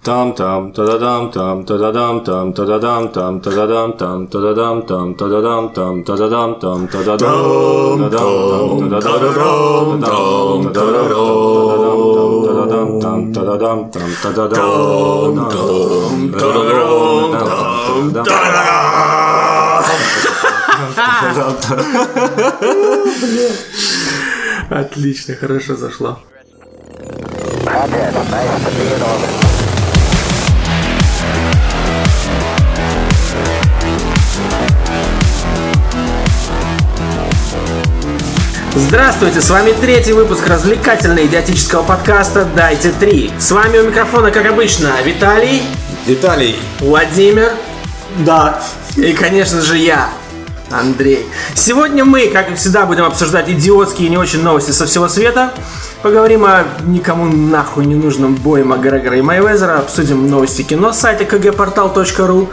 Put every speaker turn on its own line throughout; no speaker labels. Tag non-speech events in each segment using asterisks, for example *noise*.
Там, там, та-да-дам, там, та-да-дам, там, та-да-дам, там, та-да-дам, там, та-да-дам, там, та-да-дам, там, та-да-дам, там, та-да-дам, та-да-дам, там, та-да-дам, там, та-да-дам, там, та-да-дам, там, та-да-дам, там, та-да-дам, там, та-да-дам, там, та-да-дам, там,
Отлично, хорошо зашло.
Project, nice to be in orbit.
Здравствуйте, с вами третий выпуск развлекательно-идиотического подкаста «Дайте три». С вами у микрофона, как обычно, Виталий,
Виталий,
Владимир
да,
и, конечно же, я, Андрей. Сегодня мы, как и всегда, будем обсуждать идиотские и не очень новости со всего света. Поговорим о никому нахуй не нужном бое Макгрегора и Майвезера, обсудим новости кино с сайта kgportal.ru.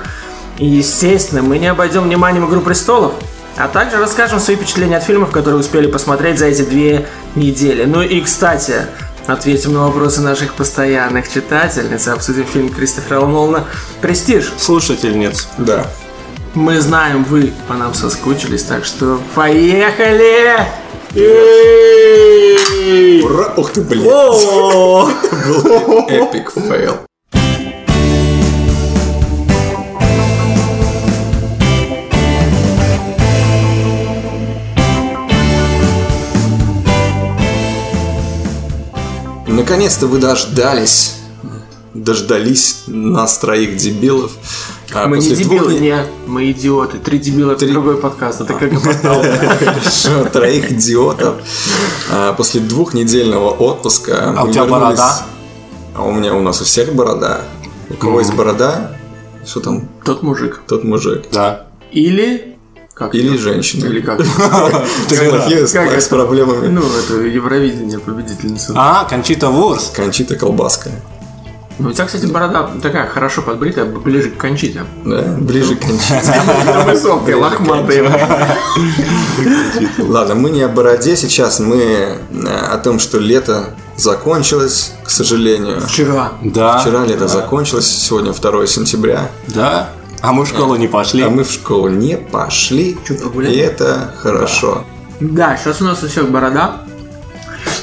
И, естественно, мы не обойдем вниманием «Игру престолов», а также расскажем свои впечатления от фильмов, которые успели посмотреть за эти две недели. Ну и, кстати, ответим на вопросы наших постоянных читательниц и обсудим фильм Кристофера Нолана «Престиж».
слушательниц.
да.
Мы знаем, вы по нам соскучились, так что поехали!
Ура, ух ты, блин. Эпик фейл. Наконец-то вы дождались, дождались нас троих дебилов. А
Мы не
после двух
дебилы,
не-
не, мы идиоты. Три дебила, это
Три.
другой подкаст, это
*laughs*
как портал.
Хорошо, *laughs* троих идиотов. А, После двухнедельного отпуска...
А у
мы
тебя
вернулись-
борода?
А у меня, у нас у всех борода. У кого есть борода, что там,
Тот мужик.
тот мужик.
Да.
Или... Как
Или
его?
женщина. *laughs*
Или как?
Ты конфьюз,
Как
с
это?
проблемами.
Ну, это Евровидение победительница.
А, Кончита Вурс.
Кончита колбаска.
Ну, у тебя, кстати, борода такая хорошо подбритая, б- ближе к
*laughs*
кончите.
Да? Ближе к
*laughs*
кончите.
Высокая, лохматая.
Ладно, мы не о бороде сейчас, мы э, о том, что лето закончилось, к сожалению.
*laughs* Вчера.
А? Да.
Вчера лето закончилось, сегодня 2 сентября.
Да. А мы в школу не пошли.
А мы в школу не пошли.
Чё, погуляли?
И это хорошо.
Да, сейчас у нас у всех борода.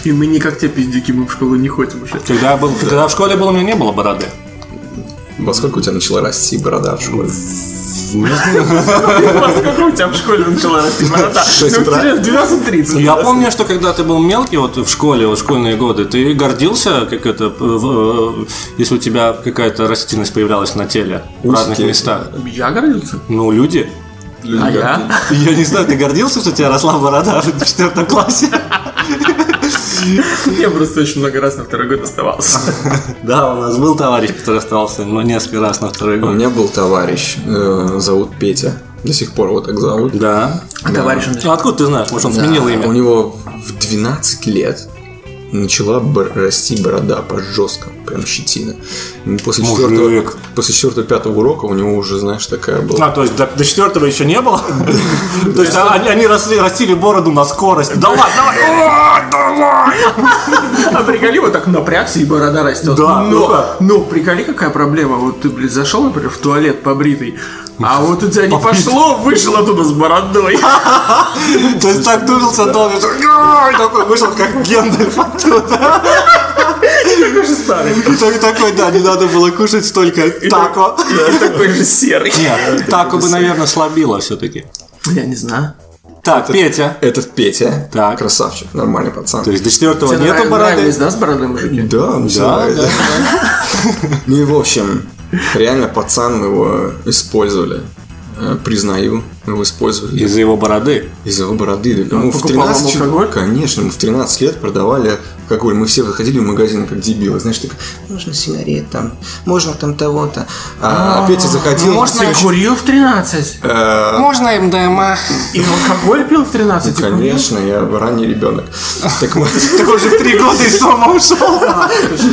И мы не как те пиздюки, мы в школу не ходим уже.
Когда, я был, когда в школе был, у меня не было бороды.
Во сколько у тебя начала расти борода в школе?
Поскольку у тебя в школе начала расти борода?
шесть
Ну,
утра.
тебе в 12.30.
Я помню, что когда ты был мелкий, вот в школе, вот школьные годы, ты гордился, как это, э, в- э, если у тебя какая-то растительность появлялась на теле в разных
Усики.
местах.
Я гордился.
Ну, люди.
Люди
А
говорят,
я?
Я не знаю, ты гордился, что у тебя росла борода в четвертом классе?
Я просто очень много раз на второй год оставался.
Да, у нас был товарищ, который остался, но несколько раз на второй
У
год.
меня был товарищ, э, зовут Петя. До сих пор его так зовут.
Да.
Товарищ, он
А откуда ты знаешь? Может, он сменил
Да, У
имя?
него в 12 лет начала бор- расти борода по жесткому, прям щетина. И После
Мужик.
четвертого, после четвертого пятого урока у него уже, знаешь, такая была.
А, то есть до, до четвертого еще не было? То есть а, они, они росли- растили бороду на скорость. Да ладно, давай!
А приколи, вот так напрягся, и борода растет.
Да,
но,
ну-ка.
но приколи, какая проблема. Вот ты, блядь, зашел, например, в туалет побритый, а вот у тебя не пошло, вышел оттуда
*laughs*
с бородой.
То есть так тужился долго, что «Ой!» такой вышел, как Гендальф оттуда.
Такой же старый.
И так- такой, да, не надо было кушать столько тако.
И такой же серый.
Нет, тако бы, наверное, слабило все-таки.
ну, Я не знаю.
Так, Петя.
Этот Петя,
Так.
красавчик, нормальный пацан.
То есть до четвертого
Тебе
нету
нрав-
бороды?
нравились, да, с бородой мужики?
Да, он
Да,
знает.
да,
Ну и в общем, реально пацан мы его использовали. Э, Признаю, мы его использовали.
Из-за его бороды.
Из-за его бороды. да. Мы в
А покупал вам
13
алкоголь?
Конечно, мы в 13 лет продавали алкоголь. Мы все выходили в магазин как дебилы. Знаешь, так, можно сигарет там, можно там того-то. А, Петя заходил.
Ты курил в 13?
Э, Ну,
Можно МДМА?
И алкоголь пил в типа, ну, 13?
Конечно, я ранний ребенок. Так мы...
Так уже в три года из дома ушел.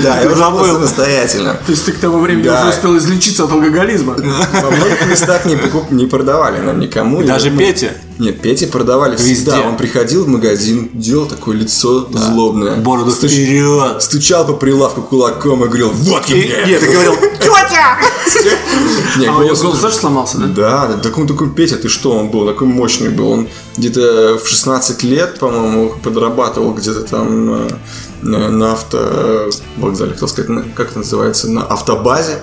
Да, я забыл самостоятельно.
То есть ты к тому времени
Да.
уже успел излечиться от алкоголизма?
Во многих местах не, покуп- не продавали нам никому.
И
Я
даже
думаю-
Пете?
Нет, Пете продавали всегда.
Везде.
Он приходил в магазин, делал такое лицо злобное.
Бороду
Стуч-
вперед.
Стучал по прилавку кулаком и говорил, водки
И-
мне!
Нет, ты говорил, тетя!
Не,
Э, А у него
голос-
голос тоже сломался, да?
Да, да, так он такой, Петя, ты что, он был такой мощный был. Он где-то в 16 лет, по-моему, подрабатывал где-то там э, на, на авто... э, вокзале, хотел сказать, на- как это называется, на автобазе.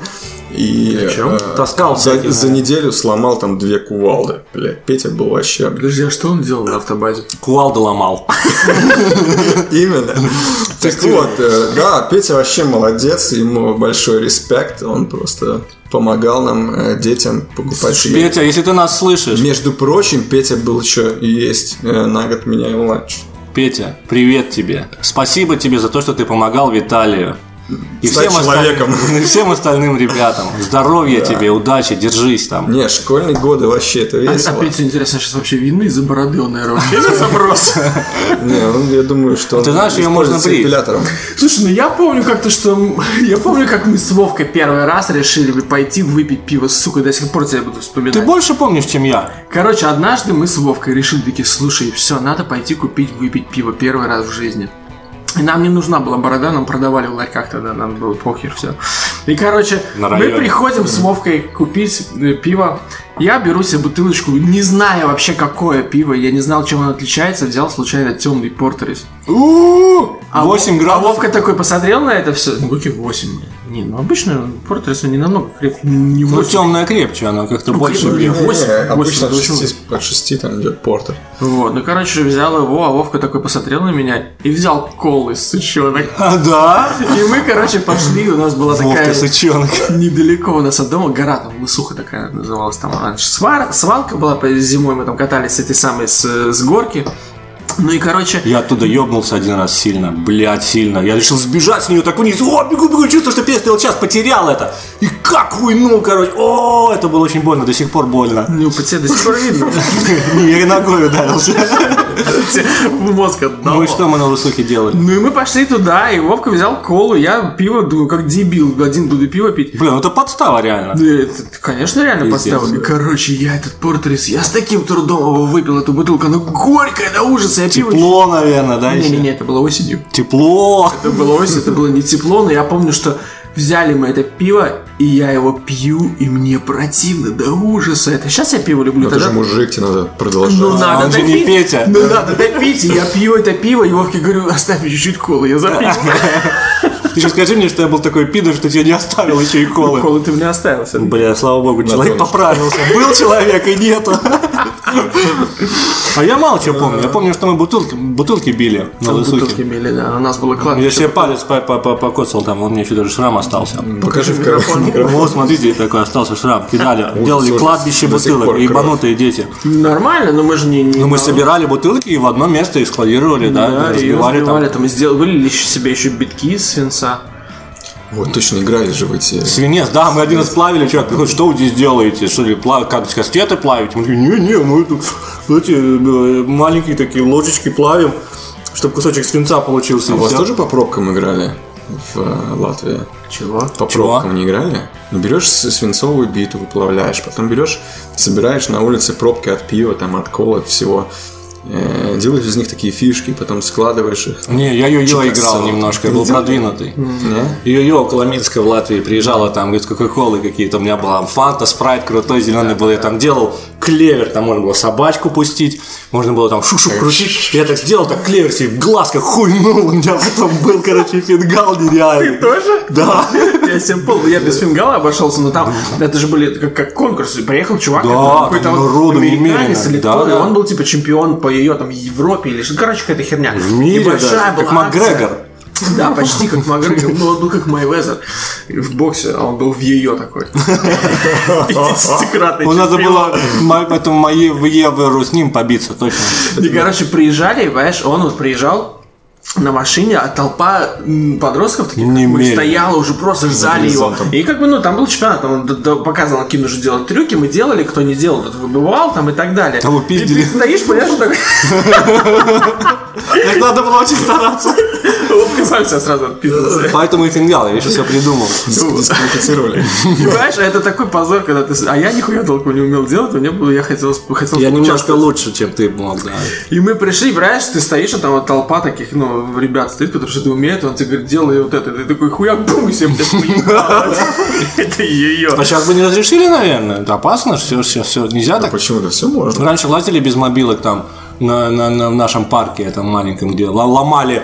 И
Причем
э,
таскал
за,
всякие,
за
да.
неделю сломал там две кувалды. Блядь, Петя был вообще... блядь,
Подожди, а что он делал на автобазе?
Кувалду ломал. *laughs*
Именно. Так вот, э, да, Петя вообще молодец, ему большой респект, он просто помогал нам, э, детям, покупать еду.
Петя, если ты нас слышишь,
Между прочим, Петя был еще и есть э, на год меня и младше.
Петя, привет тебе. Спасибо тебе за то, что ты помогал Виталию. И
Стать
осталь-
человеком.
*laughs* и всем остальным ребятам. Здоровья тебе, удачи, держись там.
Не, школьные годы вообще
А,
это весело.
Опять А, интересно, сейчас вообще видно из-за бороды он, наверное, вообще
*laughs*
за заброс.
Не, ну, я думаю, что он
А Ты знаешь, её можно
используется
брить.
эпилятором.
Слушай, ну я помню как-то, что... м- Я помню, как мы с Вовкой первый раз решили бы пойти выпить пиво, сука, до сих пор тебя буду вспоминать.
Ты больше помнишь, чем я?
Короче, однажды мы с Вовкой решили такие, слушай, все, надо пойти купить, выпить пиво первый раз в жизни. И нам не нужна была борода, нам продавали в ларьках тогда, нам было похер все. И, короче,
На
мы
районе.
приходим с Вовкой купить э, пиво. Я беру себе бутылочку, не зная вообще, какое пиво, я не знал, чем оно отличается, взял случайно темный портерис. А
8
Вов- А
градусов.
Вовка такой посмотрел на это все. Ну, какие 8? Не, ну обычно портерис он не намного крепкий. Не
Ну,
8.
темная крепче, она как-то больше.
крепче.
бьет.
Не,
восемь, восемь,
Обычно от
почему?
шести- от шести там идет портер.
Вот, ну короче, взял его, а Вовка такой посмотрел на меня и взял колы сучонок.
А, да?
И мы, короче, пошли, у нас была такая...
Вовка сучонок.
Недалеко у нас от дома гора, там лысуха такая называлась там раньше. Свар- свалка была, по- зимой мы там катались с этой самой, с, э, с горки. Ну и, короче,
Я оттуда ёбнулся один раз сильно, блядь, сильно. Я решил сбежать с нее, так вниз, о, бегу, бегу, чувствую, что перестал час, потерял это. И как хуйнул, короче, о, это было очень больно, до сих пор больно. *laughs*
ну, по тебе до сих пор видно, *laughs*
Я ногой ударился.
тебе в мозг отдало.
Ну и что мы на высоке делали?
Ну и мы пошли туда, и Вовка взял колу, я пиво, думаю, как дебил, один буду пиво пить.
Блин, ну это подстава реально.
Да, это, это, конечно, реально
Пиздец,
подстава.
да.
Короче, я этот портерис, я с таким трудом его выпил эту бутылку, ну горькая до ужаса, я пиво...
Тепло, наверное, да? еще?
Не-не-не, это было осенью.
Тепло.
Это было осенью, это было не тепло, но я помню, что взяли мы это пиво, и я его пью, и мне противно до ужаса. Это сейчас я пиво
Ну,
люблю,
Но ты
тогда-
же мужик, тебе надо
Ну
продолжать.
надо
он же
допить.
А, не Петя.
Ну надо допить, и я пью это пиво, и Вовке говорю, оставь мне чуть-чуть колы,
*laughs*
я запью.
Ты еще скажи мне, что я был такой пидор, что тебя не оставил еще и колы.
Колы ты мне оставил. всё.
Бля, слава богу, человек
тонышко.
поправился. Был человек и нету. А я мало чего помню. Я помню, что мы бутылки, бутылки били на высоке.
Бутылки мели, да, у нас было
Я
кладбище.
себе палец по- по- по- покоцал там, он мне еще даже шрам остался.
Ну, Покажи в карман.
Вот, смотрите, такой остался шрам. Кидали, делали
ужас.
кладбище
До сих
бутылок,
пор
ебанутые дети.
Нормально, но мы же не... не-
Ну, мы собирали бутылки и в одно место их складировали, да,
Да, и
разбивали
разбивали
там.
там, и сделали, вылили еще себе еще битки из свинца.
Вот точно играли же в эти...
Свинец, да, мы один раз плавили, человек приходит, что вы здесь делаете? Что ли, пла- как сказать, кастеты плавить? Мы такие, не-не, мы тут эти э, маленькие такие ложечки плавим, чтобы кусочек свинца получился.
А
и
У вас
всё».
тоже по пробкам играли в э, Латвии?
Чего?
По
Чего?
пробкам не играли? Ну, Берешь с- свинцовую биту, выплавляешь, потом берешь, собираешь на улице пробки от пива, там, от колы, от всего. Э, делаешь из них такие фишки, потом складываешь их.
Не, я йо-йо
Чикасо.
играл немножко, я был
Видел?
продвинутый.
Не?
Йо-йо Коломенская в Латвии приезжала, там, говорит, кока-колы какие-то у меня была, фанта, спрайт крутой, зеленый был, я там делал клевер, там можно было собачку пустить, можно было там шушу крутить, я так сделал, так клевер себе в глаз, как хуйнул, у меня потом был, короче, фингал нереальный. Ты
тоже?
Да.
Я себе пол, я без фингала обошелся, но там это же были как, как конкурс. И Приехал чувак,
Да,
это какой-то
там
вот
народу
американец
немерено.
или
Да,
кто, и
да.
он был типа чемпион по ее там Европе или что. Короче, какая-то херня.
В мире
и
даже,
большая была
как
акция.
Макгрегор.
Да, почти как Макгрегор, но он был ну, как Майвезер в боксе, а он был в
*laughs*
ее такой. 50-кратный
У нас
чемпион.
было мо- поэтому мои в евро с ним побиться, точно.
И, короче, приезжали, и, понимаешь, он вот приезжал на машине, а толпа м, подростков таких как мы,
Немерено.
стояла уже просто ждали его.
горизонтом.
И как бы, ну, там был чемпионат, он д- д- показывал, какие нужно делать трюки, мы делали, кто не делал, тот выбывал там и так далее.
Того А пиздили.
И ты стоишь, понимаешь, что такое?
Так надо было очень стараться.
*laughs* Вот Вовка сам себя сразу
*laughs*
отписывался.
Поэтому и фингал, я еще все придумал.
Дис- Дисквалифицировали.
Понимаешь, это такой позор, когда ты... с- А я нихуя толком не умел делать, мне было, я хотел, хотел
Я немножко
поучаствовать.
лучше, чем ты мог, да.
И мы пришли, понимаешь, ты стоишь, а там вот толпа таких, ну, ребят стоит, потому что ты умеет, он тебе говорит, делай вот это. Ты такой, хуя, бум, и всем, блядь, поебало. Это ее.
А сейчас бы не разрешили, наверное. Это опасно, все, все, все. Нельзя так.
Почему-то все можно.
Раньше лазили без мобилок там на, на- на- в нашем парке этом маленьком, где л- ломали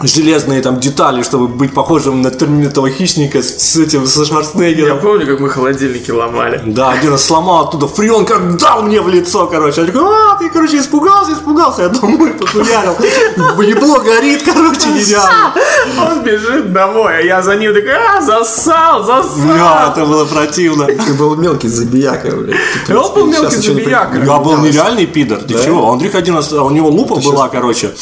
железные там детали, чтобы быть похожим на терминатого хищника с, с этим, со
Я
Шварценеггером.
помню, как мы холодильники ломали.
Да, один раз сломал оттуда фреон, как дал мне в лицо, короче. Я такой, а, ты, короче, испугался, испугался. Я домой популярил. Ебло горит, короче, нереально.
Он бежит домой, а я за ним такой, а, засал,
Бля,
засал.
это было противно.
Ты был мелкий забияка, блядь. Ты, в
Он был
принципе,
мелкий
щас ничего не
забияка.
понимаешь.
Я был нереальный пидор, ты чего? Андрюк один раз, а у него лупа была, короче.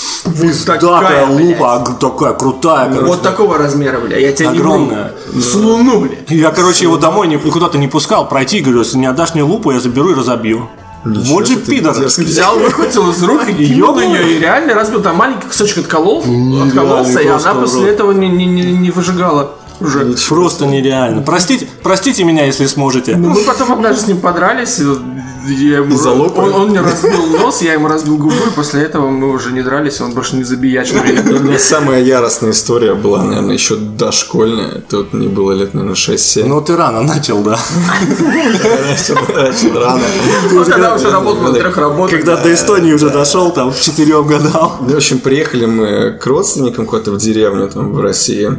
Пиздатая
такая, блядь.
лупа, г- такая крутая, короче.
Вот такого размера, бля, я тебя не
Огромная.
вру. С луну, бля.
Я, короче, его домой не- куда-то не пускал пройти, говорю, если не отдашь мне лупу, я заберу и разобью. вот же
Ты
пидор.
дерзкий.
Взял, выхватил из рук и кинул
Ёбаный.
ее, и реально разбил. Там маленький кусочек отколол, откололся, и
просто
она после
урод.
этого не, не, не, не выжигала уже.
Просто нереально. Простите, простите меня, если сможете.
Ну, Мы потом однажды с ним подрались, и я ему-
залопали.
он, он мне разбил нос, я ему разбил губу, и после этого мы уже не дрались, он больше не забиячил меня.
У меня самая яростная история была, наверное, еще дошкольная. Тут мне было лет, наверное, 6-7.
Ну, ты рано начал, да.
рано.
Ну, когда уже работал на трех работах.
Когда до Эстонии уже дошел, там, в четырем годам.
В общем, приехали мы к родственникам куда-то в деревню там в России.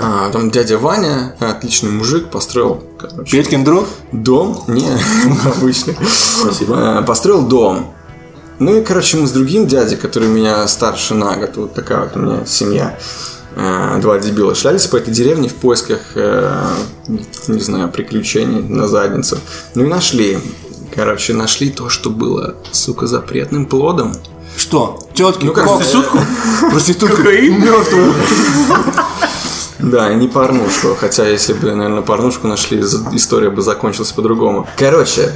А, там дядя Ваня, отличный мужик, построил короче,
Петькин друг?
дом. Не, *laughs* обычный. Спасибо. Построил дом. Ну и, короче, мы с другим дядей, который у меня старше на год, вот такая вот у меня семья, э, два дебила, шлялись по этой деревне в поисках, э, не знаю, приключений на задницу. Ну и нашли. Короче, нашли то, что было, сука, запретным плодом.
Что? Тетки?
Ну, как
кокс?
сутку?
Проститутка?
Мертвый.
Да, и не порнушку. Хотя, если бы, наверное, порнушку нашли, за- история бы закончилась по-другому. Короче,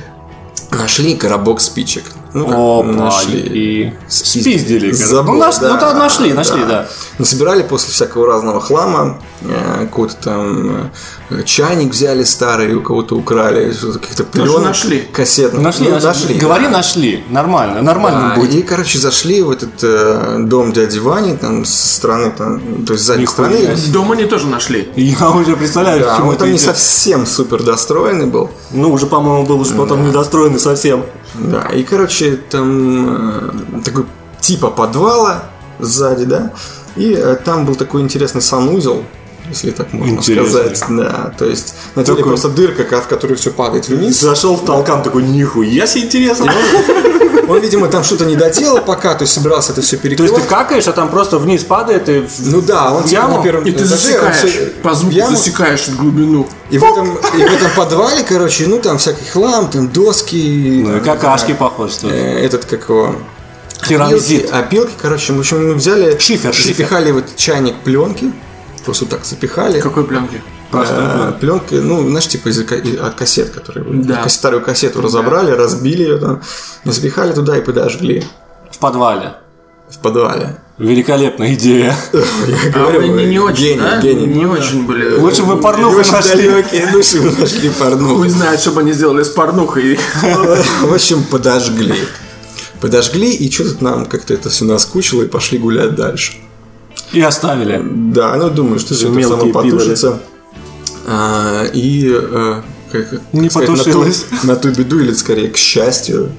нашли коробок спичек. Ну, как
Опа,
нашли.
и спиздили. короче.
Забыл,
ну, наш-
да,
ну, то нашли, нашли, да.
Насобирали после всякого разного хлама. э, Какой-то там э, чайник взяли старый, у кого-то украли. что-то Каких-то пленок.
нашли.
Кассетных.
Нашли,
Ну,
нашли. Говори, нашли. Нормально, нормально
А,
будет.
И, короче, зашли в этот э, дом дяди Вани, там, со стороны, там, то есть с задней
Нихуя
стороны.
себе.
Дома они тоже нашли.
Я уже представляю, к
Да,
чему
он
это
там не
идет.
совсем супер достроенный был.
Ну, уже, по-моему, был уже потом недостроенный совсем.
Да, и, короче, там э, такой типа подвала сзади, да, и э, там был такой интересный санузел, если так можно
Интересный.
сказать. Да, то есть на деле
Такой.
просто дырка, ка- в которую все падает вниз.
Зашел в толкан, такой, нихуя себе интересно.
Он, видимо, там что-то не доделал пока, то есть собирался это
*laughs*
все
То есть ты
перекрывать.
какаешь, а там просто вниз падает и... в-
Ну да, он
в
типа,
яму?
на первом
И ты
этаже, он всё-
засекаешь, по звуку
яму,
засекаешь глубину.
И в, этом, и в этом подвале, короче, ну там всякий хлам, там доски.
Ну и
там,
какашки,
не знаю,
похоже, что ли.
э, Этот, как его,
Керамзит.
Опилки, опилки, А, короче, в общем, мы взяли,
Шифер, шифер.
запихали в этот чайник пленки, просто так запихали.
Какой пленки?
Э, пленки, ну, знаешь, типа из ка- и- от кассет, которые были.
Да.
Кас- Старую кассету разобрали, разбили ее там, запихали туда и подожгли
В подвале.
в подвале.
Великолепная идея.
Я
А
говорю,
вы не, не
э,
очень,
гений,
да?
гений.
Не очень были.
Лучше бы порнуху
Очень
нашли.
далекие души вы нашли порнуху.
Хуй знает, что бы они сделали с порнухой.
В общем, подожгли. Подожгли, и что-то нам как-то это все наскучило, и пошли гулять дальше.
И оставили.
Да, ну думаю, что все это
Мелкие
само
пидоры.
потушится. А, и э, как это
Не
сказать, на ту-
потушилось.
На ту, беду, или скорее к счастью,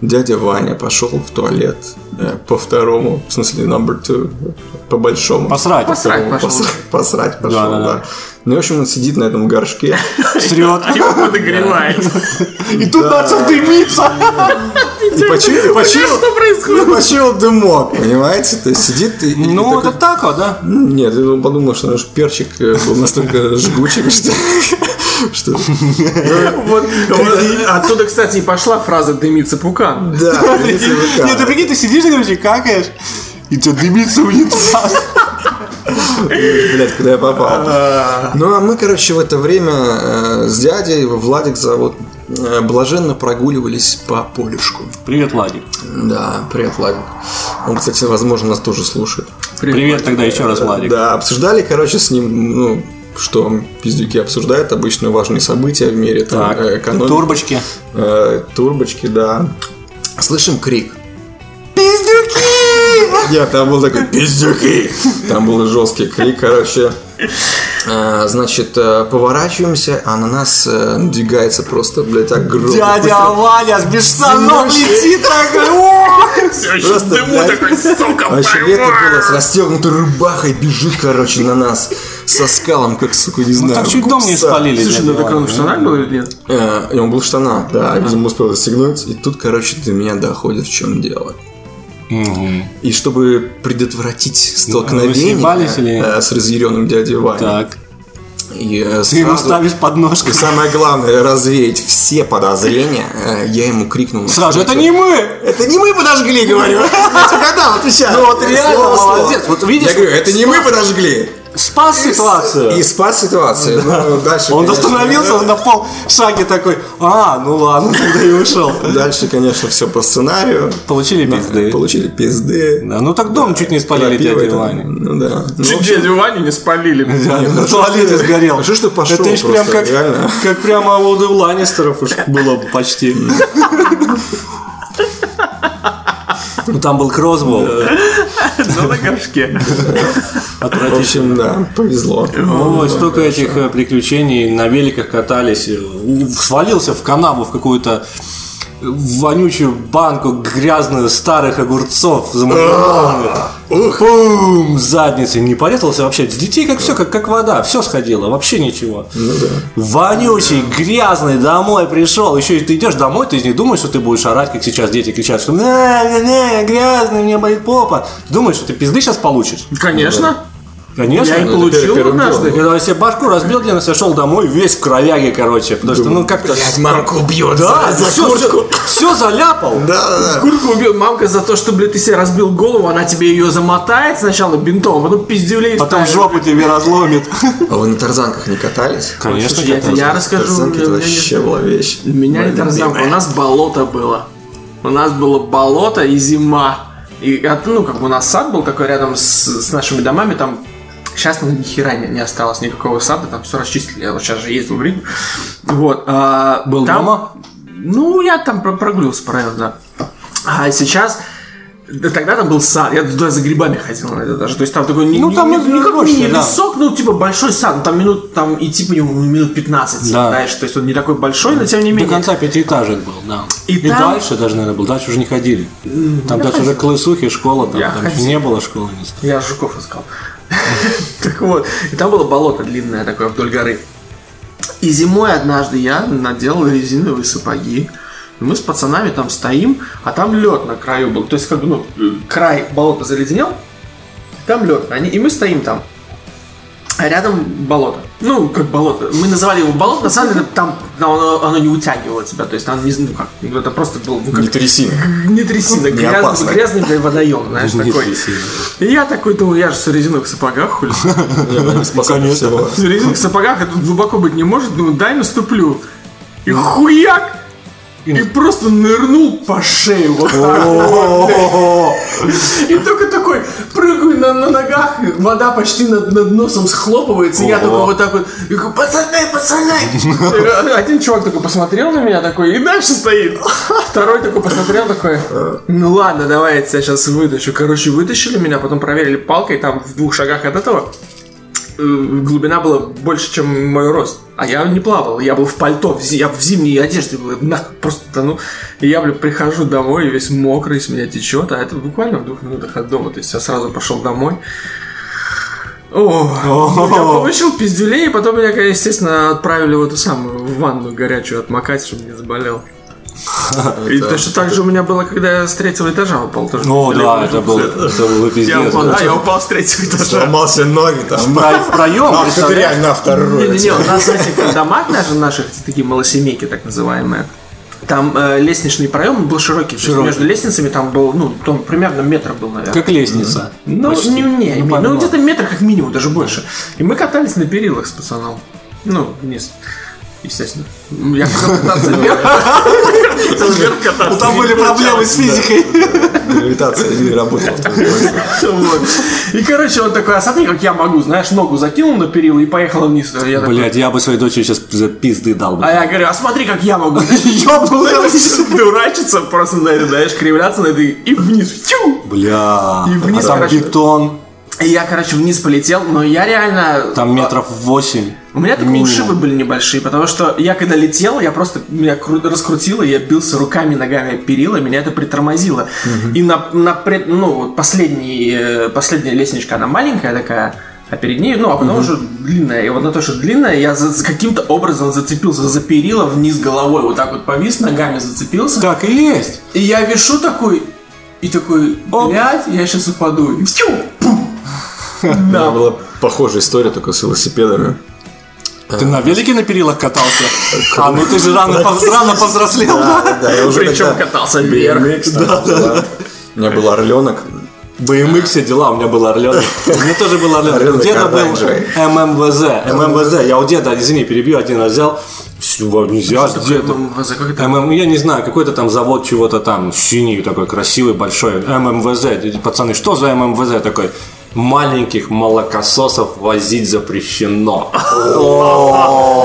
дядя Ваня пошел в туалет э, по второму, в смысле, number two, по большому.
Посрать.
Посрать пошел.
Посрать, посрать пошел, да,
Да, да, да.
Ну, в общем, он сидит на этом
*laughs*
горшке.
Срет.
Его подогревает.
И тут начал дымиться.
И почуял, почуял,
Что происходит?
ну, почуял дымок, понимаете? То есть сидит и... и
Ну,
такой,
это так вот, да?
«М, Нет, я подумал, что наш перчик э,
*laughs*
был настолько жгучим, что... что
Вот, вот оттуда, кстати, и пошла фраза «дымится пукан».
*laughs*
Да,
Нет, ты прикинь, ты сидишь, короче, какаешь. И тебя дымится унитаз.
Блять, куда я попал. Ну а мы, короче, в это время э, с дядей, его Владик зовут, э, блаженно прогуливались по полюшку.
Привет, Владик.
Да, привет, Владик. Он, кстати, возможно, нас тоже слушает.
Привет тогда еще раз, Владик.
Да, обсуждали, короче, с ним, ну, что пиздюки обсуждают обычно важные события в мире, там,
Так,
э, экономика,
турбочки.
э, турбочки, да. Слышим крик. Пиздюки! Я там был такой, пиздюки! Там был жесткий крик, короче. Э, Значит, э, поворачиваемся, а на нас э, надвигается просто, блядь, огромный...
Дядя Ваня с без штанов летит такой. «О!»
Просто, А блядь, Вообще лето было с расстегнутой рубахой бежит, короче, на нас со скалом, как, сука, не знаю.
Так чуть дом не
гуся.
спалили.
Слушай,
дядя
ну так
Ваня.
он в штанах был или нет?
Э, И он был в штанах, да, видимо, успел расстегнуть. И тут, короче, до меня доходит, в чем дело.
Мгм. Ну, а
И чтобы предотвратить столкновение
съебались или-
э, с разъяренным дядей Ваней,
Так.
и, э,
Ты ему
сразу-
ставишь подножку.
и самое главное, развеять все подозрения, э, я ему крикнул.
Сразу, это не мы!
Это не мы подожгли,
*laughs*
говорю. Я тебе гадал, отвечаю. Ну вот
реально, молодец. Вот видишь,
Я говорю, это не мы подожгли.
Спас ситуацию!
И спас ситуацию. Ну, дальше,
Он
конечно,
остановился на пол шаге такой, а, ну ладно, *laughs* тогда и ушел.
Дальше, конечно, все по сценарию.
Получили пизды.
Получили пизды.
Да, ну так дом чуть не спалили
Пиво
дядя
это- *laughs*
Ваня.
Ну да. Ну,
Чуть дядю Ваню не спалили.
В
*laughs*
туалете сгорел.
Хорошо, А что пошел
Это ж прям
просто,
как,
реально.
*laughs* как прямо вот у Ланнистеров уж было бы почти. Ну там был кроссбол.
Ну, на горшке.
в общем, да, повезло.
Ну, вот столько этих э, приключений на великах катались, э, у- свалился в канаву в какую-то э, вонючую банку грязную старых огурцов замаринованных. Бум! Задницей не порезался вообще. С детей как все, как, как вода. Все сходило, вообще ничего. Вонючий, грязный, домой пришел. Еще и ты идешь домой, ты не думаешь, что ты будешь орать, как сейчас дети кричат, что «На, на, на, грязный, мне болит попа. Думаешь, что ты пизды сейчас получишь?
Конечно.
Конечно.
Я и
Ну,
получил
первым
однажды.
когда я себе башку разбил, Лена сошел домой весь в кровяге, короче. Потому что, ну, как-то...
мамку бьет
Да, все, заляпал.
Да, да, да.
Курку убил мамка за то, что, блядь, ты себе разбил голову, она тебе ее замотает сначала бинтом, а потом пиздюлей
Потом
вставит.
жопу тебе разломит.
А вы на тарзанках не катались?
*laughs* Конечно,
Слушай, я тебе я расскажу.
Тарзанки
мне-
это
мне
вообще была вещь.
У меня не
ну,
Моя
тарзанка, у
любимая.
нас болото было. У нас было болото и зима. И, от- ну, как бы у нас сад был такой рядом с, с нашими домами, там сейчас ну, ни хера не, не осталось никакого сада, там все расчистили, я вот сейчас же ездил в Рим. Вот. а,
Был
там-
дома?
Ну, я там про- прогулился по району, да. А сейчас да тогда там был сад, я туда за грибами ходил наверное, даже. То есть там такой не,
Ну,
не-
там
не-
это
никакой не
роща, да.
лесок, ну типа большой сад, ну, там минут там идти по нему минут 15,
Да.
знаешь, то есть он не такой большой, но тем не
До
менее.
конца пятиэтажек был, да.
И
И,
там- ну,
дальше даже, наверное, был. Дальше уже не ходили. Там дальше уже колысухи, школа, там,
Я
там
ходил.
не было школы. не знаю.
Я жуков искал. *laughs* Так вот, и там было болото длинное такое вдоль горы. И зимой однажды я наделал резиновые сапоги. И Мы с пацанами там стоим, а там лед на краю был. То есть, как бы, ну, край болота заледенел, там лед. Они, и мы стоим там. А рядом болото. Ну, как болото. Мы называли его болото, на самом деле там оно, оно не утягивало тебя. То есть там не знаю, как. Это просто был ну, как
Не трясина.
не трясина, грязный,
опасно.
грязный, блядь, водоем, знаешь,
Не
такой.
трясина.
И я такой думал, я же в резиновых сапогах, хули.
Всего.
В резиновых сапогах это глубоко быть не может, думаю, дай наступлю. И хуяк! И просто нырнул по шее вот так. вот, блядь. И только такой, прыгаю на, на ногах, и вода почти над, над носом схлопывается, и я такой вот так вот, и говорю, пацаны, пацаны! И э, Один чувак такой посмотрел на меня такой, и дальше стоит. Второй такой посмотрел такой, ну ладно, давай я тебя сейчас вытащу. Короче, вытащили меня, потом проверили палкой, там в двух шагах от этого э, глубина была больше, чем мой рост. А я не плавал, я был в пальто, в зи- я в зимней одежде был, на- просто тону. И я, бля, прихожу домой, весь мокрый, с меня течет, а это буквально в двух минутах от дома, то есть я сразу пошел домой. О, ну,
*laughs*
я получил пиздюлей, и потом меня, конечно, естественно, отправили в эту самую в ванну горячую отмокать, чтобы не заболел. И точно так же у меня было, когда я с третьего этажа упал. тоже
О, Ну
пиздюлей
да,
получил.
это был, это был
Я
пиздец.
упал, да, я упал
*laughs*
с третьего этажа.
Сломался ноги там.
Про- В проем,
А, ты
представляешь?
реально второй.
Не-не-не, у нас в этих домах даже наших, такие малосемейки так называемые, там э, лестничный проем был широкий, то есть
Широкий.
между лестницами там был, ну, там примерно метр был, наверное.
Как лестница.
ну,
почти.
не, не,
Ну,
ну,
понимаю.
где-то метр как минимум, даже больше. И мы катались на перилах с пацаном. Ну, вниз. естественно. Ну, Я хотел *laughs* кататься вверх. Хотел вверх кататься.
Там были проблемы с физикой.
Гравитация не работала. в тот момент.
Вот. И, короче, он такой, а смотри, как я могу, знаешь, ногу закинул на перила и поехал вниз. Я такой,
Блять, я бы своей дочери сейчас за пизды дал бы.
а я говорю, а смотри, как я могу. *laughs* Дурачиться просто, наверное, знаешь, кривляться на этой и вниз. Тю!
Бля,
И вниз,
а там
короче.
бетон,
И я, короче, вниз полетел, но я реально...
там метров восемь.
У меня такие ушибы были небольшие, потому что я когда летел, я просто меня кру- раскрутило, и я бился руками, ногами о перила, меня это притормозило. И на, на пред- ну, вот последний, э, последняя лестничка, она маленькая такая, а перед ней, ну, а потом уже длинная. И вот на то, что длинная, я за- за каким-то образом зацепился за перила вниз головой, вот так вот повис, ногами зацепился.
Так и есть.
И я вешу такой, и такой, блядь, я сейчас упаду. И тю,
*laughs*
пум.
У меня была похожая история, только с велосипедами.
Ты на велике на перилах катался? А, ну ты же рано, поз- рано повзрослел, да?
Да, я уже
Причем
тогда-
катался вверх.
BMX, да, да. У меня был орленок.
БМХ все дела, у меня был орленок. У меня тоже был орленок. У
Орленок
деда был
оранжевый.
ММВЗ. ММВЗ. Я у деда, извини, перебью, один раз взял. Всё, Нельзя, деда.
За как это
ММ, я не знаю, какой-то там завод чего-то там, синий такой красивый, большой, ММВЗ. Эти Пацаны, что за ММВЗ такой? Маленьких молокососов возить запрещено.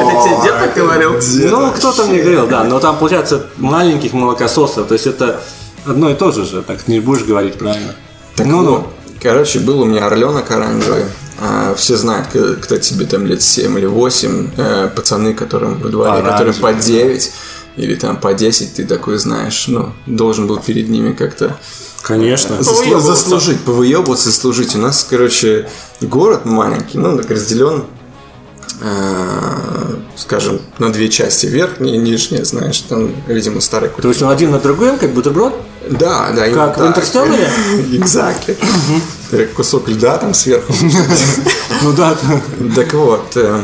Это тебе дед так говорил?
Ну, кто-то мне говорил, да, но там получается маленьких молокососов, то есть это одно и то же же, так не будешь говорить правильно. ну, ну,
Короче, был у меня орленок оранжевый. А, все знают, к- когда тебе там лет 7 или 8, э, пацаны, которым во дворе,
Оранжевый,
которым по 9 или там по 10, ты такой знаешь, ну, должен был перед ними как-то
конечно.
заслу- заслужить, повыебываться, заслужить. У нас, короче, город маленький, ну, так разделен, э, скажем, на две части, верхняя и нижняя, знаешь, там, видимо, старый
То есть он один на другом, как бутерброд?
да, да, именно
Как в
так.
«Интерстелларе»?
*laughs* Exactly. Так, Кусок льда
*laughs*
там сверху.
Ну да.
Так вот, э,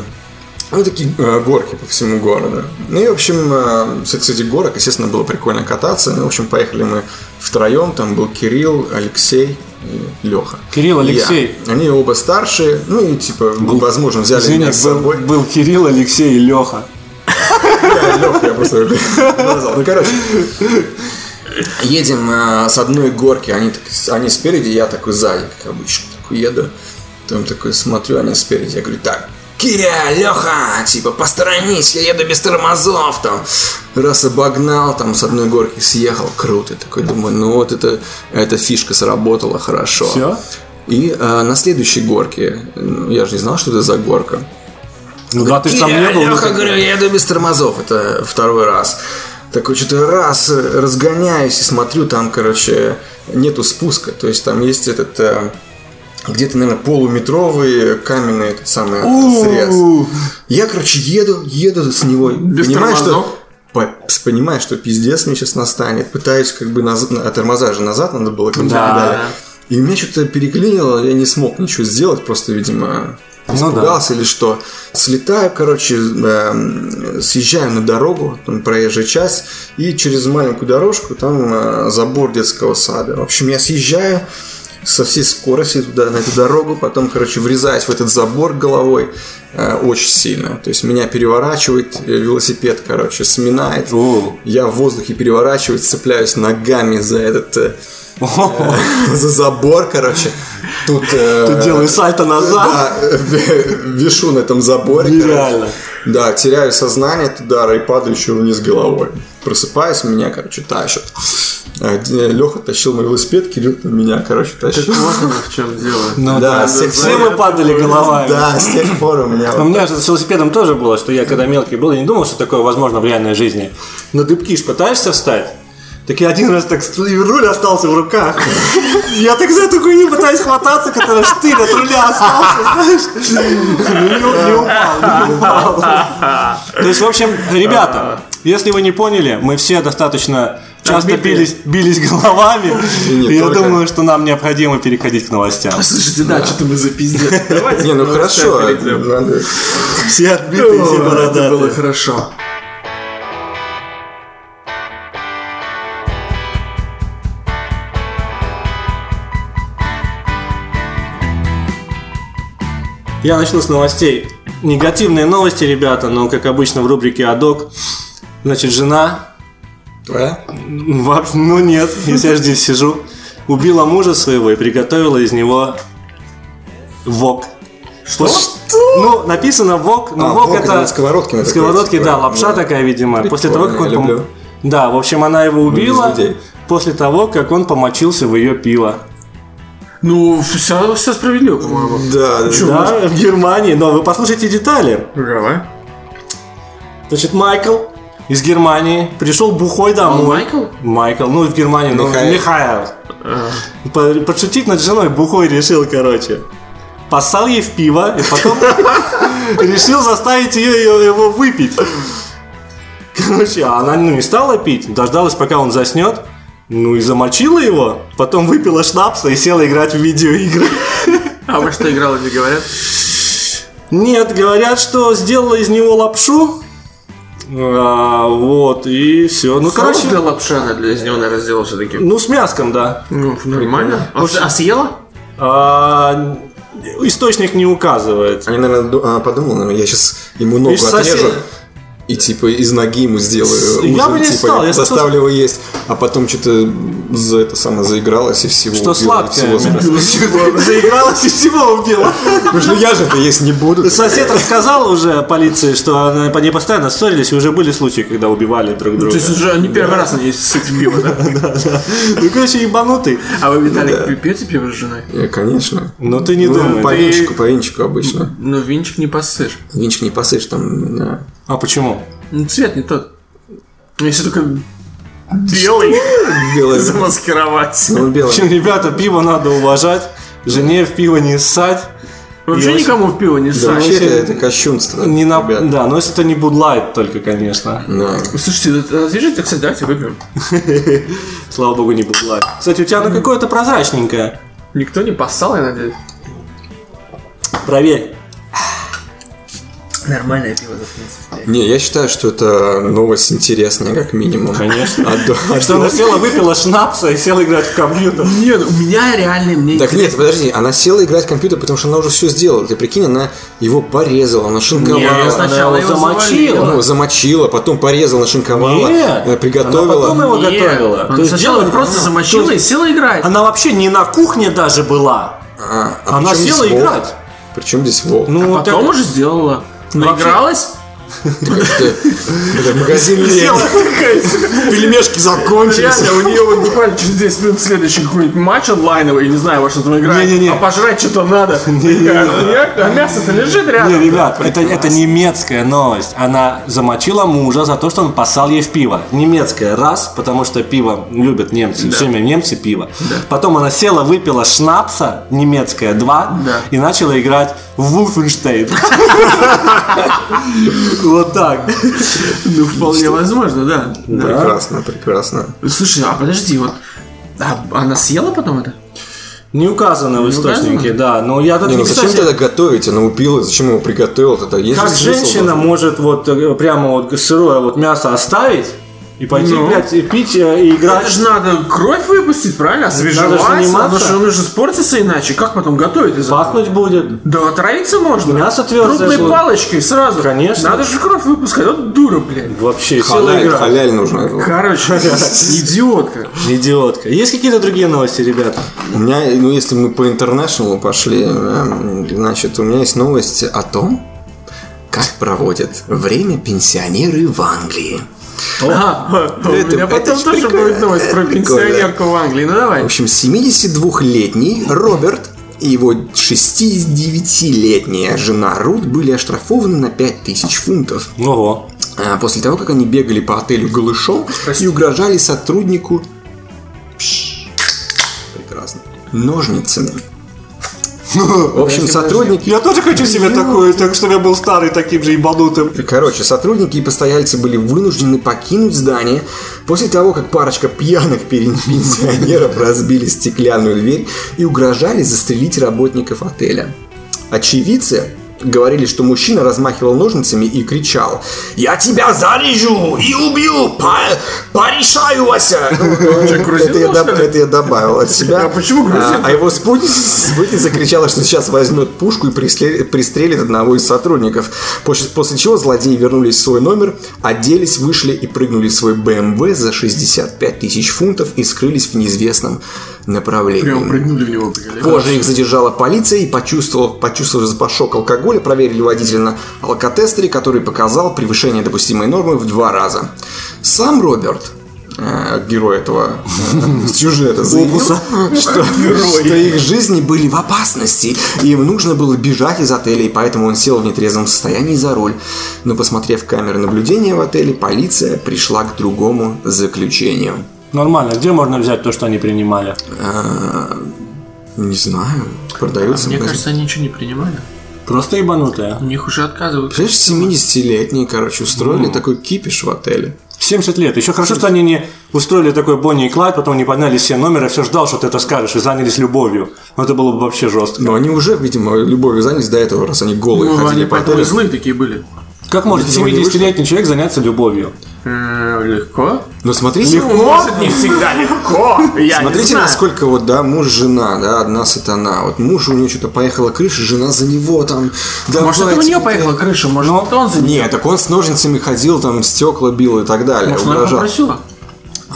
ну такие э, горки по всему городу. Ну и, в общем, э, с- среди горок, естественно, было прикольно кататься. Ну, в общем, поехали мы втроем. Там был Кирилл, Алексей и Леха.
Кирилл, Алексей.
Они оба старшие. Ну и, типа, возможно, взяли
Извини,
меня с
был,
собой.
был Кирилл, Алексей и Леха.
Лёха, я просто *laughs* назвал. Ну, короче. Едем э, с одной горки, они, так- они спереди, я такой сзади, как обычно, такой еду. Там такой смотрю, они спереди, я говорю, так, Киря, Леха, типа, посторонись, я еду без тормозов, там. Раз обогнал, там, с одной горки съехал, круто, Я такой, думаю, ну вот это, эта фишка сработала хорошо.
Всё?
И э, на следующей горке, ну, я же не знал, что это за горка,
Ну да, ты же там
я,
не был. ну
Лёха,
как-
говорю, я еду без тормозов, это второй раз. Такой что-то раз э, разгоняюсь и смотрю, там, короче, нету спуска. То есть там есть этот э, где-то, наверное, полуметровый каменный этот самый срез. Я, короче, еду, еду с него.
Без
понимаю,
тормозов?
что по- понимаю, что пиздец мне сейчас настанет. Пытаюсь как бы назад, а тормоза же назад надо было как-то
Да.
далее. И меня что-то переклинило, я не смог ничего сделать, просто, видимо,
Ну да.
испугался или что. Слетаю, короче, эм, съезжаю на дорогу, там проезжая часть, и через маленькую дорожку там э, забор детского сада. В общем, я съезжаю со всей скорости туда, на эту дорогу, потом, короче, врезаюсь в этот забор головой э, очень сильно. То есть меня переворачивает э, велосипед, короче, сминает.
О.
Я в воздухе переворачиваюсь, цепляюсь ногами за этот... э, *laughs* за забор, короче. Тут э,
Ты делаешь
делаешь
сальто назад.
э, вешу на этом заборе.
Нереально.
короче. Да, теряю сознание от удара и падаю еще вниз головой. Просыпаюсь, меня, короче, тащат. Э, Леха тащил мой велосипед, Кирилл на меня, короче, тащил.
Вот оно в чем дело.
Ну да,
да, да,
все
да,
мы падали головами.
Да, с тех пор у меня...
У
вот-
меня же ну, с велосипедом тоже было, что я когда мелкий был, я не думал, что такое возможно в реальной жизни. На дыбки ж пытаешься встать. Так я один раз так ст- и руль остался в руках. Я так за эту хуйню пытаюсь хвататься, которая штырь от руля остался, знаешь. Ну, Не, не упал, не упал. То есть, в общем, ребята, если вы не поняли, мы все достаточно часто
Отбитые.
бились, бились головами.
И не
И я
только.
думаю, что нам необходимо переходить к новостям.
Слушайте, да, что-то мы за пиздец. Давайте
Не, ну
к новостям
хорошо.
перейдем.
надо-
Все отбитые,
типа,
все
О, Это было
бородатые.
хорошо.
Я начну с новостей. Негативные новости, ребята, но, как обычно, в рубрике «Адок». Значит, жена,
Твоя?
вообще- ну нет, если я здесь сижу, убила мужа своего и приготовила из него вок. Что? Ну, написано вок, но
А,
вок
вок это
это...
на сковородке на
Сковородки,
такой, типа,
да,
да,
лапша
да.
такая, видимо. После того, как он...
я
пом-
люблю.
Да, в общем, она его убила
людей.
после того, как он помочился в ее пиво.
Ну, все, все справедливо, по-моему.
Да, да.
Да, в Германии. Но вы послушайте детали.
Давай.
Значит, Майкл из Германии пришел бухой домой.
А Майкл?
Майкл, ну в Германии, ну
Михаил.
Михаил. По- Подшутить над женой бухой решил, короче. Поссал ей в пиво и потом *laughs* решил заставить ее ее- его выпить. Короче, а она ну, не стала пить, дождалась, пока он заснет. Ну и замочила его, потом выпила шнапса и села играть в видеоигры. *laughs*
А во что играл, не говорят?
Нет, говорят, что сделала из него лапшу. А, вот, и все. Ну, короче,
для лапша она для из него, наверное, сделала все-таки.
ну с мяском, да.
Ну, нормально. А, а съела?
А, источник не указывает.
Они, наверное, ду- а, подумал, наверное, я сейчас ему ногу
Видишь, сосед-
отрежу. И типа из ноги ему сделаю
Я
ужин,
бы не
типа,
стал, я
заставлю его есть, а потом что-то за это самое заигралось и всего.
Что
убила,
сладкое.
всего забила.
Заигралась и всего убила.
*laughs* Потому что я же это есть не буду.
Сосед рассказал уже полиции, что она- они постоянно ссорились, и уже были случаи, когда убивали друг друга.
Ну, То есть уже не первый раз на ней суть пиво, да?
Ну, короче, ебанутый.
А вы, Виталик, пи- пьете пиво с женой?
Я, Э, конечно.
Но ты не
Ну, по
думай.
винчику, по винчику обычно.
Ну, винчик не посышь.
Винчик не посышь там, да.
А почему?
Ну, цвет не тот. Ну, Если только *laughs* белый
Белое вино.
замаскировать.
Ну,
В
белое.
общем, ребята, пиво надо уважать, жене в пиво не ссать.
Вообще
Я
никому в пиво не
Да,
ссать.
вообще это,
ну, вообще
это кощунство.
Не на...
ребят.
Да, но если это не будлайт только, конечно.
Да.
Слушайте, да, развяжите, кстати, давайте выпьем.
Слава богу, не будлайт. Кстати, у тебя ну какое-то прозрачненькое.
Никто не поссал, я надеюсь.
Проверь.
Нормальное пиво, в принципе.
Не, я считаю, что это новость интересная, как минимум.
Конечно.
А до- а
Что
до-
она села, выпила шнапса и села играть в компьютер.
Нет, ну, у меня реальное мнение.
Так нет, подожди, она села играть в компьютер, потому что она уже все сделала. Ты прикинь, она его порезала, нашинковала.
Не, она сначала его завалила.
Ну, замочила, потом порезала, нашинковала,
Нет,
э, приготовила.
она потом его
Нет,
готовила.
она
То есть
сначала
дело не-
просто замочила
То
и
есть
села играть.
Она вообще не на кухне даже была.
А, а
Она
при чём
села
здесь волк?
играть.
При чем здесь волк?
Ну,
а Потом уже сделала. Наигралась?
Это
*laughs*
магазин
села.
Лего. Пельмешки закончились.
Реально, у нее вот буквально через 10 минут следующий какой-нибудь матч онлайновый, я не знаю, во что там играет.
Не-не-не.
А пожрать что-то надо. Такая хуйня, А мясо-то лежит
Не,
рядом.
ребят, это, это немецкая новость. Она замочила мужа за то, что он посал ей в пиво. Немецкая, раз, потому что пиво любят немцы, все время немцы пиво. Потом она села, выпила шнапса, немецкая, два,
Да.
и начала играть в Wolfenstein. *laughs* Вот так.
Ну, вполне возможно, да. Да.
Прекрасно, прекрасно.
Слушай, а подожди, вот а она съела потом это?
Не указано в источнике, да. Но я тут,
Не, ну зачем
кстати,
тогда готовить? Она убила, зачем его приготовила тогда? Есть
как
же смысл
женщина
в этом?
может вот э, прямо вот сырое вот мясо оставить и пойти,
Ну.
блядь, и пить э, и играть.
Это же надо кровь выпустить, правильно? Освежевать,
заниматься.
потому что он же испортится иначе. Как потом готовить из этого?
Пахнуть будет.
Да отравиться можно.
Мясо твердое
Крупной
было.
палочкой сразу.
Конечно.
Надо же кровь выпускать. Вот дура, блядь.
Вообще села
ну, Халяль,
игра.
халяль нужно.
*laughs* Короче, идиотка.
Идиотка. Есть какие-то другие новости, ребята?
У меня, ну если мы по интернешнлу пошли, эм, значит, у меня есть новость о том, как проводят время пенсионеры в Англии.
Ага. А, У
Это-
меня
это
потом
ж
тоже
прикольно.
будет новость про
Это
пенсионерку в Англии. Ну
В
давай.
общем, 72-летний Роберт и его 69-летняя жена Рут были оштрафованы на 5000 фунтов.
Ого.
А, после того, как они бегали по отелю голышом и угрожали сотруднику Пш. прекрасно ножницами. В общем, сотрудники...
Я тоже хочу себе такое, так чтобы я был старый таким же ебанутым.
Короче, сотрудники и постояльцы были вынуждены покинуть здание после того, как парочка пьяных пере- пенсионеров разбили стеклянную дверь и угрожали застрелить работников отеля. Очевидцы говорили, что мужчина размахивал ножницами и кричал «Я тебя зарежу и убью! По- Порешаю вас!» Ну, Это я
был,
доб-
что ли?
это я добавил от себя.
А почему грузин?
А, А его спутница, спутница закричала, что сейчас возьмет пушку и пристрелит, пристрелит одного из сотрудников. После, после чего злодеи вернулись в свой номер, оделись, вышли и прыгнули в свой БМВ за 65 тысяч фунтов и скрылись в неизвестном направлении.
Прям прыгнули в него. приколи.
Позже их задержала полиция и почувствовав, почувствовав запашок алкоголя, проверили водителя на алкотестере, который показал превышение допустимой нормы в два раза. Сам Роберт э, герой этого э, сюжета заявил, что,
*laughs*
что их жизни были в опасности, и им нужно было бежать из отеля, и поэтому он сел в нетрезвом состоянии за руль. Но посмотрев камеры наблюдения в отеле, полиция пришла к другому заключению.
Нормально, где можно взять то, что они принимали?
Э, Не знаю, продаются
Мне
магазины.
кажется, они ничего не принимали.
Просто ебанутые.
У них уже отказывают.
Представляешь, 70-летние, короче, устроили такой кипиш в отеле.
70 лет. Еще хорошо, что они не устроили такой Бонни и Клайд, потом не подняли все номера, все ждал, что ты это скажешь, и занялись любовью. Ну, это было бы вообще жестко.
Но они уже, видимо, любовью занялись до этого, раз они голые
Ну,
ходили
они
по
поэтому и
отелю.
злые такие были.
Как может
Видимо, не
70-летний человек заняться любовью?
Э, Легко. Ну,
Но смотрите,
Может, не всегда
*laughs*
легко. Я не
смотрите,
знаю.
насколько вот, да, муж, жена, да, одна сатана. Вот муж, у него что-то поехала крыша, жена за него там.
Может, это у Ну,
давайте.
нее поехала крыша, может, это он за нее.
Нет, так он с ножницами ходил, там стекла бил и так далее,
Может, она его
угрожал. А
попросила?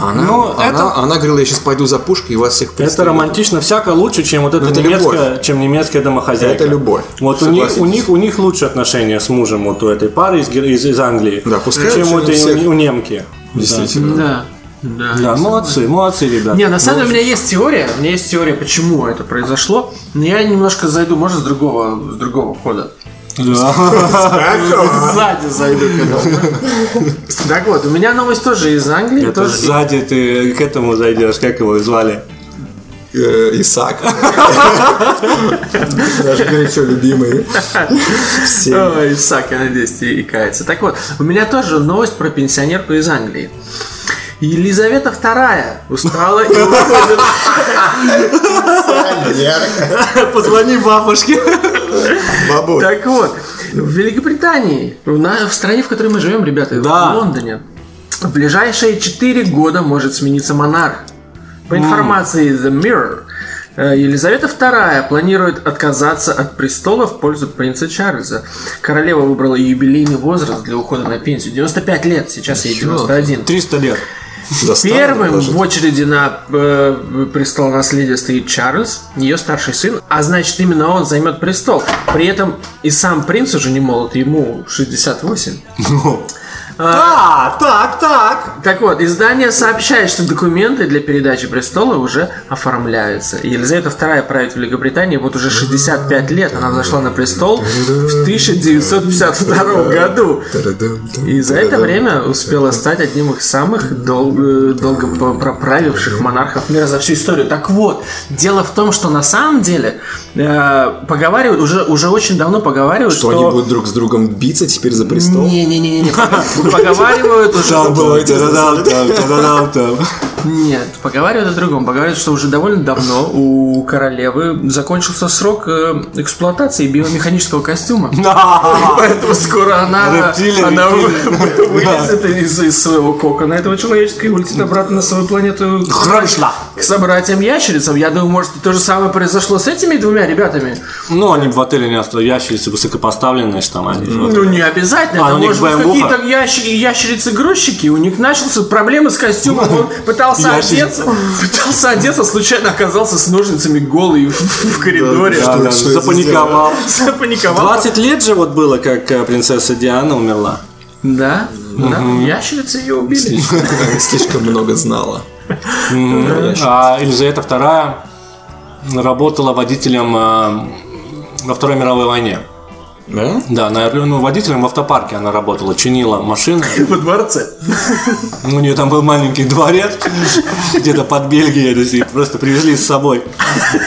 Она,
Ну,
она,
это-
она говорила, я сейчас пойду за пушкой и вас всех
Это
пристрелю».
романтично всяко лучше, чем вот эта
это
немецкая, чем немецкая домохозяйка.
Это любовь,
Вот у них, у
согласитесь.
них у них лучше отношения с мужем вот у этой пары из, Гер- из, из Англии,
Да, пускай
чем
лучше
у, этой-
у всех.
у немки.
Действительно.
Да. Да. ну,
Да, молодцы, молодцы, ребята.
Не,
Нет,
на самом деле у меня есть теория, у меня есть теория, почему это произошло, но я немножко зайду, может, с другого, с другого хода.
*laughs*
*laughs* Сзади зайду. когда. Так вот, у меня новость тоже из Англии.
Это
тоже-
сзади ты к этому зайдешь, как его звали?
Э,
*laughs*
Исаак. Даже горячо любимый. Все.
*laughs* Ой, Исаак, я надеюсь, тебе икается. Так вот, у меня тоже новость про пенсионерку из Англии. Елизавета вторая устала и уходит.
*laughs* Позвони бабушке.
Бабуль.
Так вот, в Великобритании, в, на- в стране, в которой мы живем, ребята,
Да.
в Лондоне, в ближайшие 4 года может смениться монарх. По информации The Mirror, э, Елизавета II планирует отказаться от престола в пользу принца Чарльза. Королева выбрала юбилейный возраст для ухода на пенсию. 95 лет, сейчас ей 91.
300 лет.
Заставили
Первым
положить.
в очереди на э, престол наследия стоит Чарльз, ее старший сын, а значит именно он займет престол. При этом и сам принц уже не молод, ему 68.
А, так, так.
Так вот, издание сообщает, что документы для передачи престола уже оформляются. Елизавета II правит в Великобритании вот уже 65 лет. Она взошла на престол в 1952 году.
Та-да-дам-дам,
И за это
та-да-дам.
время успела стать одним из самых дол- э, долго по- проправивших монархов мира за всю историю. Так вот, дело в том, что на самом деле э, поговаривают, уже, уже очень давно поговаривают,
Что
что...
они будут друг с другом биться теперь за престол? *laughs*
Не-не-не, *laughs* поговаривают уже...
было
*laughs*
Нет, поговаривают о другом. Поговаривают, что уже довольно давно у королевы закончился срок э, эксплуатации биомеханического костюма. Поэтому скоро она,
Рептилия,
она вы-
рептилия.
*laughs* вы- вылезет из, из своего кокона этого человеческого и улетит обратно на свою планету
Хорошо.
к собратьям ящерицам. Я думаю, может, то же самое произошло с этими двумя ребятами.
Ну, они в отеле не остались, ящерицы высокопоставленные, что там они.
Ну, не обязательно.
А,
это
у них
может быть
бамбуха?
какие-то ящи- ящерицы-грузчики. У них начался проблемы с костюмом. Он пытался одеться, пытался одеться, случайно оказался с ножницами голый в, в коридоре.
Да, да,
что это
Запаниковал.
Запаниковал.
20 лет же вот было, как э, принцесса Диана умерла.
Да, да. Ящерицы ее убили.
Слишком много знала.
А Елизавета вторая работала водителем э, во Второй мировой войне.
Да?
Да, на, ну, водителем в автопарке она работала, чинила машины.
*laughs* Во дворце.
У нее там был маленький дворец, *laughs* где-то под Бельгией, то есть её просто привезли с собой. *laughs*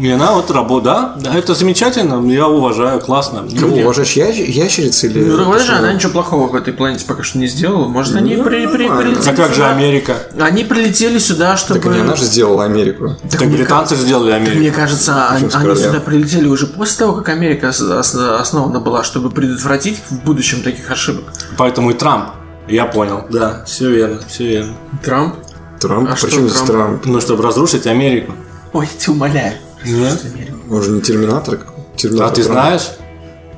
И она вот работа, да, да, это замечательно, я уважаю, классно.
Кого
Люди.
уважаешь, ящ- ящериц или...
Ну, так вот же, она ничего плохого в этой планете пока что не сделала. Может, они при, при, прилетели
А как же
сюда?
Америка?
Они прилетели сюда, чтобы...
Так не она же сделала Америку.
Так британцы же сделали Америку.
Мне кажется, они,
с королем?
сюда прилетели уже после того, как Америка ос- ос- основана была, чтобы предотвратить в будущем таких ошибок.
Поэтому и Трамп. Я понял. Да, все верно, все верно.
Трамп?
Трамп,
А что
причем здесь Трамп?
Ну, чтобы разрушить Америку.
Ой, я тебя умоляю.
Он же не терминатор. какой-то.
А
Терминатор
ты
Трамп.
знаешь?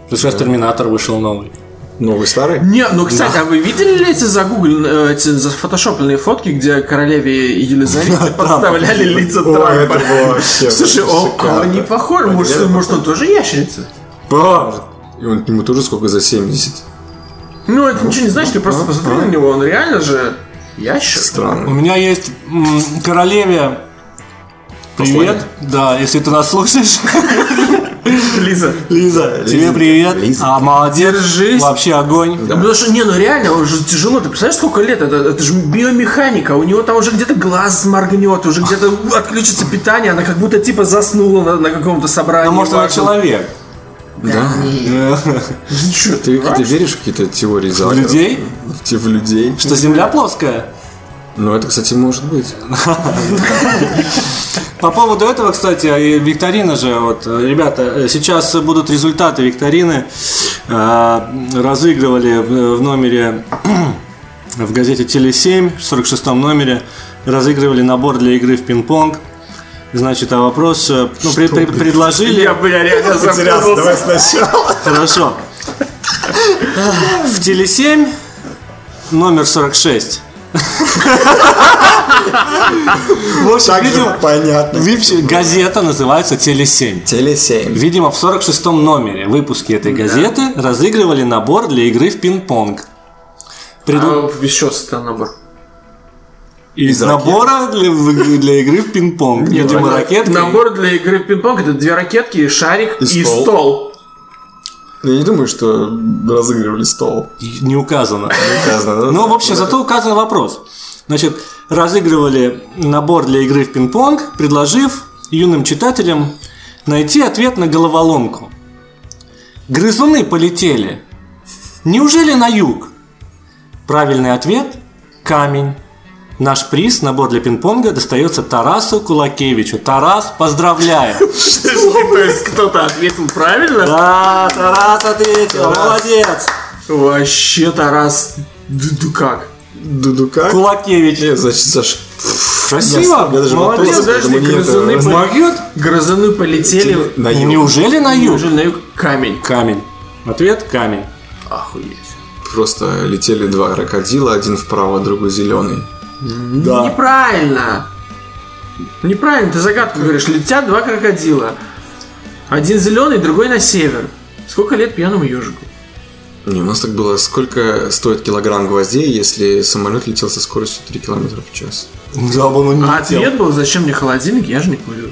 Что сейчас Терминатор вышел новый.
Новый старый?
Не, ну, кстати, а вы видели ли эти загугленные, эти зафотошопленные фотки, где королеве Елизавете подставляли лица
Ой, это
Трампа?
было вообще
Слушай, он
шикарно.
он не похож, может, он- может, он тоже ящерица?
Ба! И он, ему тоже сколько за 70?
Ну, это ничего не значит, ты просто посмотри на него, он реально же ящер.
У
Странно.
меня есть м, королеве. Привет. Да, если ты нас слушаешь.
Лиза.
Лиза, *laughs* тебе привет. А, молодец.
Держись.
Вообще огонь.
Ну, Потому что, не, ну реально, он же тяжело. Ты представляешь, сколько лет? Это, это же биомеханика. У него там уже где-то глаз моргнет, уже где-то отключится питание. Она как будто типа заснула на, на каком-то собрании.
А может, она
важном.
человек?
Да?
Ничего,
Ты, ты веришь в какие-то теории
В
заговора?
людей?
В те- в людей?
Что земля плоская?
Ну, это, кстати, может быть.
По поводу этого, кстати, и викторина же, вот, э, ребята, э, сейчас будут результаты викторины. Э, Разыгрывали в в номере *clears throat* в газете Теле7, в 46-м номере, разыгрывали набор для игры в пинг-понг. Значит, а вопрос, э, ну, пред- пред- предложили...
Я, бля, реально запутался.
*laughs*
сначала.
Хорошо. В Теле7 номер 46. В общем, видимо,
понятно.
вип- газета называется Теле7.
Теле 7.
Видимо, в 46-м номере выпуске этой газеты разыгрывали набор для игры в пинг-понг. Предло-
А, еще это набор.
Из набора для, для игры в пинг-понг. Видимо, ракетки.
Набор для игры в пинг-понг это две ракетки, шарик и,
И
стол.
стол. Я не думаю, что разыгрывали стол.
Не указано.
Указано, да?
Ну, в общем, зато указан вопрос. Значит, разыгрывали набор для игры в пинг-понг, предложив юным читателям найти ответ на головоломку. Грызуны полетели. Неужели на юг? Правильный ответ – камень. Наш приз, набор для пинг-понга, достается Тарасу Кулакевичу. Тарас, поздравляю!
*laughs* *laughs* То есть типа, кто-то ответил правильно?
Да, Тарас ответил, молодец!
Вообще, Тарас, д- д- как?
Дудука?
Кулакевич.
Нет, значит, Саша.
Красиво,
Э, Я даже
молодец!
вопросов
Подожди,
к этому нет.
грызуны
Раз-
Могет?
Грызуны полетели.
На юг.
Неужели на юг?
Типа, Уже на юг камень.
Камень. Ответ камень.
Охуеть.
Просто летели два крокодила, один вправо, другой зеленый. Да.
Неправильно. Неправильно, ты загадку говоришь. Летят два крокодила. Один зеленый, другой на север. Сколько лет пьяному ежику?
Не, у нас так было. Сколько стоит килограмм гвоздей, если самолет летел со скоростью 3 километра в час?
Да, он
А ответ был, зачем мне холодильник, я же не курю.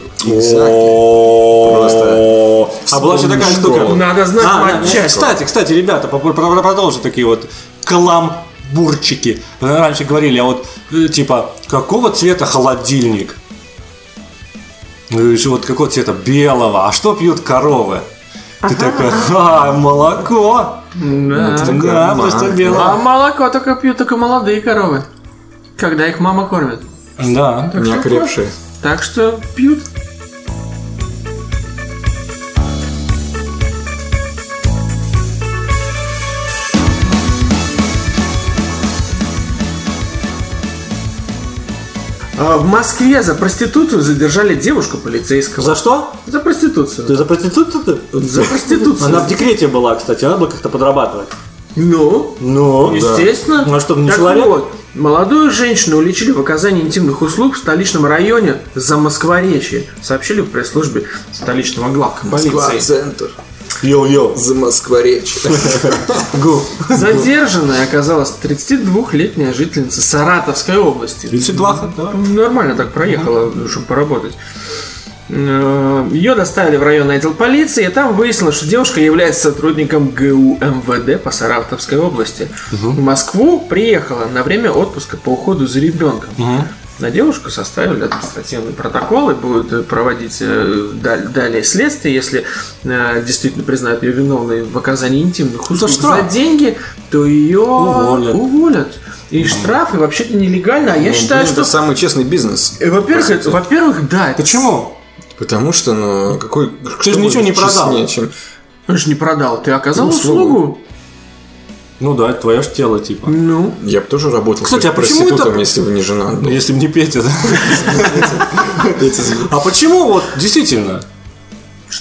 А была еще такая штука.
Надо знать
А, да,
матчасть.
Кстати, кстати, ребята, по- про- про- продолжу такие вот каламбурчики. Раньше говорили, а вот э, типа, какого цвета холодильник? Ну, и что, вот какого цвета? Белого. А что пьют коровы? Ты такой, а, молоко.
Да.
Да, потому что
А
белое.
молоко только пьют только молодые коровы. Когда их мама кормит.
Да.
Не окрепшие.
Так что пьют. А, В Москве за проституцию задержали девушку полицейского.
За что?
За проституцию.
Ты за проститутку ты?
За проституцию.
Она в декрете была, кстати, она была как-то подрабатывать.
Ну,
Ну,
Естественно.
Ну, а что, не
Так
человек?
вот, молодую женщину уличили в оказании интимных услуг в столичном районе за Москворечье, сообщили в пресс-службе столичного главка полиции.
центр.
Йо-йо.
За Москва
*laughs*
речь.
Задержанная оказалась 32-летняя жительница Саратовской области.
Лицеглаха, да.
Ну, Нормально так проехала, чтобы поработать. Э, Ее доставили в районный отдел полиции, и там выяснилось, что девушка является сотрудником ГУ МВД по Саратовской области. В Москву приехала на время отпуска по уходу за ребенком. На девушку составили административный протокол и будут э, проводить э, даль- далее следствие, если э, действительно признают ее виновной в оказании интимных услуг за
штраф.
деньги, то ее
Уволят.
уволят. И штраф, и вообще-то нелегально. А
Ну,
я считаю, что
Это самый честный бизнес.
Э, Во-первых, это- во-первых, да. это
Почему?
Потому что, ну, какой...
Ты же ничего не продал.
чем...
Он же не продал. Ты оказал
Услугу.
услугу?
Ну да, это твое ж тело, типа.
Ну.
Я бы тоже работал
Кстати,
как
а почему это-
проститутом, если бы не жена. Ну, была.
Ну, Если бы не Петя, да?
Эти-
А почему вот действительно?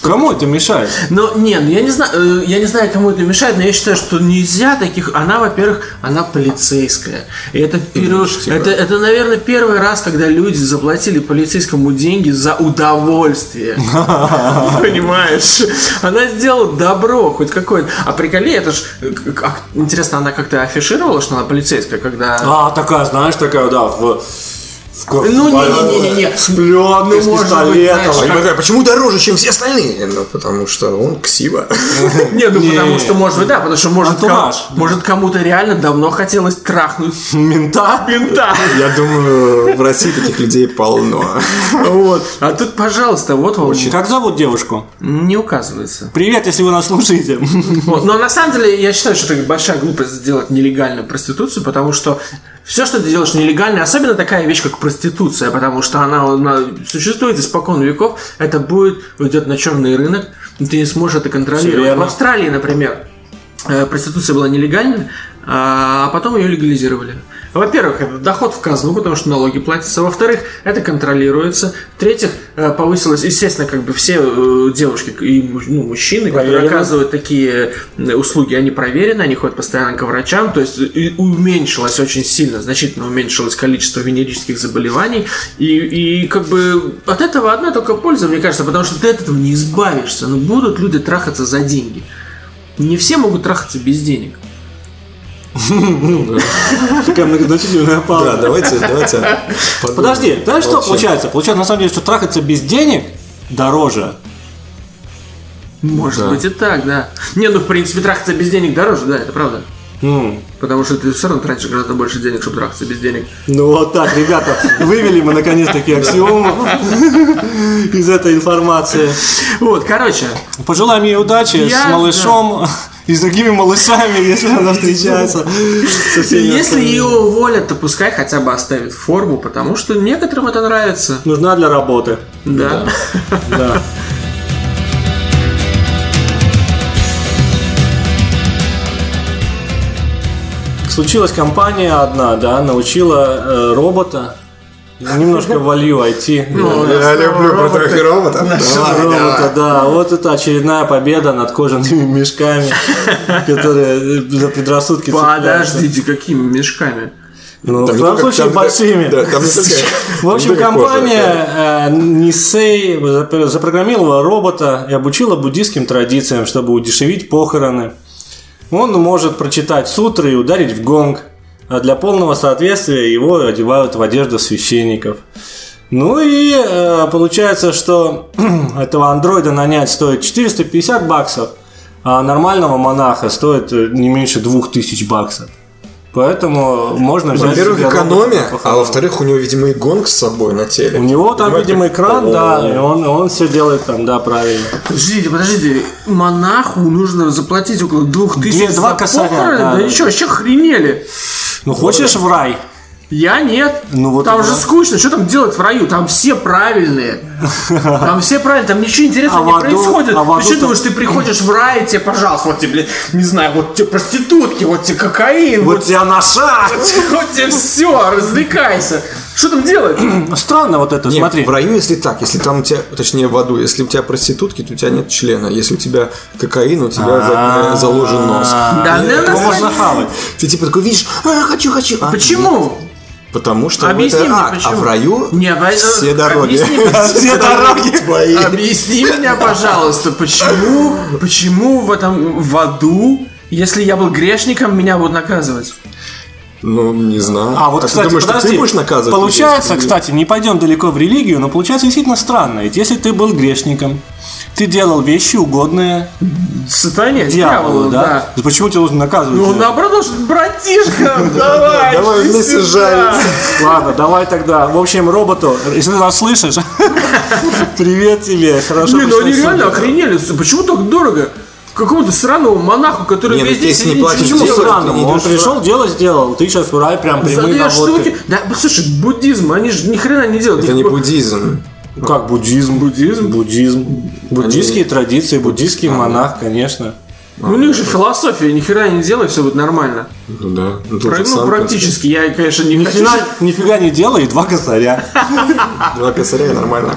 Кому это мешает?
Но не, ну я не знаю, э, я не знаю, кому это мешает, но я считаю, что нельзя таких. Она, во-первых, она полицейская. И это вперед. Это, это, наверное, первый раз, когда люди заплатили полицейскому деньги за удовольствие. Понимаешь? Она сделала добро, хоть какое-то. А приколи, это ж э, к- а, интересно, она как-то афишировала, что она полицейская, когда.
А, такая, знаешь, такая, да, в... в ко-
Ну не-не-не-не-не.
С пленкой, с
Ну, может быть,
пистолетом.
А я говорю, почему дороже, чем все остальные? Ну, потому что он ксива.
Не, ну потому что, может быть, да, потому что может, ком-
Антураж.
может кому-то реально давно хотелось трахнуть
Мента?
мента.
*laughs* Я думаю, в России таких людей полно.
*laughs* Вот. А тут, пожалуйста, вот вам
Как зовут девушку?
не указывается.
Привет, если вы нас слушаете.
Вот. Но на самом деле я считаю, что это большая глупость сделать нелегальную проституцию, потому что все, что ты делаешь нелегально, особенно такая вещь, как проституция, потому что она, она существует испокон веков, это будет, уйдет на черный рынок, и ты не сможешь это
Всё
контролировать. В
верно.
Австралии, например, э, проституция была нелегальной, а потом ее легализировали. Во-первых, это доход в казну, потому что налоги платятся. Во-вторых, это контролируется. В-третьих, э, повысилось, естественно, как бы все э, девушки и му- ну, мужчины, которые
Проверено.
оказывают такие э, услуги, они проверены, они ходят постоянно к врачам, то есть и уменьшилось очень сильно, значительно уменьшилось количество венерических заболеваний. И, и как бы от этого одна только польза, мне кажется, потому что ты от этого не избавишься. Но будут люди трахаться за деньги. Не все могут трахаться без денег.
Такая многозначительная
Да,
пауза.
давайте, давайте.
*laughs*
подумаем.
Подожди, знаешь, что
Молчим.
получается? Получается, на самом деле, что трахаться без денег дороже.
Может
Да.
быть и так, да. Не, ну в принципе трахаться без денег дороже, да, это правда.
М.
Потому что ты все равно тратишь гораздо больше денег, чтобы трахаться без денег.
Ну вот так, ребята, вывели мы *laughs* наконец-таки аксиому из этой информации.
Вот, короче,
Пожелаем ей удачи с
Я-
малышом *laughs* и с другими малышами, если *laughs* она встречается. со всеми
если
остальными.
ее уволят, то пускай хотя бы оставит форму, потому что некоторым это нравится.
Нужна для работы.
Да.
Да. Случилась компания одна, да, научила э, робота. Немножко
*laughs*
валью IT.
Ну,
да.
Я люблю про и робота. Ну, Давай,
Робота,
давай.
да. Вот это очередная победа над кожаными
*laughs*
мешками, которые за предрассудки цепляются.
Подождите, какими мешками?
Ну,
Там
в
не
данном
только-
случае
там не-
большими.
да, там не
*laughs*
только-
В
*laughs*
общем,
там не только кожа, да.
компания э, Nisei запр- запрограммировала робота и обучила буддийским традициям, чтобы удешевить похороны. Он может прочитать сутры и ударить в гонг. А для полного соответствия его одевают в одежду священников. Ну и э, получается, что *clears throat* этого андроида нанять стоит 450 баксов, а нормального монаха стоит э, не меньше 2000 баксов. Поэтому можно взять...
Во-первых,
себе робота
экономия,
на
а
похорон.
во-вторых, у него, видимо, и гонг с собой на теле.
У него там,
Понимаете?
видимо, экран, да, и
О,
он, он все делает там, да, правильно.
Подождите, подождите, монаху нужно заплатить около двух тысяч
Две- два
за
косаря,
похороны?
да,
Да,
да.
ничего, вообще хренели.
Ну, хочешь в рай?
Я нет.
Ну вот
там
и
же
да.
скучно, что там делать в раю? Там
*laughs*
все правильные. Там все правильные, там ничего интересного
А в
не
аду-
происходит.
а в аду
ты что
там-
думаешь, ты приходишь в рай, и тебе, пожалуйста, вот тебе, блин, не знаю, вот тебе проститутки, вот тебе кокаин, вот,
Вот я наша!
*laughs* вот тебе все, развлекайся. Что
*clears throat*
там делать?
Ну, Странно вот это,
Нет,
смотри.
в раю, если так, если там у тебя, точнее в аду, если у тебя проститутки, то у тебя нет члена. Если у тебя кокаин, у тебя за- э, заложен нос.
Да,
И
ну, на
Его
самом-
можно хавать.
Ты типа такой видишь, «А, хочу, хочу. А, нет.
Почему?
Потому что
Объясни
это
мне,
ад,
почему.
а в раю
Не, а-
все
э,
дороги.
объясни мне,
Все *laughs* дороги твои.
Объясни меня, пожалуйста, почему, почему в этом в аду, если я был грешником, меня будут наказывать?
Ну, не знаю.
А вот, кстати,
ты думаешь, что
подожди.
ты будешь наказывать?
Получается,
людей?
кстати, не пойдем далеко в религию, но получается действительно странно. Ведь если ты был грешником, ты делал вещи угодные
Сатане,
дьяволу,
дьяволу, да.
да? Почему тебя нужно наказывать?
Ну,
за это?
наоборот, что братишка, давай.
Давай
иди
вместе
сюда.
жарить.
Ладно, давай тогда. В общем, роботу, если ты нас слышишь, *laughs* привет тебе, хорошо.
Не, ну
пришла
они
сюда.
реально охренели. Почему так дорого? Какому-то сраному монаху, который
Не, ну,
везде
если не
сидит,
платишь
ничего
Почему
Дело, ты
странному?
не
Он
идёшь
пришел, дело сделал, ты сейчас в рай прям прямые
Задаешь
наводки.
штуки. Да, слушай, буддизм, они же ни хрена не делают.
Это не
Никакого-
буддизм.
Ну, Как буддизм. Буддизм. Буддизм.
Э,
Буддийские традиции, буддийский монах, конечно.
Ну, у них же философия, ни хера не делай, все будет нормально.
Ну да. Ну, тут
Про-
же
ну,
сам
практически. Я, конечно, не хочу...
Нифига, нифига не делай, и два косаря.
как- Два косаря и ну, нормально.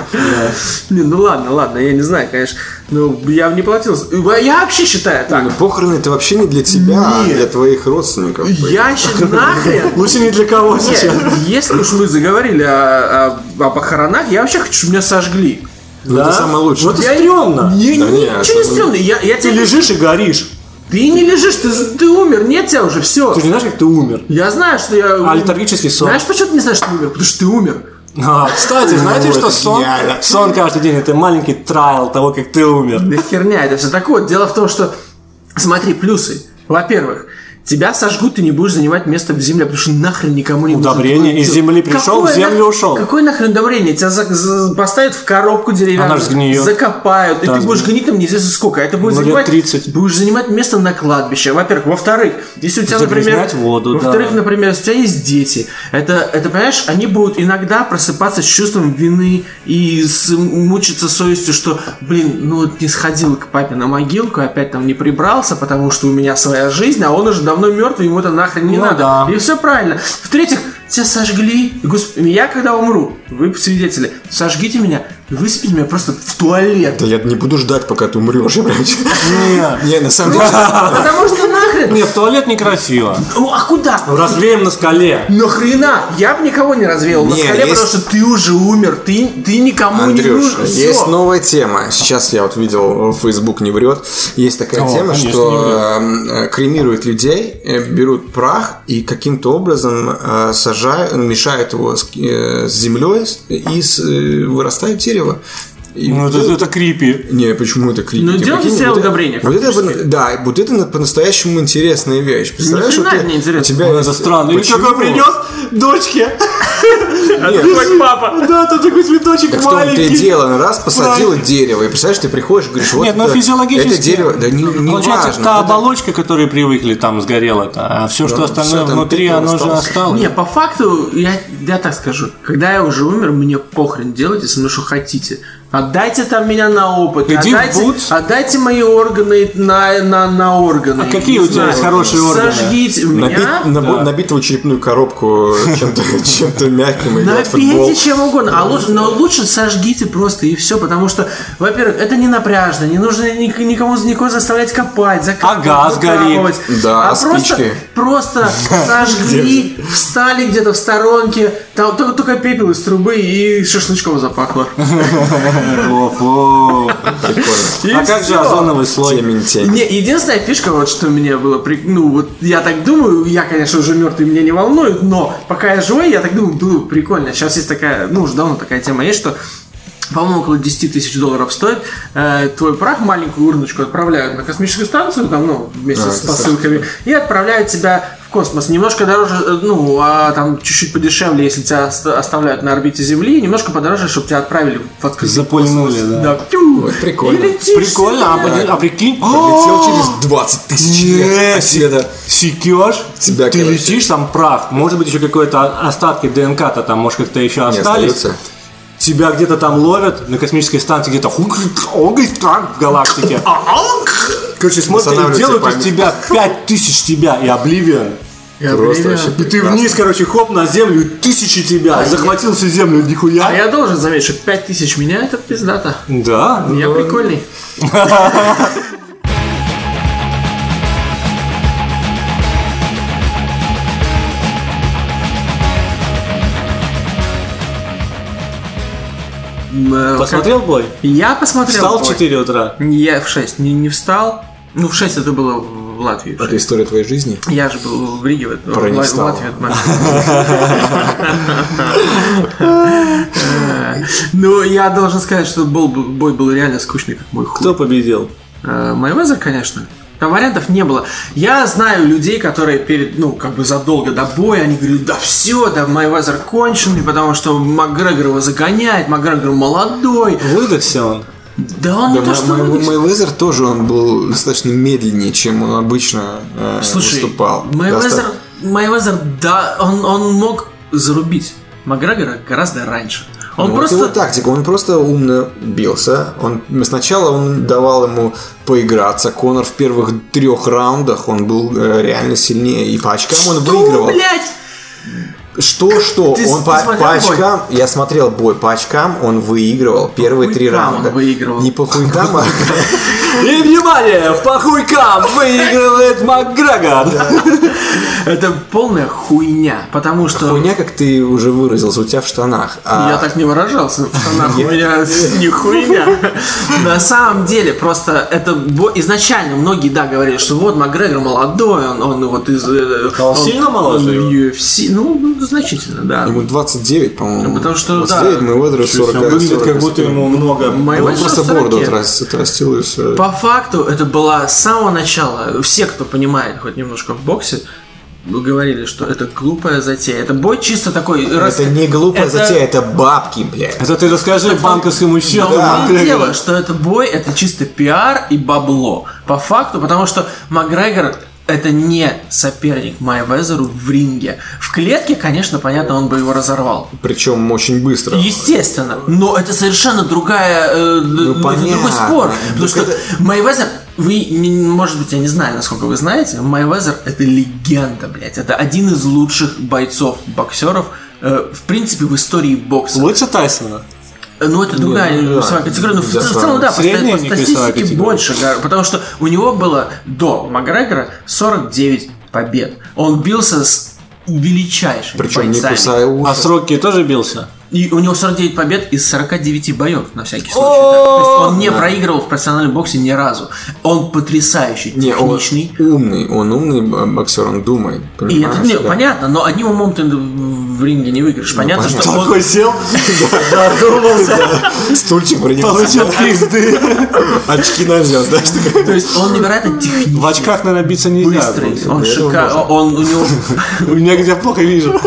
Не, ну ладно, ладно, я не знаю, конечно. Ну, я бы не платил. за- Я вообще считаю так.
Ну, похороны это вообще не для тебя, а для твоих родственников. *laughs*
Я считаю, нахрен.
Лучше ни для кого
Нет, а если уж мы заговорили о, о- о похоронах, я вообще хочу, чтобы меня сожгли.
Ну, Это самое лучшее.
Вот это
Я-
стрёмно.
Не,
Да
не,
нет,
ничего не
это-
стрёмно. Я, я
Ты
тебе...
лежишь и горишь.
Ты не лежишь, ты, ты умер, нет тебя уже, все.
Ты же не знаешь, как ты умер.
Я знаю, что я...
А литургический сон.
Знаешь, почему ты не знаешь, что ты умер? Потому что ты умер.
А,
Ну,
кстати, знаете,
это
что сон?
гениально.
Сон каждый день это маленький трайл того, как ты умер.
Да херня, это все такое. Дело в том, что... Смотри, плюсы. Во-первых, тебя сожгут, ты не будешь занимать место в земле, потому что нахрен никому не нужен
Удобрение
твой-
из земли пришел, в
Какое
землю
на-
ушел.
Какое нахрен удобрение? Тебя за- за- поставят в коробку деревянную,
Она ж сгниет.
закопают, и
Да,
ты будешь гнить там неизвестно сколько. А это будет
Ну, лет
занимать,
30.
будешь занимать место на кладбище. Во-первых. Во-вторых, если у тебя, например...
Загрязнять воду, да.
Во-вторых, например, если у тебя есть дети, это, это, понимаешь, они будут иногда просыпаться с чувством вины и с- мучиться совестью, что, блин, ну вот не сходил к папе на могилку, опять там не прибрался, потому что у меня своя жизнь, а он уже давно мертвый, ему это нахрен не
Ну
надо.
да.
И все правильно. В-третьих, тебя сожгли. Господи, я когда умру, вы свидетели, сожгите меня, высыпите меня просто в туалет.
*laughs*
Да я не буду ждать, пока ты умрешь. Я прям-
Нет.
Не, на
Ну,
самом деле...
Потому что нахрен.
Нет, в туалет некрасиво.
Ну, а куда?
Развеем на скале.
Нахрена? Я бы никого не развеял на
Не,
скале, потому
есть-
что ты уже умер, ты, ты никому
*laughs*
не
Андрюш,
нужен. ну, Всё.
есть новая тема. Сейчас я вот видел, э, Facebook не врет. Есть такая
О,
тема,
конечно,
что э, э, кремируют людей, э, берут прах и каким-то образом э, сажают, мешают его с, э, с землей с- и с, э, вырастает дерево. И
Ну, это,
вот-
это крипи.
не, почему это крипи?
Ну,
Ты
делайте
прикинь,
себе
вот это-
удобрение,
Вот это, по- да, вот это на- по-настоящему интересная вещь. Представляешь,
хрена
вот
это не
ты, у
интересно.
тебя
Ну,
есть-
Это странно. И
Почему?
такой принес
*laughs*
дочке.
Твой папа.
Да, тут такой цветочек
Так в том-то и
маленький.
дело, раз посадила дерево, и представляешь, ты приходишь, говоришь, вот
Нет, ну
это-
физиологически.
это дерево, да не, не
Ну, Получается,
важно.
та
вот это-
оболочка, которой привыкли, там сгорела-то, а все, что
Да,
остальное
всё там
внутри,
тыкало,
оно же
осталось.
осталось.
Не, по факту, я, я так скажу, когда я уже умер, мне похрен, делайте со мной, что хотите. Отдайте там меня на опыт,
Иди в
отдайте,
Бутс.
отдайте мои органы на, на, на органы.
А какие
Не
у тебя есть хорошие органы?
Сожгите у
Набить,
меня.
набо- набить твою черепную коробку чем-то *laughs* чем-то мягким и играть в футбол.
Напейте чем угодно, а лучше, но лучше сожгите просто и все, потому что, во-первых, это не напряжно, не нужно ни- никому никого заставлять копать, закапывать,
А газ
выкапывать.
горит. Да,
а
а
просто,
спички? *laughs*
просто сожгли, встали где-то в сторонке, там только, только пепел из трубы и шашлычком запахло.
*laughs* О-фу.
Прикольно.
А как же
всё.
озоновый слой?
Темень, темень.
Не, единственная фишка, вот что мне было, при- ну вот я так думаю, я, конечно, уже мертвый, меня не волнует, но пока я живой, я так думаю, было бы прикольно. Сейчас есть такая, ну уже давно такая тема есть, что по-моему, около 10 тысяч долларов стоит. э, твой прах, маленькую урночку отправляют на космическую станцию, там, ну, вместе
А,
с
это
посылками, и отправляют тебя в космос. Немножко дороже, э, ну, а там чуть-чуть подешевле, если тебя ост- оставляют на орбите Земли, и немножко подороже, чтобы тебя отправили в открытый
Запульнули,
космос.
да.
тю.
Вот прикольно.
И летишь
Прикольно, а
себе.
при- а прикинь,
Летел через 20 тысяч лет.
Нет.
Оседа.
секешь,
Тебя,
ты
короче.
летишь, там прах, может быть еще какой-то остатки ДНК-то там, может как-то еще
Не
остались.
остается.
Тебя где-то там ловят на космической станции, где-то хук, огонь, танк в галактике. Короче, смотрят, и
Восстанавливается
делают из
память.
тебя 5000 тебя и обливион.
Я
Просто
время.
вообще
И ты
прекрасно.
вниз, короче, хоп, на землю, и тысячи тебя. Захватил всю землю, нихуя.
А я должен заметить, что 5000 меня это пиздата.
Да.
Я прикольный. М, э,
Посмотрел бой?
как- Я посмотрел.
Встал в
бой.
4 утра.
Я в 6 не, не встал. Ну, в 6 это было в Латвии. в
Это
шесть.
история твоей жизни?
Я же был в Риге в, этот-
Про не
в Лат- в
встал.
Латвии в этот момент. *laughs* Ну, я должен сказать, что бол- бой был реально скучный, как мой хуй.
Кто победил?
Э, Майвезер, конечно. Там вариантов не было. Я знаю людей, которые перед, ну, как бы задолго до боя, они говорят, да все, да Майвезер конченый, потому что Макгрегор его загоняет, Макгрегор молодой.
Выдохся он.
Да он
Ну,
Да,
не то, что выглядит.
Мэйвезер тоже он был достаточно медленнее, чем он обычно э,
Слушай,
выступал.
Майвезер,
Доста-
Майвезер, да, он, он мог зарубить Макгрегора гораздо раньше. Он
Ну, вот
просто...
его тактика, он просто умно бился. Он сначала он давал ему поиграться. Конор в первых трех раундах он был э, реально сильнее и по очкам он выигрывал.
блядь!
Что что?
Ты-
он
ты
по,
смотрел
по
бой?
очкам, я смотрел бой по очкам, он выигрывал первые три
хуйкам он
раунда.
выигрывал.
Не по хуйкам, а
И внимание, по хуйкам выигрывает Макгрегор.
Это полная хуйня, потому что...
хуйня, как ты уже выразился, у тебя в штанах. А
Я так не выражался,
*laughs*
что нахуй у меня не хуйня. На самом деле, просто это бо- изначально многие, да, говорили, что вот Макгрегор молодой, он, он вот из... э,
А он сильно моложе его?
он UFC, ну, ну, значительно, да.
ему 29, по-моему.
Ну, Потому что, да.
29, моего возраст 40.
Выглядит, как
40.
будто ему много...
Моего
Он просто
возраста
бороду
ракет.
отрас- отрастил и все.
По факту, это было с самого начала. Все, кто понимает хоть немножко в боксе, говорили, что это глупая затея. Это бой чисто такой... раз-
Это не глупая
это-
затея, это бабки, блядь.
Это ты расскажи банковскому счету
Да,
Макгрегора.
дело, что это бой, это чисто пиар и бабло. По факту, потому что Макгрегор это не соперник Майвезеру в ринге. В клетке, конечно, понятно, он бы его разорвал.
Причем очень быстро.
Естественно. Но это совершенно другая, э, д- это
Ну, понятно. Ну,
другой спор. Потому
Так
что
это-
Майвезер, вы, не- может быть, я не знаю, насколько вы знаете, Майвезер это легенда, блядь. Это один из лучших бойцов, боксеров, э, в принципе, в истории бокса.
Лучше Тайсона.
Ну, это другая
ну да.
весовая категория, но в,
Нельзя
ц- в целом,
сравнивать.
да, по, ста-
Средняя
по
некая весовая
статистике
категория.
больше, да, потому что у него было до Макгрегора 49 побед. Он бился с величайшими
Причем не
бойцами.
кусая
А
уши.
сроки тоже бился?
И у него 49 побед из 49 боев, на всякий случай. да. То есть он не проигрывал в профессиональном боксе ни разу. Он потрясающий,
Не, он
техничный.
умный, он умный б- боксер, он думает,
И это,
понимаешь?
не,
да.
понятно, но одним умом ты в в ринге не выиграешь. Понятно,
Ну, понятно.
что он-
Такой сел, задумался,
*laughs* Стульчик принес,
получил пизды.
очки на взял, знаешь, такой.
то есть он невероятно техничный,
В очках, наверное, биться нельзя.
быстрый, он
ну, я думаю,
шикарный, он у него
У меня где плохо вижу.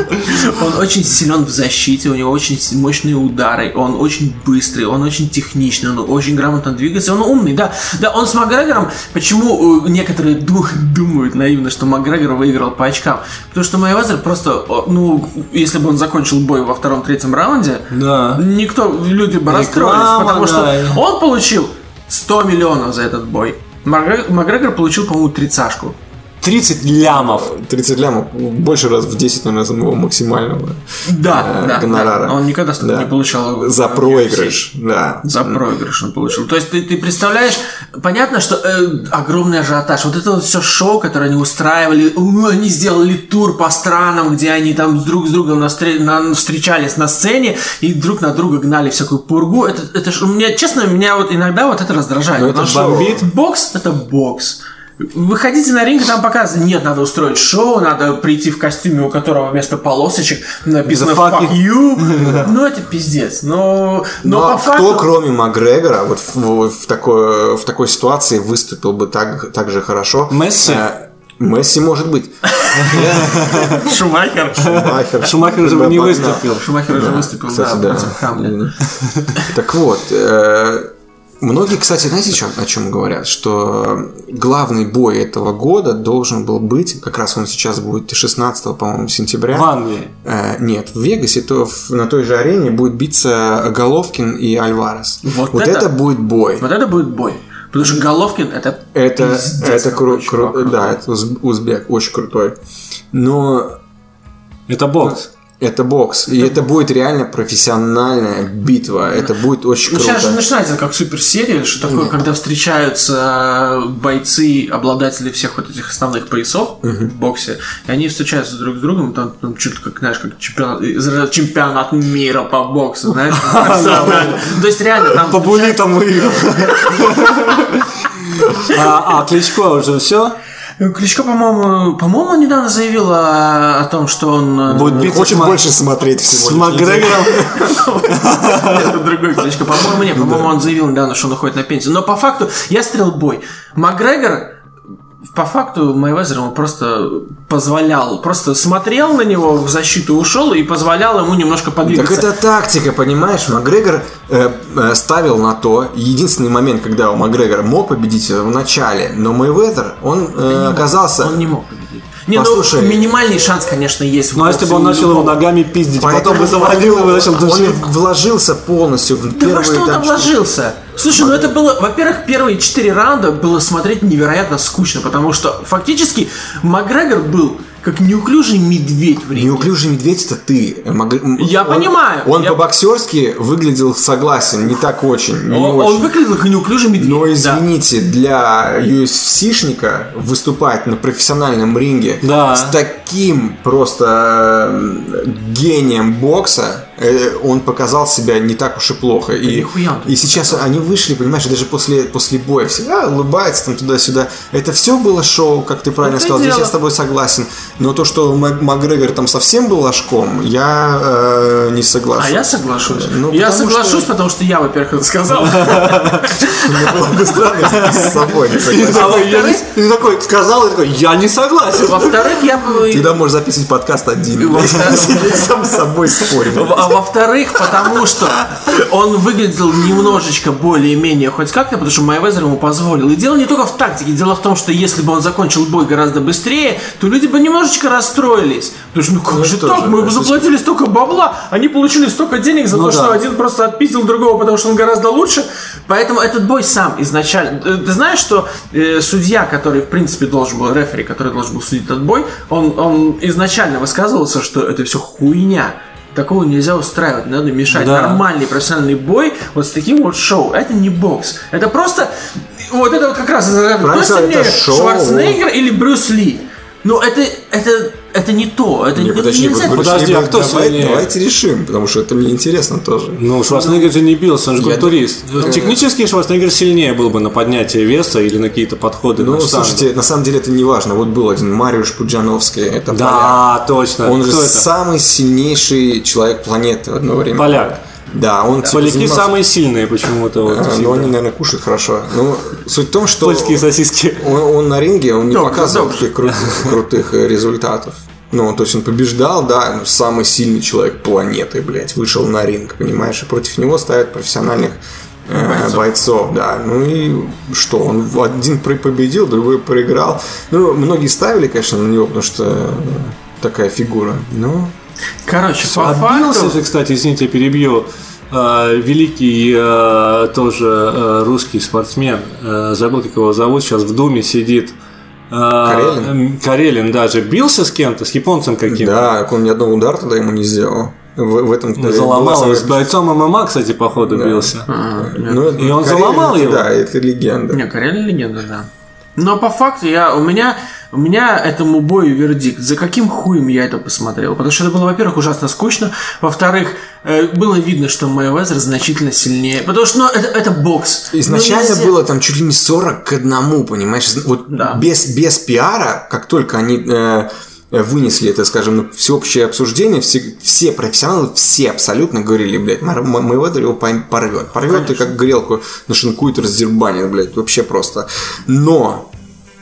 Он очень силен в защите, у него очень с- мощные удары, он очень быстрый, он очень техничный, он очень грамотно двигается, он умный, да. Да, он с Макгрегором, почему э, некоторые ду- *laughs* думают наивно, что Макгрегор выиграл по очкам? Потому что Майвезер просто, о, ну, если бы он закончил бой во втором-третьем раунде,
Да.
никто, люди бы расстроились,
Реклама,
потому что
да.
он получил 100 миллионов за этот бой. Макгрегор, Макгрегор получил, по-моему, тридцашку.
30 лямов.
30 лямов, больше раз в 10, наверное, самого максимального
Да,
э,
да,
гонорара.
да. Он никогда столько
Да.
не получал.
за
э, UFC.
проигрыш, да.
За проигрыш он получил. То есть ты, ты представляешь, понятно, что э, огромный ажиотаж. Вот это вот все шоу, которое они устраивали, «О, они сделали тур по странам, где они там с друг с другом настре- на- встречались на сцене и друг на друга гнали всякую пургу. Это, это ж- у меня, честно, меня вот иногда вот это раздражает.
Но Ну, это
потому что
бомбит.
Бокс это бокс. Выходите на ринг, там показывают, нет, надо устроить шоу, надо прийти в костюме, у которого вместо полосочек написано
The fuck
fuck
*laughs*
you. Ну это пиздец. Но,
Но
но, по
Ну, а кто,
факту...
кроме Макгрегора, вот в, в- в такой, в такой ситуации выступил бы так, так же хорошо?
Месси?
Э, Месси, может
*laughs*
быть.
Шумахер.
Шумахер.
Шумахер же не
Да,
выступил.
Шумахер уже
Да,
выступил,
кстати,
да,
да.
против Хамля.
Так вот, э, многие, кстати, знаете, чё- о чем говорят? Что главный бой этого года должен был быть, как раз он сейчас будет 16, по-моему, сентября.
В Англии.
Э, Нет, в Вегасе то в- на той же арене будет биться Головкин и Альварес.
Вот
вот
это-
это будет бой.
Вот это будет бой. Потому что Головкин это...
Это,
Пиздец,
это кру-
очень
кру-
круто.
да, это уз- узбек, очень крутой. Но
Это бокс.
это бокс, и это будет реально профессиональная битва. Это будет очень
Ну, сейчас же
круто.
начинается как суперсерия, что такое, когда встречаются бойцы, обладатели всех вот этих основных поясов в боксе, и они встречаются друг с другом, там, там что-то как, знаешь, как чемпионат, из разряда чемпионат мира по боксу,
*laughs*
знаешь? профессионально. То есть реально там...
Були там выиграл. А, а, Кличко уже все?
Кличко, по-моему, по-моему, он недавно заявил о, о том, что он... э,
Будет биться
Хочет
с Мак-
больше смотреть всего.
с
лишь людей.
Макгрегором.
Это другой Кличко. По-моему, нет, по-моему, он заявил недавно, что он уходит на пенсию. Но по факту я стрел бой. Макгрегор по факту Майвезер ему просто позволял, просто смотрел на него в защиту, ушел и позволял ему немножко
Так
подвигаться.
это тактика, понимаешь? Макгрегор э, э, ставил на то. Единственный момент, когда у Макгрегора мог победить это в начале, но Мэйвезер, он э, оказался...
Он не мог победить. Не,
Послушай.
ну минимальный шанс, конечно, есть. в
Ну а если бы он
боксе у
начал его
любого.
ногами пиздить,
Поэтому
потом бы завалил его и начал
Он
душить.
вложился полностью в
Да
первые
во что он
там
там вложился? Слушай, ну это было, во-первых, первые четыре раунда было смотреть невероятно скучно, потому что фактически Макгрегор был как неуклюжий медведь в ринге.
Неуклюжий медведь это ты. Мог- м-
Я
он-
понимаю.
Он
Я-
по-боксерски выглядел, согласен, не так очень. не
Он, он
Ну, очень. Ну,
выглядел как неуклюжий медведь.
Но
да.
извините, для UFC-шника выступать на профессиональном ринге
Да.
с таким просто э, гением бокса, э, он показал себя не так уж и плохо. И,
нихуя он тут
и сейчас они вышли, понимаешь, даже после, после боя всегда улыбаются там туда-сюда. Это все было шоу, как ты правильно
Это
сказал, здесь я
дело.
с тобой согласен. Но то, что Мак- Макгрегор там совсем был ложком, я э, не согласен. *laughs*
А я соглашусь.
Ну,
я
потому что-
соглашусь, потому что я,
*laughs*
во-первых, это сказал.
Мне было бы странно, если бы с собой не согласен.
А
во-вторых-
я не- Ты такой сказал, и такой, я не согласен.
Во-вторых, я бы-
Тогда можешь записывать
*laughs*
подкаст один. блядь. Сам с собой спорим.
А во-вторых, потому что он выглядел немножечко более-менее хоть как-то, потому что Майвезер ему позволил. И дело не только в тактике, дело в том, что если бы он закончил бой гораздо быстрее, то люди бы немножечко расстроились. Потому что, ну как же
тоже,
так, мы
да,
бы заплатили столько бабла, они получили столько денег за
Ну
то, что
да.
один просто отпиздил другого, потому что он гораздо лучше. Поэтому этот бой сам изначально... Э, Ты знаешь, что э, судья, который, в принципе, должен был, рефери, который должен был судить этот бой, он, он изначально высказывался, что это все хуйня. Такого нельзя устраивать, надо мешать.
Да.
Нормальный профессиональный бой вот с таким вот шоу. Это не бокс. Это просто... Вот это вот как раз... из разряда,
Правильно
Кто
сказал, это
сильнее,
шоу.
Шварценеггер или Брюс Ли? Ну, это, это, это не то. Это
Не,
это
подожди,
нельзя-
вот
Подожди,
давай-
а кто
давай-
сильнее?
Давайте решим, потому что это мне интересно тоже.
Ну, Шварценеггер же не бился, он же культурист. Технически Шварценеггер сильнее был бы на поднятие веса или на какие-то подходы
Ну,
на штангу.
слушайте, на самом деле это не важно. Вот был один Мариуш Пуджановский, это поляк.
Да, точно.
Он же
Кто это?
самый сильнейший человек планеты в одно время.
Поляк.
Да, он типа,
Поляки
занимался-
самые сильные почему-то. вот
А, ну,
всегда.
Но они, наверное, кушают хорошо. Ну, суть в том, что...
Польские сосиски.
Он, он на ринге, он не
Ну,
Добрый,
показывал
добрый.
таких кру- крутых э, результатов. Ну, то есть он побеждал, да, ну, самый сильный человек планеты, блядь, вышел на ринг, понимаешь, и против него ставят профессиональных э, бойцов. да. Ну и что, он в один при- победил, другой проиграл. Ну, многие ставили, конечно, на него, потому что э, такая фигура. Ну,
Короче, по
Отбился
факту...
же, кстати, извините, я перебью. а, Великий а, тоже а, русский спортсмен, а, забыл, как его зовут, сейчас в Думе сидит. А,
Карелин?
м, Карелин даже бился с кем-то, с японцем каким-то.
да, так он ни одного удара тогда ему не сделал. В, в этом
Ну,
э,
Заломал
была
его.
самая-
с бойцом ММА, кстати, походу бился.
Ну,
И он
Карелин
заломал
это,
его?
Да, это легенда.
А, Не, Карелин легенда, да. Но по факту я, у меня, у меня этому бою вердикт. За каким хуем я это посмотрел? Потому что это было, во-первых, ужасно скучно. Во-вторых, э, было видно, что Майвезер значительно сильнее. Потому что ну, это, это бокс. Ну,
Изначально
нельзя-
было там чуть ли не 40 к одному, понимаешь? Вот
Да.
без, без пиара, как только они э, вынесли это, скажем, на всеобщее обсуждение, все, все профессионалы, все абсолютно говорили, блядь, Мар- М- Мэйвезер его пойм- порвет. Порвет и как грелку нашинкует, раздербанит, блядь, вообще просто. Но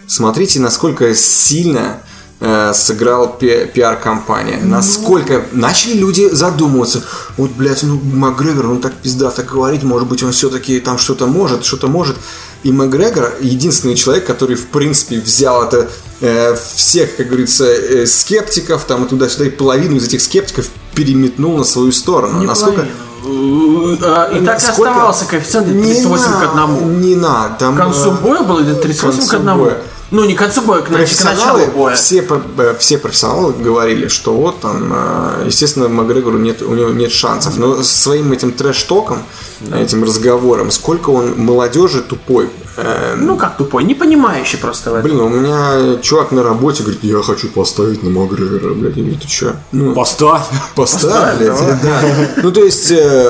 смотрите, насколько сильно э, сыграла пи- пиар-компания.
Ну.
Насколько начали люди задумываться. Вот, блядь, ну, Макгрегор, он так пизда так говорит, может быть, он все-таки там что-то может, что-то может. И Макгрегор единственный человек, который, в принципе, взял это э, всех, как говорится, э, скептиков, там, и туда-сюда, и половину из этих скептиков переметнул на свою сторону.
Не
насколько...
половину. Э, И так и
Сколько-
оставался коэффициент
Не
38 к
на-
1.
Не надо. Там,
К концу
э,
боя было где-то 38 к
концу
1.
боя.
Ну, не к концу боя, к нач- к началу
профессионалы,
боя.
все, по- э, все профессионалы говорили, что вот там, э, естественно, Макгрегору нет, у него нет шансов. Но с своим этим трэш-током, этим разговором, сколько он молодежи тупой. Э,
Ну, как тупой, не понимающий просто в этом.
Блин, у меня чувак на работе говорит, я хочу поставить на Макгрегора, блядь, я говорю, ты чё? Ну,
Поста.
*laughs* поставили, да. Ну, то есть, э,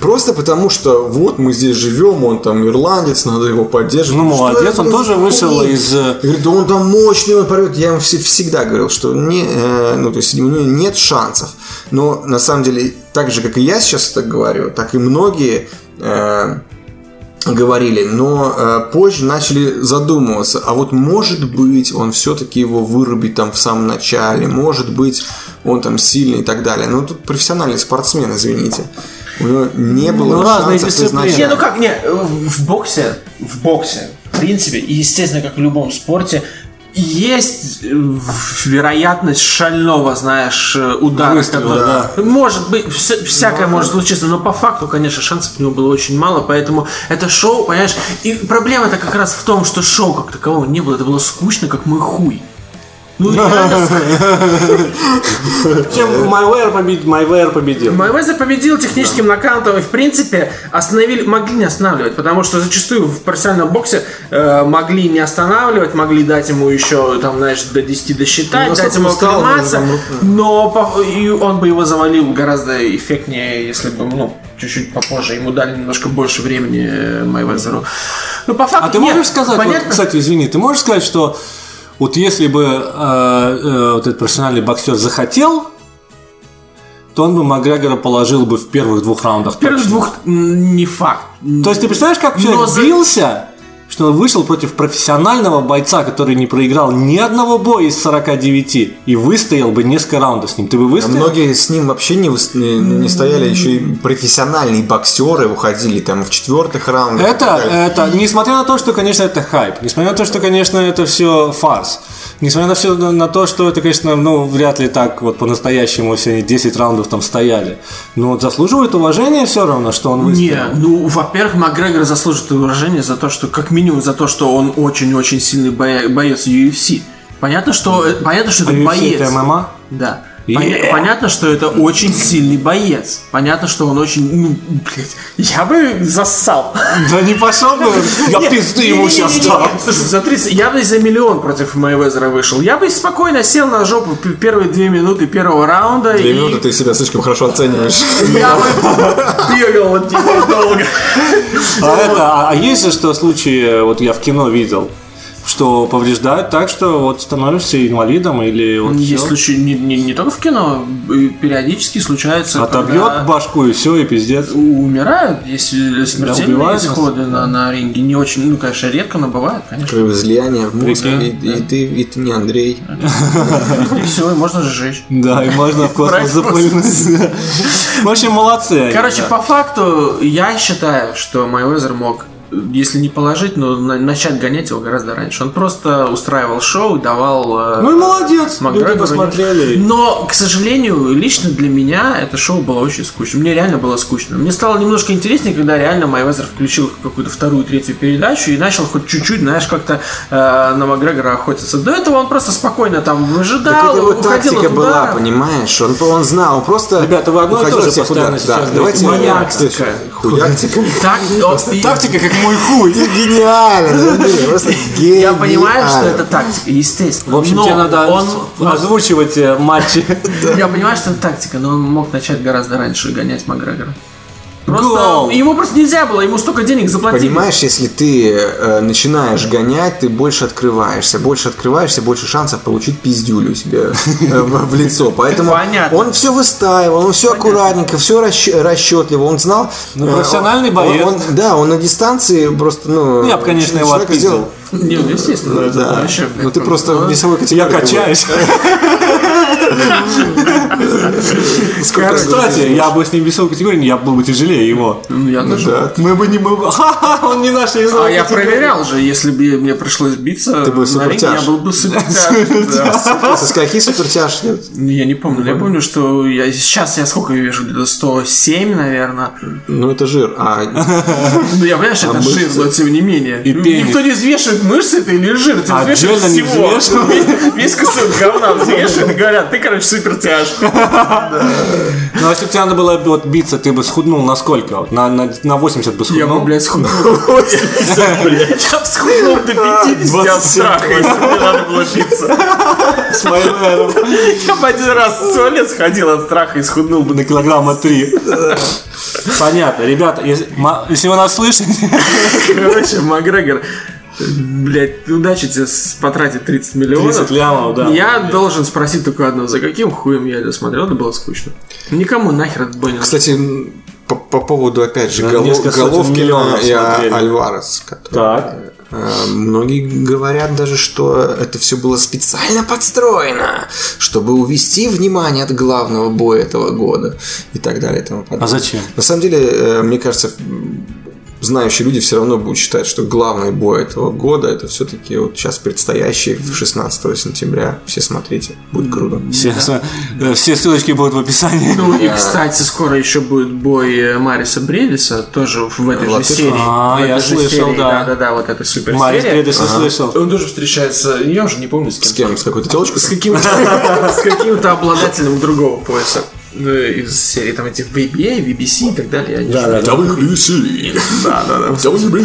просто потому что вот мы здесь живем, он там ирландец, надо его поддерживать.
Ну,
Что
молодец,
это
он
за
тоже вышел
хуйня?
из, э,
Я говорю, да он там мощный, он порвет. Я ему все- всегда говорил, что не, э, ну, то есть, у него нет шансов. Но, на самом деле, так же, как и я сейчас это говорю, так и многие э, говорили, но э, позже начали задумываться, а вот может быть он все-таки его вырубит там в самом начале, может быть он там сильный и так далее. Но тут профессиональный спортсмен, извините. У него не было
Ну, разные
шансов
дисциплины.
Не, ну
изначально.
как, не, э, в в боксе, в боксе, в принципе, и естественно, как в любом спорте, есть э, вероятность шального, знаешь, э, удара.
Выстрела,
который-
да. Ну,
Может быть, вся- всякое может случиться, но по факту, конечно, шансов у него было очень мало, поэтому это шоу, понимаешь, и проблема-то как раз в том, что шоу как такового не было, это было скучно, как мой хуй.
*laughs*
Ну, реально,
Чем Майвер победил? Майвер победил.
Майвезер победил техническим нокаутом и, в принципе, остановили, могли не останавливать, потому что зачастую в профессиональном боксе э, могли не останавливать, могли дать ему еще, там, знаешь, до 10 досчитать,
Ну,
дать
настолько
ему
устал, он
оклематься,
там,
но по- и он бы его завалил гораздо эффектнее, если бы, ну, чуть-чуть попозже ему дали немножко больше времени э, Майвезеру. Ну, по факту,
А ты
нет,
можешь сказать, вот,
понятно,
кстати, извини, ты можешь сказать, что вот если бы э, э, вот этот профессиональный боксер захотел, то он бы Макгрегора положил бы в первых двух раундах.
первых
точно.
двух м, не факт.
То есть ты представляешь, как человек
Но за-
бился, что он вышел против профессионального бойца, который не проиграл ни одного боя из 49 и выстоял бы несколько раундов с ним. Ты бы
А
выстоял?
Многие с ним вообще не, выс- не- не стояли, еще и профессиональные боксеры уходили там в четвертых раундах.
Это,
и
э,
так далее.
это, несмотря на то, что, конечно, это хайп, несмотря на то, что, конечно, это все фарс, несмотря на все на то, что это, конечно, ну, вряд ли так вот по-настоящему все они 10 раундов там стояли, но вот заслуживает уважения все равно, что он
Не,
выстоял.
ну, во-первых, Макгрегор заслужит уважение за то, что, как минимум, за то, что он очень-очень сильный бое- боец UFC. Понятно, что, э, понятно, что это
UFC
боец.
это ММА?
Да.
Yeah.
Поня- Понятно, что это очень сильный боец. Понятно, что он очень... Ну, блядь, я бы зассал.
Да не пошел бы, я пизды ему сейчас
Не-не-не-не.
дам.
*laughs* Слушай, за 30, я бы и за миллион против Мэйвезера вышел. Я бы спокойно сел на жопу п- первые две минуты первого раунда.
Две
и-
минуты ты себя слишком хорошо
*laughs*
оцениваешь.
Я бы бегал вот типа долго.
А, это, а- а есть же что случаи, вот я в кино видел, что повреждают так, что вот становишься инвалидом или вот
Есть
всё.
случаи не, не, не только в кино, и периодически случаются. когда
отобьет башку и все, и пиздец.
у- умирают, если смертельные
убивают нас,
исходы на, на ринге. Не очень, ну, конечно, редко, но бывает,
*laughs*
конечно.
Кровоизлияние в мозг,
Прикинь,
и, и ты, и ты не Андрей.
И все, и можно сжечь.
Да, и можно в космос запрыгнуть. В общем, молодцы. они,
Короче,
да.
по факту, я считаю, что Майвезер мог, если не положить, но на- начать гонять его гораздо раньше. Он просто устраивал шоу, давал... э,
Ну и молодец, люди
Макгрегору
посмотрели.
Но, к сожалению, лично для меня это шоу было очень скучно. Мне реально было скучно. Мне стало немножко интереснее, когда реально Майвезер включил какую-то вторую, третью передачу и начал хоть чуть-чуть, знаешь, как-то э, на Макгрегора охотиться. До этого он просто спокойно там выжидал,
Так это его
уходил от
тактика была,
ударов.
понимаешь? Он, он знал, он просто...
Ребята, вы одно и
уходил
то же
от всех
постоянно
ударов. Да,
сейчас
давайте...
говорите.
я-
Маньяк
кстати,
такая.
Хуяктика.
*laughs*
Так, он-
Тактика как мой хуй.
Ты *laughs* гениально, просто гениально.
Я понимаю, что это тактика, естественно.
В общем,
но
тебе надо
он,
озвучивать э, *laughs* матчи.
*laughs* Я понимаю, что это тактика, но он мог начать гораздо раньше гонять Макгрегора. Просто
Гол!
ему просто нельзя было, ему столько денег заплатили.
Понимаешь, если ты э, начинаешь гонять, ты больше открываешься, больше открываешься, больше шансов получить пиздюлю себе э, в в лицо. Поэтому
Понятно.
он все выстаивал, он все аккуратненько, все расчетливо, он знал.
Ну,
э,
профессиональный
он-
боец.
он- Да, он на дистанции просто, ну...
Я бы, конечно, его
человека
отпиздил.
сделал.
Не, ну, естественно, это
Да.
вообще, блядь,
Ну ты
как-
просто в весовой
Я
категории.
качаюсь.
Сколько
*laughs* Кстати, я бы с ним весовой категории, я был бы тяжелее его.
Ну, я тоже.
Да.
Мы бы не... мы бы- *laughs* Ха-ха, он не наш я не знаю,
А я
как тебе.
проверял же, если бы мне пришлось биться,
был
на ринге,
супертяж.
я был
*laughs*
бы супертяж. да. Ну,
Со скольки супертяж?
Я не помню, но я помню, что я сейчас я сколько вижу, где-то 107, наверное.
Ну это жир. А
Ну, я понимаю, что это жир, но тем не менее. Ну,
И пенис.
Никто не взвешивает, мышцы ты или жир, ты
А
взвешиваешь
Отдельно не
всего. *laughs* Весь- Весь кусок говна взвешивают и говорят, ты, короче, супертяж.
Ну, а если бы тебе надо было вот биться, ты бы схуднул на сколько? Вот На, на, на 80 бы
Я
схуднул?
бы,
Ну.
*laughs*
блядь,
*laughs*
схуднул. Я бы схуднул до 50 от страха, если бы мне надо было биться.
с майонезом.
Я бы один раз в туалет сходил от страха и схуднул бы.
на килограмма 3. Понятно, ребята, если, ма- если вы нас слышите,
Короче, Макгрегор, блядь, удачи тебе с- потратить 30 миллионов.
30 лямов, да.
Я должен спросить только одно, за каким хуем я это смотрел, это было скучно. Никому нахер это было не
кстати, м, по, по поводу опять же
Да,
голов,
несколько сотен
Головкина
миллионов
и А-
смотрели.
Альварес, который
Так.
Э, Многие говорят даже, что это все было специально подстроено, чтобы увести внимание от главного боя этого года и так далее и тому подобное.
А зачем?
На самом деле, э, мне кажется, м, знающие люди все равно будут считать, что главный бой этого года это все-таки вот сейчас предстоящий 16 сентября. Все смотрите, будет круто.
Все, э, все ссылочки будут в описании.
Ну и, кстати, скоро еще будет бой э, Мариса Брелиса, тоже в этой же
Латышева.
серии.
А,
В этой
я
же
слышал,
серии,
да.
Да-да-да, вот эта супер
Марис Бредес не слышал.
Он тоже встречается, я уже не помню с
С
кем.
кем? С какой-то телочкой?
С каким-то, *laughs* с каким-то обладателем другого пояса. Ну, из серии там этих VBA, VBC и так далее. Я не знаю.
WBC. Да, да, да.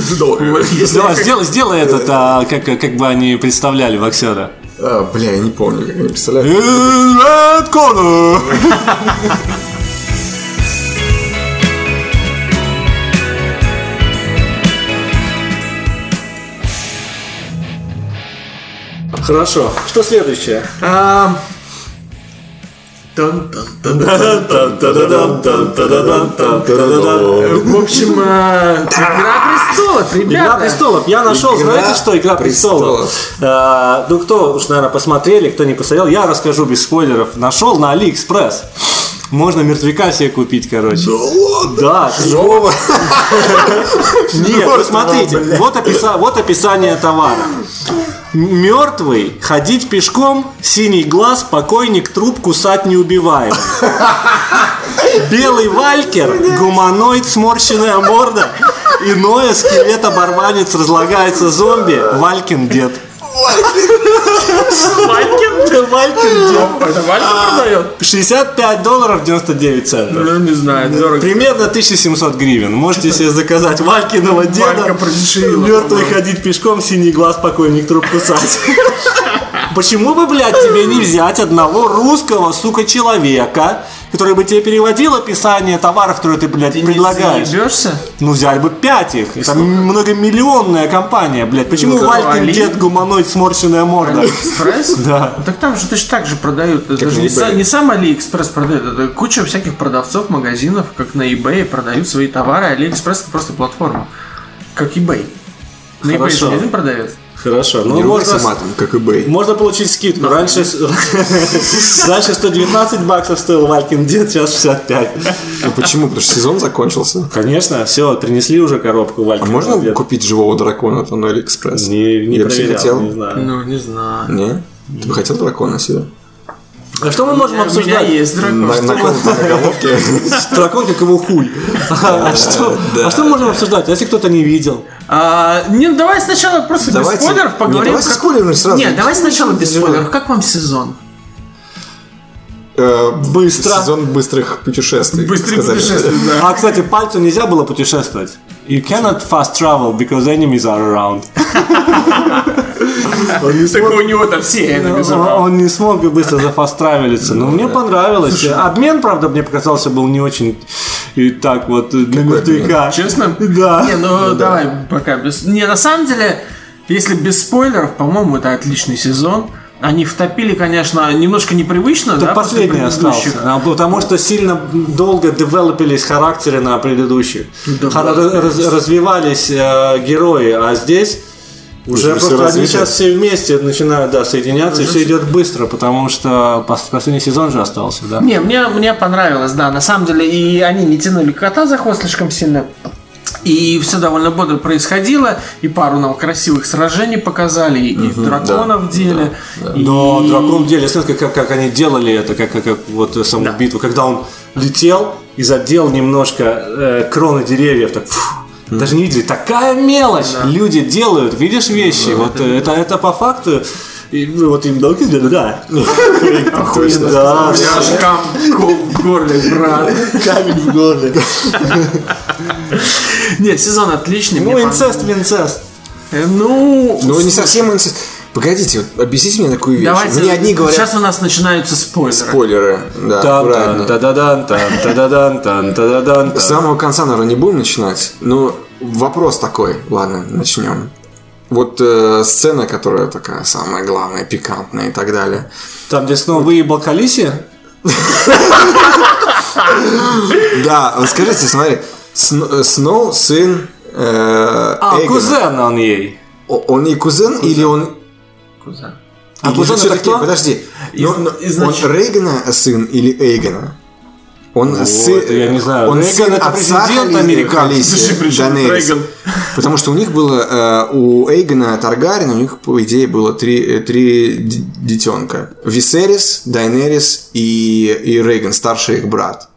WBC.
Давай, *laughs* сделай, сделай этот, а, как, как бы они представляли боксера.
А, Бля, я не помню, как они представляют.
Red Corner. Хорошо. Что следующее?
А,
Э,
Э,
В общем, а, Игра престолов,
Игра
ребята.
престолов. Я нашел,
Игра
знаете что, Игра престолов. А, Ну, кто уж, наверное, посмотрели, кто не посмотрел, я расскажу без спойлеров. Нашел на Алиэкспресс. Можно мертвяка себе купить, короче. Да, живого. Нет, ну смотрите, вот, описа- вот описание товара. Мертвый, ходить пешком, синий глаз, покойник, труп кусать не убиваем. Белый валькер, гуманоид, сморщенная морда, иное скелет оборванец, разлагается зомби, Валькин дед. *laughs* Валькин? Валькин дед.
Это Валька продает?
65 долларов 99 центов.
Ну, не знаю, дорого.
Примерно 1700 гривен. Можете себе заказать Валькиного деда.
Валька продешевила,
Мертвый ходить пешком, синий глаз покойник труп кусать. Почему бы, блядь, тебе не взять одного русского, сука, человека, который бы тебе переводил описание товаров, которые ты, блядь, предлагаешь?
Заебешься?
Ну, взяли бы 5 их. Это многомиллионная компания, блядь. Почему
Ну,
Валькин
Али.
дед, гуманоид, сморщенная морда?
*laughs*
Прайс?
Да.
Так там же точно так же продают. Это даже
на
не,
eBay.
са- не сам Алиэкспресс продает, это куча всяких продавцов, магазинов, как на eBay, продают свои товары. Алиэкспресс это просто платформа. Как eBay. На eBay же
Хорошо.
магазин продавец.
Хорошо.
Не
Ну,
ругайся
можно
матом, как eBay.
Можно получить скидку. Раньше, *laughs* раньше 119 баксов стоил Валькин дед, сейчас 65.
А почему? Потому что сезон закончился.
Конечно, все, принесли уже коробку
А
Валькин
можно купить живого дракона там на Алиэкспресс?
Не, не
Я бы себе
проверял,
хотел.
не знаю.
Ну, не знаю.
Не? Ты бы хотел дракона себе?
А что мы можем
У меня
обсуждать?
*laughs*
есть дракон.
На, на ком- на головке?
Дракон как его хуй. *laughs* А что а что можем обсуждать, если кто-то не видел?
А, не, ну давай сначала просто без спойлеров
Не,
поговорим.
Давайте
как-
спойлеры сразу.
Нет, давай сначала без спойлеров. Как вам сезон?
Э,
Быстро.
Сезон быстрых путешествий.
Быстрые
сказали.
путешествия,
*laughs*
да.
А, кстати, пальцу нельзя было путешествовать. You cannot fast travel because enemies are around.
Так у него там все
Ну,
Он Ну, он не смог бы быстро зафастравилиться, но мне понравилось. Обмен, правда, мне показался был не очень и так вот э, для мертвяка.
Честно?
Да.
Не, ну давай пока без... Не, на самом деле, если без спойлеров, по-моему, это отличный сезон. Они втопили, конечно, немножко непривычно, да,
Так
после
последний остался.
предыдущих.
А, Потому что сильно долго девелопились характеры на предыдущих.
Да,
Хара-
да.
раз- развивались э, герои, а здесь уже
Уже всё
просто они
развито.
сейчас все вместе начинают да, соединяться, и все идет быстро, потому что пос- последний сезон же остался, да.
Не, мне, мне понравилось, да, на самом деле, и они не тянули кота за хвост слишком сильно. И все довольно бодро происходило, и пару нам красивых сражений показали, и, и дракона в деле. и-
Но дракон в деле, смотри, как, как они делали это, как, как, как вот э, саму битву, когда он летел и задел немножко э, кроны деревьев, так фу, даже не видели. Такая мелочь! Люди делают, видишь вещи, вот э, это, это по факту. И ну, вот им долги да, да. Охуенно. Да,
Аж ком- ком в горле, брат.
камень в горле.
Нет, сезон отличный.
Ну,
мне
инцест, винцест.
понравилось. Ну,
Ну, не совсем инцест. Погодите, вот объясните мне такую вещь.
Давайте.
Мне одни говорят
Сейчас у нас начинаются спойлеры.
спойлеры. Да,
Тан-тан,
правильно.
та-да-дан, тан, та-да-дан, тан, та-да-дан, тан.
С самого конца, наверное, не будем начинать, но вопрос такой. Ладно, начнем. Вот э, сцена, которая такая самая главная, пикантная и так далее.
Там, где снова выебал Калиси?
Да, вот скажите, смотри, Сно- э, Сноу сын э,
А,
Эгона.
кузен он ей.
О- Он и кузен, или он...
А
или
кузен А это
всё-таки-
кто?
Подожди, но- но он
изнач-
Рейгана сын или Эйгона? Он сын,
это я не знаю.
Он
Рейган
сын
это
отца
президент
Хали-
американский.
Халиси,
Слушай, при
чем тут
Данерис.
Рейган?
Потому что у них было, э, у Эйгона Таргарина, у них, по идее, было три, э, три д- детенка. Висерис, Дайнерис и, и Рейган, старший их брат.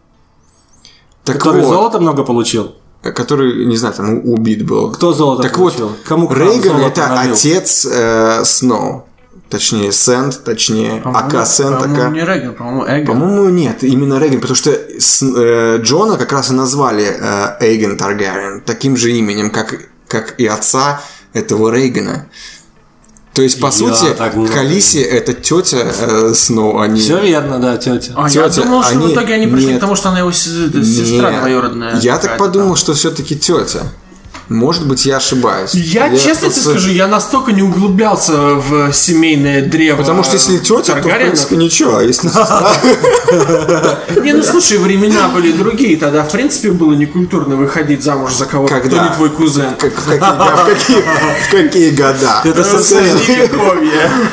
Так
Который
вот,
золото много получил.
который, не знаю, там у- убит был.
Кто золото
так
получил?
Вот,
Кому кто
Рейган
золото
это
набил?
отец э, Сноу. Точнее, Сент, точнее,
А
Ака Сент,
По-моему,
Ака.
не Реган, по-моему, Эгон.
А По-моему, нет, именно Рейган, потому что с- э, Джона как раз и назвали э, Эйген Таргариен таким же именем, как, как и отца этого Рейгана. То есть, по
Я
сути,
так не-
Калиси это тетя э, Сноу, а не...
Все верно, да, тетя.
А я
Тётя,
думал, что в
они-
итоге они пришли
нет.
к тому, что она его се- это сестра
Не,
двоюродная.
Я так
какая-то
подумал,
там.
что все-таки тетя. Может быть, я ошибаюсь.
Я, честно тебе
просто-
скажу, я настолько не углублялся в семейное древо.
Потому что если тетя, то в
А, Таргариенов.
принципе ничего.
*laughs*
А если сестра,
Не, ну слушай, времена были другие. Тогда, в принципе, было некультурно выходить замуж за кого-то, кто
Когда?
не твой кузен.
как- в какие- а в какие- в какие года? Ну,
Это *laughs* Серсея.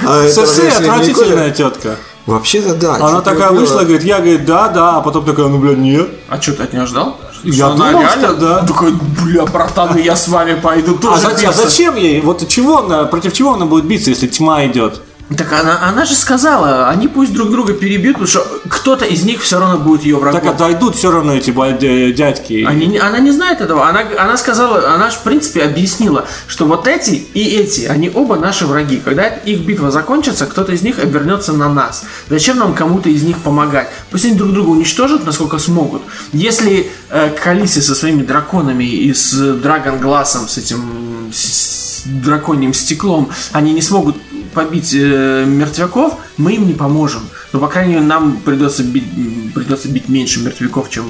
А это
Серсея
вообще не
отвратительная тетка.
Вообще-то да.
Она
чуть
такая
не
вышла,
было.
говорит, я, говорит, да, да, а потом такая, ну, бля, нет.
А что, ты от нее ждал?
Я
она
думал,
реально
что да.
Такой, бля, братан, я с вами пойду
А
тоже
зачем, а
биться».
зачем ей? Вот чего она, против чего она будет биться, если тьма идет?
Так она, она же сказала, они пусть друг друга перебьют, потому что кто-то из них все равно будет ее врагом.
Так а отойдут все равно эти ба- дя- дядьки.
Они не- она не знает этого. Она, она сказала, она же в принципе объяснила, что вот эти и эти, они оба наши враги. Когда эта их битва закончится, кто-то из них обернется на нас. Зачем нам кому-то из них помогать? Пусть они друг друга уничтожат, насколько смогут. Если э, Калиси со своими драконами и с Драгон Глассом, с этим с- с драконьим стеклом, они не смогут побить э, мертвяков, мы им не поможем. Но, по крайней мере, нам придется бить, м, придется бить меньше мертвяков, чем,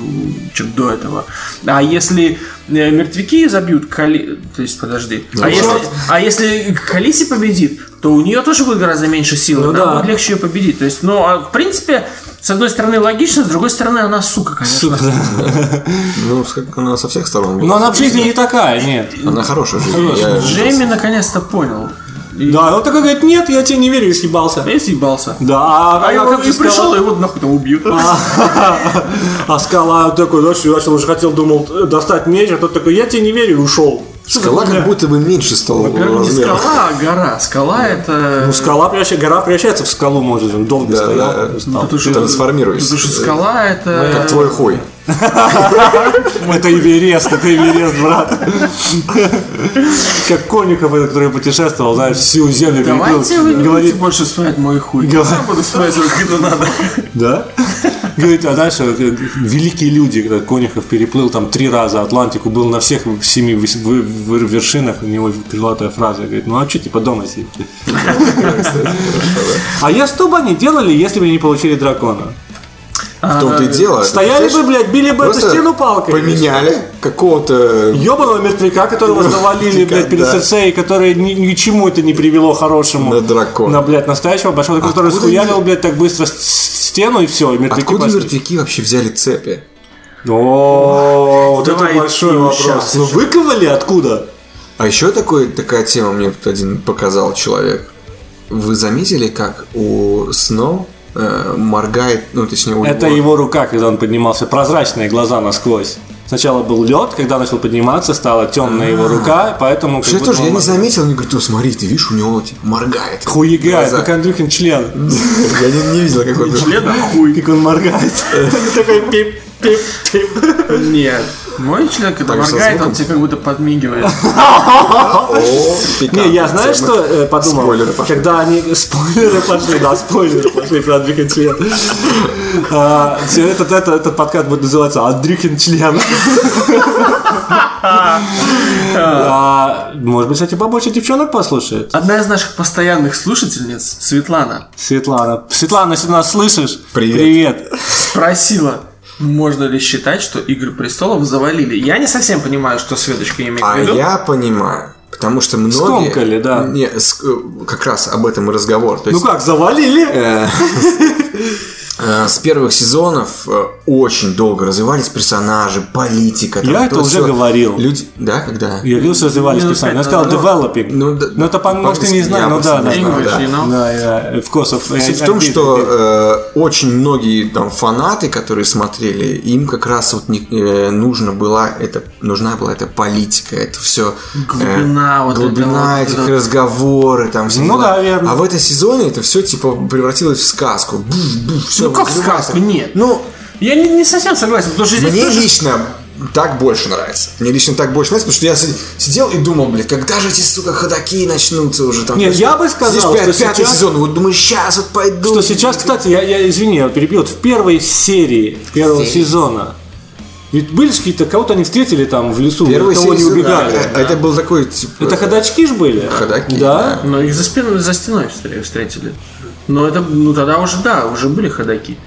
чем до этого. А если э, мертвяки забьют Кали... То есть, подожди.
Ну
А если, а если Калиси победит, то у нее тоже будет гораздо меньше силы. Нам
Ну да.
будет легче ее победить. То есть, ну, а, в принципе, с одной стороны логично, с другой стороны она сука, конечно.
Ну, с- как она со всех сторон
Но
была.
Ну, она в жизни не такая, нет.
Она хорошая жизнь. я-
Джейми наконец-то понял. И-
Да, и он такой говорит, нет, я тебе не верю, и съебался.
Я съебался.
Да, а,
А, я
она как
как и
же
пришел,
сказала?
и его нахуй там убьют.
*laughs* А скала такой, знаешь, он уже хотел, думал, э, достать меч, а тот такой, я тебе не верю, и ушел. Что
Скала
такое?
как будто бы меньше стала
Во-первых, не
размером.
скала, а гора. Скала это...
Ну, скала превращается, гора превращается в скалу, может, он долго
Да, э,
стоял.
да.
не стал.
Потому что-
Трансформируюсь.
Потому что скала это...
Э, Как твой хуй.
Это Эверест, это Эверест, брат. Как Конников, этот, который путешествовал, знаешь, всю землю
Давайте
переплыл.
вы не
Говорит,
будете больше вспоминать мой хуй. Я
Говорит.
сам буду вспоминать, когда надо.
Да? Говорит, а дальше э, великие люди, когда Конюхов переплыл там три раза Атлантику, был на всех семи выс- вы- вы- вершинах, у него крылатая фраза, говорит, ну а что типа дома сидеть? А я что бы они делали, если бы не получили дракона?
В том-то и дело.
А, Стояли бы, блядь, били бы эту
Просто
стену палкой.
Поменяли какого-то...
Ёбаного мертвяка, которого завалили, блядь, перед
да.
Серсеей, который ни, ни к чему это не привело хорошему.
На дракона.
На, блядь, настоящего большого, который
Откуда
схуярил,
они-
блядь, так быстро с- с- стену и все, и мертвяки
Откуда
пошли.
мертвяки вообще взяли цепи?
О, вот это
Давай
большой
им
вопрос.
щас
Ну выковали откуда?
А еще такой, такая тема мне тут один показал человек. Вы заметили, как у Сноу э, моргает, ну точнее у
Это его рука, когда он поднимался, прозрачные глаза насквозь. Сначала был лед, когда начал подниматься, стала темная его рука, поэтому как
А. Я
будто
тоже, я
он
не заметил, он говорит, о, смотри, ты видишь, у него типа, моргает.
Хуегает,
глаза».
как Андрюхин член. *laughs*
Я не, не видел, как он был.
Члена хуй.
Как он
*laughs*
моргает. Такой пип-пип-пип.
Нет. Мой член, когда
Так, со
моргает, он
звуком?
тебе как будто подмигивает.
О,
Не, я
пикантная
знаю,
тема.
что э, подумал.
Спойлеры пошли.
Когда они... *laughs* Спойлеры пошли, да, спойлеры пошли про Андрюхин член. А, всё, Этот это- этот подкаст будет называться Андрюхин член. А, Может быть, кстати, побольше девчонок послушает.
Одна из наших постоянных слушательниц, Светлана,
Светлана. Светлана, если нас слышишь,
Привет.
привет.
спросила, можно ли считать, что «Игры престолов» завалили. Я не совсем понимаю, что Светочка имеет в
А
виду.
я понимаю, потому что многие... э,
Скомкали, да.
Не, ск- как раз об этом и разговор. То
Ну
есть,
как, завалили?
э, э, с первых сезонов э, очень долго развивались персонажи, политика. там,
Я
то
это
есть
уже
всё.
говорил.
Люди, да, когда?
Я видел, что развивались
Минут
персонажи. Я
пять
сказал
назад.
developing.
Ну, да,
Ну, это, по- может, и не
по-английски
знаю,
я
но да,
просто
да.
не знаю,
English, you know?
Да, я- э, of course, of-
Суть в
I- I
том,
did-
что э, очень многие там фанаты, которые смотрели, им как раз вот не- э, нужна была эта нужна была эта политика, это все
Глубина вот
глубина
этого,
этих
вот э, этого.
разговоры, там все
Ну
дела.
да, верно.
А в этой сезоне это все типа превратилось в сказку. Буф, буф, всё
Ну, как
разрывается.
сказку? Нет.
Ну,
Я не, не совсем согласен, потому что здесь
мне
тоже...
лично так больше нравится. Мне лично так больше нравится, потому что я си- сидел и думал, блин, когда же эти, сука, ходаки начнутся уже там.
Нет, я
Потому что
бы сказал,
здесь
что
пят- пятый
сейчас-
сезон, вот думаю, сейчас вот пойду.
Что сейчас, кстати, я, я извини, я вот перебил, вот в первой серии первого
Серии.
сезона ведь были же какие-то, кого-то они встретили там в лесу,
Первый
от кого не
сезон,
убегали.
да, это был такой, типа...
Это ходачки ж были?
Ходаки,
Да.
Но их за, спиной, за стеной встр- встретили. Но это, ну тогда уже, да, уже были ходаки.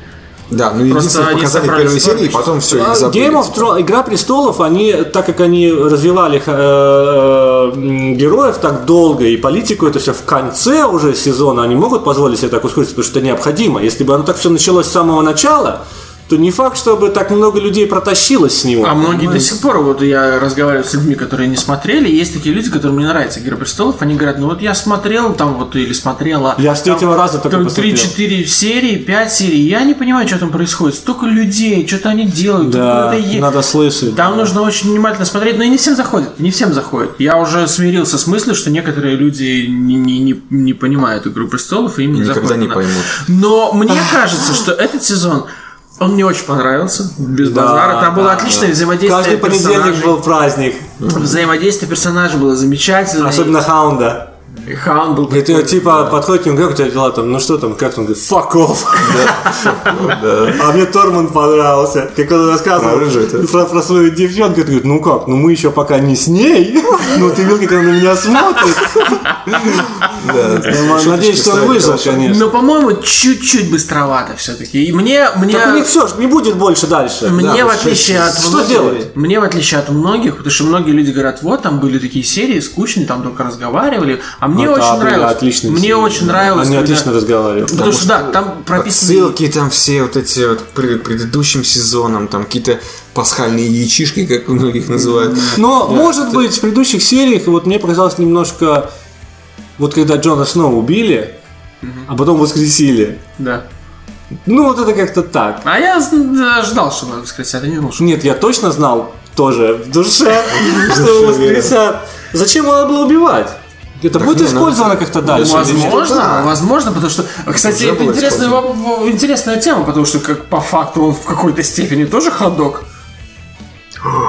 Да, ну
Просто
единственное,
они
показали
собрались
первые
в
серии, и
одну
потом все,
А,
их забыли.
Game of Thrones, Игра престолов, они, так как они развивали э, э, м, героев так долго и политику, это все в конце уже сезона, они могут позволить себе так ускориться, потому что это необходимо. Если бы оно так все началось с самого начала, то не факт, чтобы так много людей протащилось с него.
А многие до сих пор, вот я разговариваю с людьми, которые не смотрели, есть такие люди, которым не нравится «Игра престолов», они говорят, ну вот я смотрел там вот или смотрела...
Я с
там-
третьего раза только
Там
посмотрел.
3-4 серии, 5 серий, я не понимаю, что там происходит, столько людей, что-то они делают.
Да,
тут надо е-
надо слышать.
Там нужно очень внимательно смотреть, но и не всем заходит, не всем заходит. Я уже смирился с мыслью, что некоторые люди не, не- не- не понимают «Игру престолов» и им не
Никогда
заходит
не
она.
поймут.
Но мне кажется, что этот сезон, он мне очень понравился, без
Да,
базара. Там было
да,
отличное
Каждый
взаимодействие
понедельник
персонажей.
был праздник,
Взаимодействие персонажей было замечательное.
особенно Хаунда.
И Хаун был
И ты
прикольный.
типа подходит к нему, как у тебя дела там, ну что там, как там, Он говорит, fuck off. А мне Торман понравился, как он рассказывал
А, рыжий этот.
про, про свою девчонку, ты говорит, ну как, ну мы еще пока не с ней, ну ты видел, как она на меня смотрит.
Да.
Ну, Надеюсь, что он
ставили,
выжил,
короче.
конечно.
Но, по-моему, чуть-чуть быстровато все-таки. И мне, мне,
Так у них все ж не будет больше дальше.
мне
да,
в
вот
отличие
что-
от
что
многих-
делать?
мне в отличие от многих, потому что многие люди говорят, вот там были такие серии скучные, там только разговаривали, а мне
Ну, да,
очень
были
нравилось.
отличные
мне
серии.
очень нравилось.
Они
когда-
отлично разговаривают.
Потому что да, там прописаны
Ссылки там все вот эти вот при- предыдущим сезоном, там какие-то пасхальные яичишки, как у многих называют.
Но, может быть, в предыдущих сериях, вот мне показалось немножко, вот когда Джона Сноу убили, а потом воскресили.
Да.
Ну, вот это как-то так.
А я з- да, ждал, что вы воскресят, я не думал, что...
Нет, я точно знал тоже *laughs* в душе, что его воскресят. Зачем надо было убивать? Это будет
не,
использовано как-то дальше. или нет?
Возможно, возможно, потому что, кстати,
Уже
это
было
интересная, воп- интересная тема, потому что как по факту он в какой-то степени тоже ходок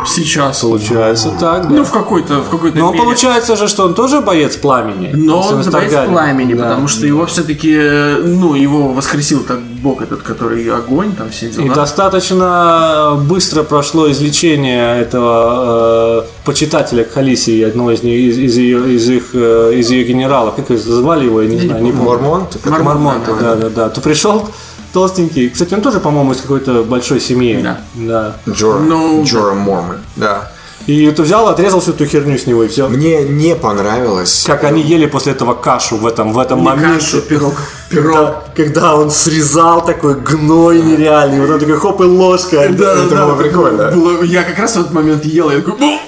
сейчас.
Получается так, да.
Ну, в какой-то, в какой-то
Но
мере.
а получается же, что он тоже боец пламени.
Но
если
он
с
боец
Таргариеном.
пламени,
Да.
потому что его все-таки, ну, его воскресил так бог этот, который огонь, там все
И
дела.
достаточно э, быстро прошло излечение этого э, почитателя Халисии, одного из, них, из, из ее, из, их, э, из ее генералов. Как их звали его, я не знаю, не помню.
Мормон?
Мормон, да, да, да, да. То пришел толстенький. Кстати, он тоже, по-моему, из какой-то большой семьи.
Да.
Да.
Джора,
Ну,
Джора Мормон, да.
И ты взял, отрезал всю эту херню с него и все.
Мне не понравилось.
Как они ели после этого кашу в этом, в этом
Не
моменте. *laughs*
кашу, пирог.
Когда, когда он срезал такой гной нереальный, вот он такой хоп и ложка.
это было прикольно.
Было- я как раз в этот момент ел, я такой,
*laughs*
«Бу!»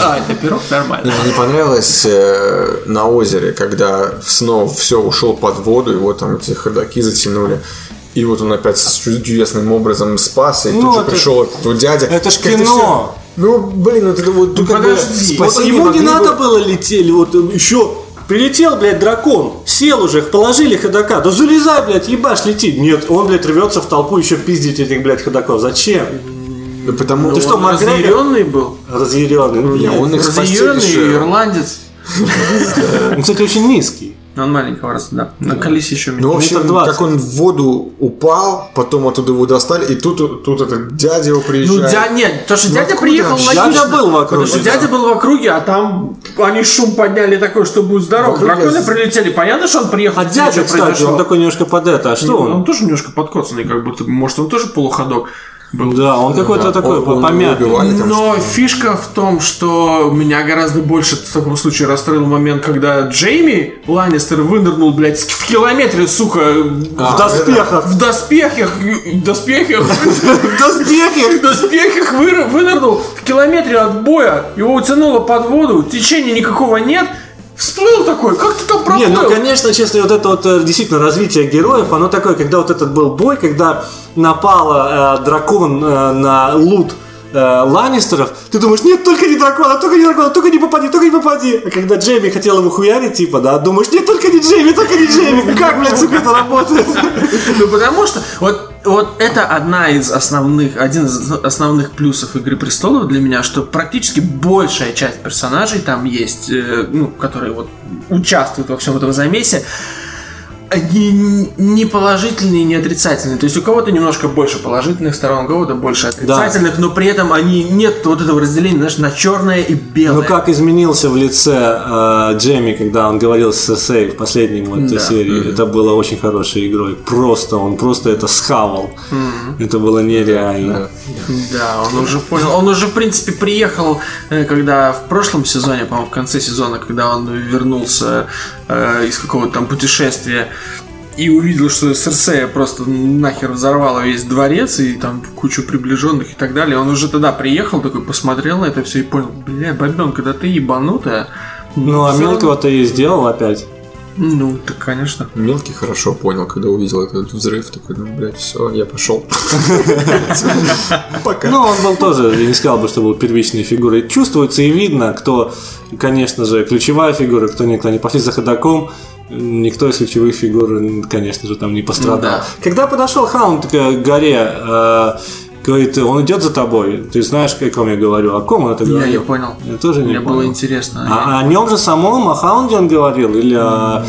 а, это пирог нормально.
Мне не понравилось э, на озере, когда снова все ушел под воду, его там эти ходаки затянули. И вот он опять с чуд- чудесным образом спас, и
Ну,
тут же
это-
пришел этот вот дядя.
это ж
Как-то
кино.
всё- Ну, блин, это вот тут как бы
подожди.
Вот
спасение
ему не
могли бы-
надо было лететь, вот еще прилетел, блядь, дракон, сел уже, положили ходока, да залезай, блядь, ебашь, лети. Нет, он, блядь, рвется в толпу еще пиздить этих, блядь, ходоков. Зачем?
Ну, потому
Ты что,
Он
Макгрегор?
разъяренный был.
Разъяренный.
Не,
блядь.
он их спасти
Разъяренный
решил.
ирландец.
Он, кстати, очень низкий.
Он маленького роста, да. На колесе еще
Ну, в
меньше.
общем,
метр двадцать.
как он в воду упал, потом оттуда его достали, и тут, тут этот дядя его
Ну,
приезжает.
дядя, нет, то, что
Ну,
дядя
откуда?
приехал
Дядя
логично.
был в округе,
Потому что
да.
Дядя был в округе, а там они шум подняли такой, что будет здоров.
округе
Драконы
с-
прилетели. Понятно, что он приехал.
А дядя,
что
кстати,
произошло?
он такой немножко под это, а что
он?
он?
тоже немножко подкоцанный, как будто бы. Может, он тоже полуходок.
был.
Да, он какой-то
Да,
такой
он- он
помятый.
убивали там,
Но
что-то.
фишка в том, что меня гораздо больше в таком случае расстроил момент, когда Джейми Ланнистер вынырнул, блядь, с- в километре, сука,
В доспехах.
в доспехах, в
*laughs*
доспехах,
В доспехе!
в доспехах выр- вынырнул в километре от боя, его утянуло под воду, течения никакого нет, всплыл такой, как ты там
Не,
проплыл?
ну конечно, честно, вот это вот э, действительно развитие героев, оно такое, когда вот этот был бой, когда напала э, дракон э, на лут э, Ланнистеров, ты думаешь, нет, только не дракона, только не дракона, только не попади, только не попади. А когда Джейми хотел ему хуярить, типа, да, думаешь, нет, только не Джейми, только не Джейми. Как, блядь, сука, это работает?
Ну, потому что вот, вот это одна из основных, один из основных плюсов Игры Престолов для меня, что практически большая часть персонажей там есть, э, ну, которые вот участвуют во всем этом замесе, они не положительные, не отрицательные. То есть у кого-то немножко больше положительных сторон, у кого-то больше отрицательных, но при этом они нет вот этого разделения, знаешь, на черное и белое.
Ну как изменился в лице э, Джейми, когда он говорил с Сесей в последней вот этой серии. Это было очень хорошей игрой. Просто он просто это схавал. Это было нереально.
Да, он уже понял. Он уже, в принципе, приехал, э, когда в прошлом сезоне, по-моему, в конце сезона, когда он вернулся э, из какого-то там путешествия и увидел, что Серсея просто нахер взорвала весь дворец и там кучу приближенных и так далее. Он уже тогда приехал, такой посмотрел на это все и понял, бля, бабенка, да ты ебанутая.
Ну а
Всё равно-
мелкого ты и сделал опять.
Ну, так, конечно.
Мелкий хорошо понял, когда увидел этот взрыв, такой, ну, блядь, все, я пошел. *laughs* Пока.
Ну, он был тоже, я не сказал бы, что был первичной фигурой. Чувствуется и видно, кто, конечно же, ключевая фигура, кто никто не пошли за ходаком. Никто из ключевых фигур, м, конечно же, там не пострадал.
Ну да.
Когда подошел Хаунд к горе, э, говорит, он идет за тобой. Ты знаешь, о ком я говорю, о ком он это
Я,
говорил?
я понял.
Я тоже не
Мне
понял.
было интересно.
А о нем же самом, о Хаунде он говорил? Или о,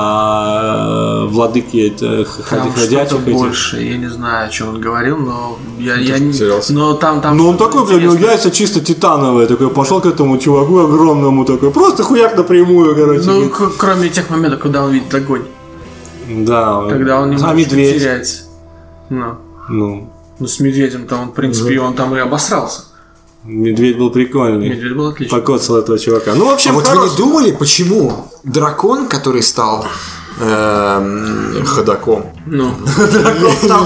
о владыке э,
Там
ходи-
что-то
ходячих? этих?
больше, я не знаю, о чем он говорил, но я, я
тоже
не...
потерялся.
Но там, там...
Ну он такой, блядь, у него
интересно.
яйца чисто титановые, такой пошел к этому чуваку огромному такой, просто хуяк напрямую, короче.
Ну, к- кроме тех моментов, когда он видит огонь,
да, он-
когда он
а
немножко
медведь.
теряется. Ну,
Ну,
ну, с медведем-то он, в принципе, он там и обосрался.
медведь был прикольный.
Медведь был отлично.
Покоцал этого чувака. Ну, в общем,
А вот вы
хорош-
не думали, почему дракон, который стал эм, ходаком,
Ну,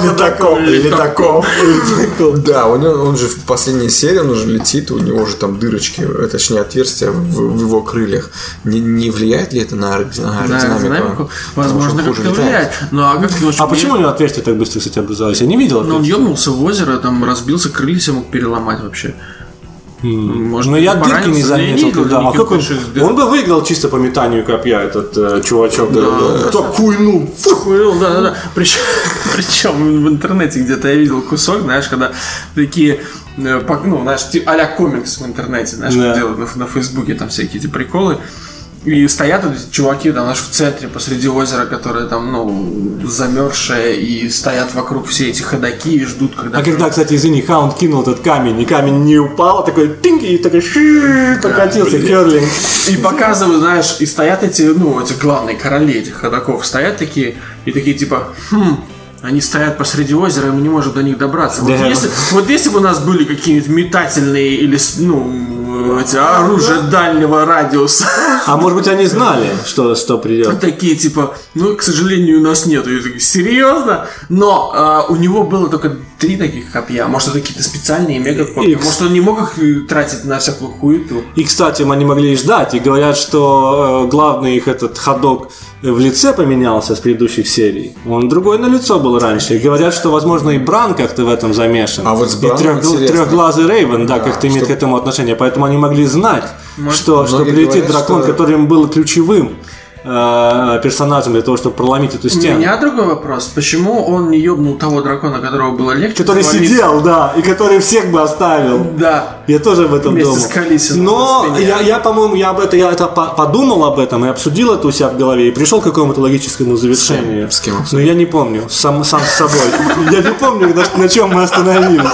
Летаком, летаком. *laughs* Да, у него, он же в последней серии, он уже летит, у него же там дырочки, э, точнее отверстия в, в его крыльях. Не, не влияет ли это на аэродин-
на
аэродинамику?
аэродинамику,
Потому что он
возможно,
хуже
как-то
летает.
влияет. Ну, а как
А почему у него отверстие так быстро, кстати, образовалось? Я не видел.
Ну, он
этого.
ёбнулся в озеро, там разбился, крылья себе мог переломать вообще. Может,
Но Ну, я дырки
поранился,
не
я
заметил.
ну, видел
когда- а
никаких
как он,
больших дыр.
он бы выиграл чисто по метанию копья этот э, чувачок. Ну,
да.
Так хуйнул. фух.
Хуел, да, да, да. *laughs* Причем, причем в интернете где-то я видел кусок, знаешь, когда такие, э, пок- ну, знаешь, ти- а-ля комикс в интернете, знаешь,
Да.
как делают на, ф- на Фейсбуке там всякие эти приколы. И стоят вот эти чуваки там, знаешь, в центре, посреди озера, которое там, ну, замерзшее, и стоят вокруг все эти ходаки и ждут, когда...
А когда, кстати, извини, Хаунд кинул этот камень, и камень не упал, а такой тинг, и такой ши покатился, керлинг.
И показывают, знаешь, и стоят эти, ну, эти главные короли этих ходаков, стоят такие, и такие типа, хм, они стоят посреди озера, и мы не можем до них добраться. Вот,
Да.
если, вот если бы у нас были какие-нибудь метательные или, с- ну, эти оружия дальнего радиуса, *laughs*
А может быть они знали, что, что придет?
такие типа, ну, к сожалению, у нас нету. Я такой, серьезно? Но а, у него было только три таких копья. Может, это какие-то специальные мега копья.
Икс.
Может, он не мог их э, тратить на всякую хуету.
И, кстати, они могли и ждать, и говорят, что э, главный их этот ходок в лице поменялся с предыдущих серий. Он другой на лицо был раньше. И говорят, что, возможно, и Бран как-то в этом замешан.
А вот с
И
Браном
трёх-
интересно.
трёхглазый Рейвен, да,
Да,
как-то имеет
что-
к этому отношение. Поэтому они могли знать, что, что
многие
прилетит
говорят,
дракон,
что-
который им был ключевым э, персонажем для того, чтобы проломить эту
У
стену.
меня другой вопрос. Почему он не ёбнул того дракона, которого было легче?
Который
завалить?
сидел, да, и который всех бы оставил.
Да.
Я тоже об этом
Вместе
думал.
с Калисиным на
Но
спине.
я, я, по-моему, я об это, я это по- подумал об этом и обсудил это у себя в голове и пришел к какому-то логическому завершению.
С кем
Но Ну, я не помню, сам, сам с собой. Я не помню, на, на чем мы остановились.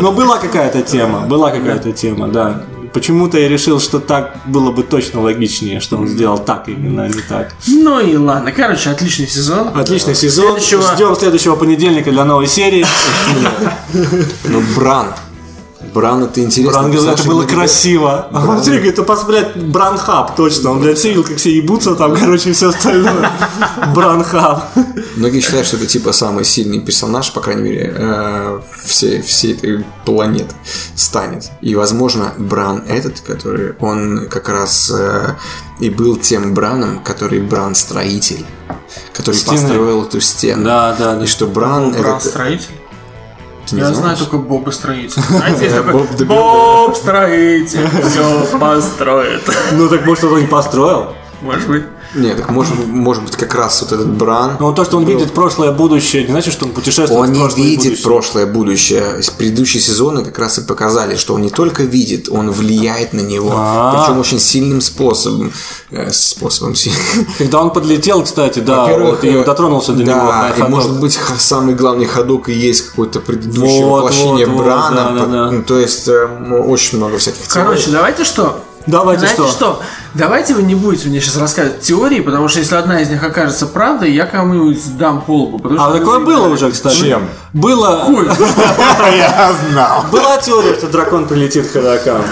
Но была какая-то тема, была какая-то тема, да. Почему-то я решил, что так было бы точно логичнее, что он сделал так именно, а не так.
Ну и ладно, короче, отличный сезон.
Отличный сезон.
Следующего-
Ждем следующего понедельника для новой
*laughs*
серии.
Ну, Бран. Бран это интересно.
Бран говорит, это было красиво. А смотри, говорит, это, пос- блядь, Бранхаб, точно. Он, блядь, все видел, как все ебутся там, *laughs* короче, и все остальное. Бранхаб.
Многие считают, что это типа самый сильный персонаж, по крайней мере, э, всей, всей этой планеты станет. И, возможно, Бран этот, который он как раз э, и был тем Браном, который Бран-строитель, который
Стены.
построил эту стену.
*laughs* Да, да,
И что Бран,
Бран
этот...
строитель.
ты не
Я
знаешь?
знаю только
*laughs*
Боба строитель. Знаете, есть такой
Боб the Builder.
Боб строитель все построит.
Ну так может он и построил?
Может быть.
Типа
Нет, так может, может быть как раз вот этот Бран...
Но то, что он видит прошлое, будущее, не значит, что он путешествует
Он
в
не
прошлое и
видит
будущее.
прошлое, будущее. С- Предыдущие сезоны как раз и показали, что он не только видит, он влияет на него.
А.
Причем очень сильным способом. Э,
*laughs*
способом сильным.
Когда он подлетел, кстати, да, А, вот, и
э,
дотронулся до
да,
него. на
и
ходок.
может быть х- самый главный ходок и есть какое-то предыдущее
Вот,
воплощение
вот, вот,
Брана.
да, да,
По-
да.
ну, То есть э, м, очень много всяких
Короче, давайте что?
Давайте
Знаете
что?
Давайте вы не будете мне сейчас рассказывать теории, потому что если одна из них окажется правдой, я кому-нибудь дам полбу. потому
А
что
такое
вы
было
заиграли.
уже, кстати.
Чем?
Было.
Ой,
*laughs* Я знал.
Была теория, что дракон прилетит к ходокам.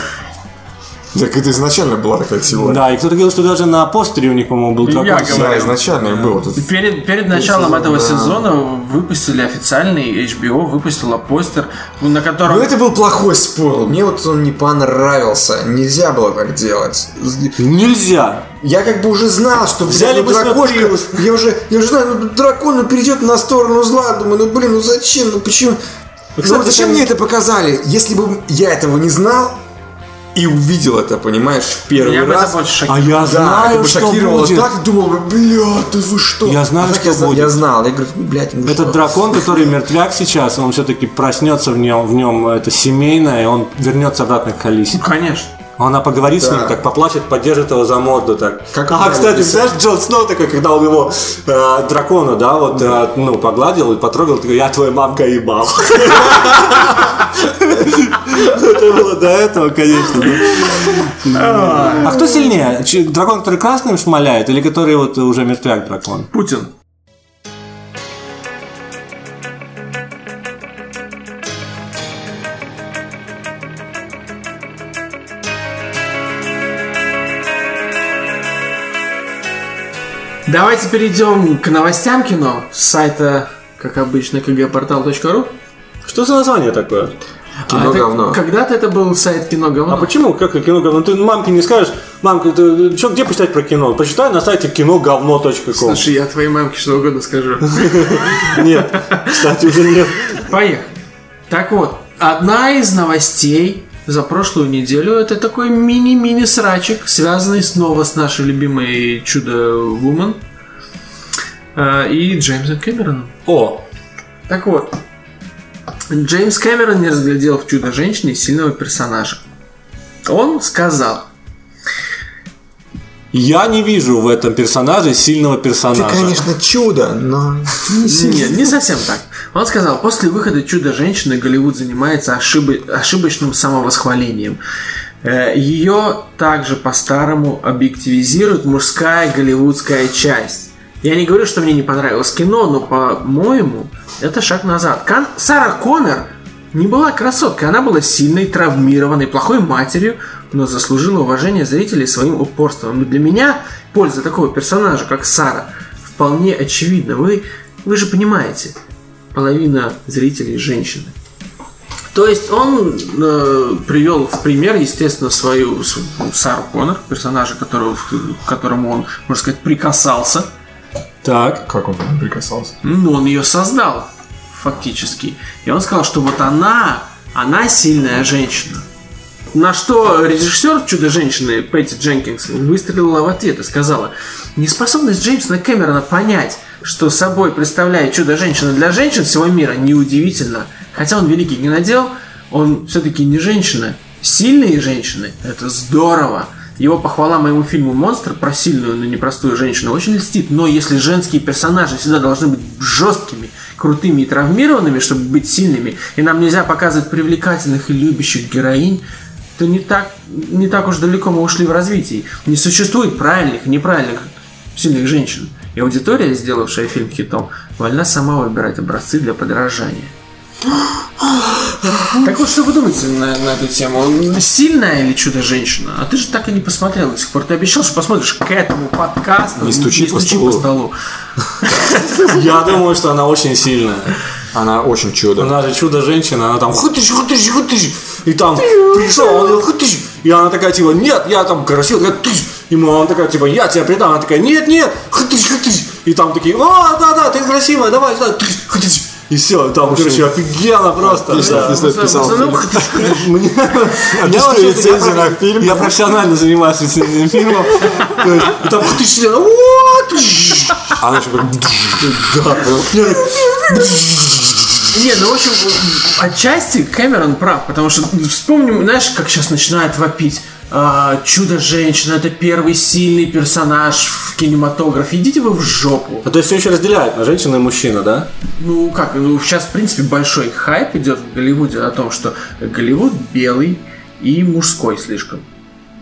Так это изначально была такая теория.
Да, и кто-то говорил, что даже на постере у них, по-моему, был дракон.
я
с-
говорю.
Да, изначально и было. Тут
Перед, перед началом
сезон,
этого
да.
сезона выпустили официальный HBO, выпустила постер, на котором...
Ну это был плохой спор. Мне вот он не понравился. Нельзя было так делать.
Нельзя.
Я как бы уже знал, что
Взяли
взяли
бы
дракошка.
Снотриус.
Я уже, я уже знаю, ну дракон ну, перейдет на сторону зла. Думаю, ну блин, ну зачем? Ну почему? Ну,
кстати,
вот зачем
там-
мне это показали? Если бы я этого не знал и увидел это, понимаешь, в первый
Я бы это
раз.
больше шокировал.
А я
да, это
знаю,
бы
что
шокировало
будет.
так, думал, бля, ты вы что?
Я знаю,
А так
что
я, зна-
будет.
Я знал, я говорю, ну, блядь, ну
Этот
что?
дракон,
*laughs*
который мертвяк сейчас, он все-таки проснется в нем, в нем это семейное, и он вернется обратно к Алисе.
Конечно.
Ну, Она поговорит с
Да.
ним, так поплачет, поддержит его за морду так.
Как
а,
он
кстати,
написал.
знаешь, Джон Сноу такой, когда он его э, дракона, да, вот, э, ну, погладил и потрогал, такой, я твоя мамка ебал. Это было до этого, конечно. да. А кто сильнее? Ч- Дракон, который красным шмаляет, или который вот уже мертвяк дракон?
Путин. Давайте перейдем к новостям кино с сайта, как обычно, kgportal.ru.
Что за название такое?
Кино
А это-
говно.
Когда-то это был сайт кино говно.
А почему? Как и кино говно? Ты мамке не скажешь, мамка, ты чё, где почитать про кино? Почитай на сайте киноговно.ком.
Слушай, я твоей мамке что угодно скажу.
Нет, кстати, уже нет.
*laughs* Поехали. Так вот, одна из новостей за прошлую неделю это такой мини-мини срачик, связанный снова с нашей любимой чудо Вумен и Джеймсом Кэмероном.
О,
Так вот, Джеймс Кэмерон не разглядел в Чудо-женщине сильного персонажа. Он сказал,
Я не вижу в этом персонаже сильного
Ты,
персонажа.
конечно, чудо, но
Нет, не совсем так. Он сказал, после выхода «Чудо-женщины» Голливуд занимается ошибо- ошибочным самовосхвалением. Э, Ее также по-старому объективизирует мужская голливудская часть. Я не говорю, что мне не понравилось кино, но, по-моему, это шаг назад. Кан- Сара Коннор не была красоткой, она была сильной, травмированной, плохой матерью, но заслужила уважение зрителей своим упорством. И для меня польза такого персонажа, как Сара, вполне очевидна. Вы, вы же понимаете, половина зрителей женщины. То есть он э, привел в пример, естественно, свою с- Сару Коннор, персонажа, которого, к которому он, можно сказать, прикасался.
Так.
Как он там прикасался?
Ну, он ее создал, фактически. И он сказал, что вот она, она сильная женщина. На что режиссер «Чудо-женщины» Пэтти Дженкинс выстрелила в ответ и сказала, неспособность Джеймса Кэмерона понять, что собой представляет «Чудо-женщина» для женщин всего мира, неудивительно. Хотя он великий генодел, он все-таки не женщина. Сильные женщины – это здорово. Его похвала моему фильму «Монстр» про сильную, но непростую женщину очень льстит. Но если женские персонажи всегда должны быть жесткими, крутыми и травмированными, чтобы быть сильными, и нам нельзя показывать привлекательных и любящих героинь, то не так, не так уж далеко мы ушли в развитии. Не существует правильных, неправильных сильных женщин. И аудитория, сделавшая фильм хитом, вольна сама выбирать образцы для подражания. Так вот, что вы думаете на, на эту тему? Сильная или чудо-женщина? А ты же так и не посмотрел до сих пор. Ты обещал, что посмотришь к этому подкасту.
Не стучи по столу. *laughs* Я думаю, что она очень сильная.
Она очень чудо.
Она же чудо-женщина, она там хутыш, хутыш, хутыш. И там пришел, он говорит, «Хутыш». И она такая, типа, нет, я там красивая, такая, «Тыш». Ему она такая, типа, я тебя предам. Она такая, нет, нет, хутыш, хутыш». И там такие, о, да, да, ты красивая, давай, сюда, «Тыш, хутыш». И все, там, короче, офигенно просто. да.
Ну,
Мне- Я вообще- я проф- Я профессионально занимаюсь рецензией фильмов. То есть, и Там ты член, «Вот!» Она еще прям, да, прям,
Не, ну в общем, отчасти Кэмерон прав, потому что ну, вспомним, знаешь, как сейчас начинают вопить. «А, Чудо-женщина это первый сильный персонаж в кинематографе. Идите вы в жопу.
А то есть все еще разделяют на женщину и мужчину, да?
Ну как, ну сейчас, в принципе, большой хайп идет в Голливуде о том, что Голливуд белый и мужской слишком.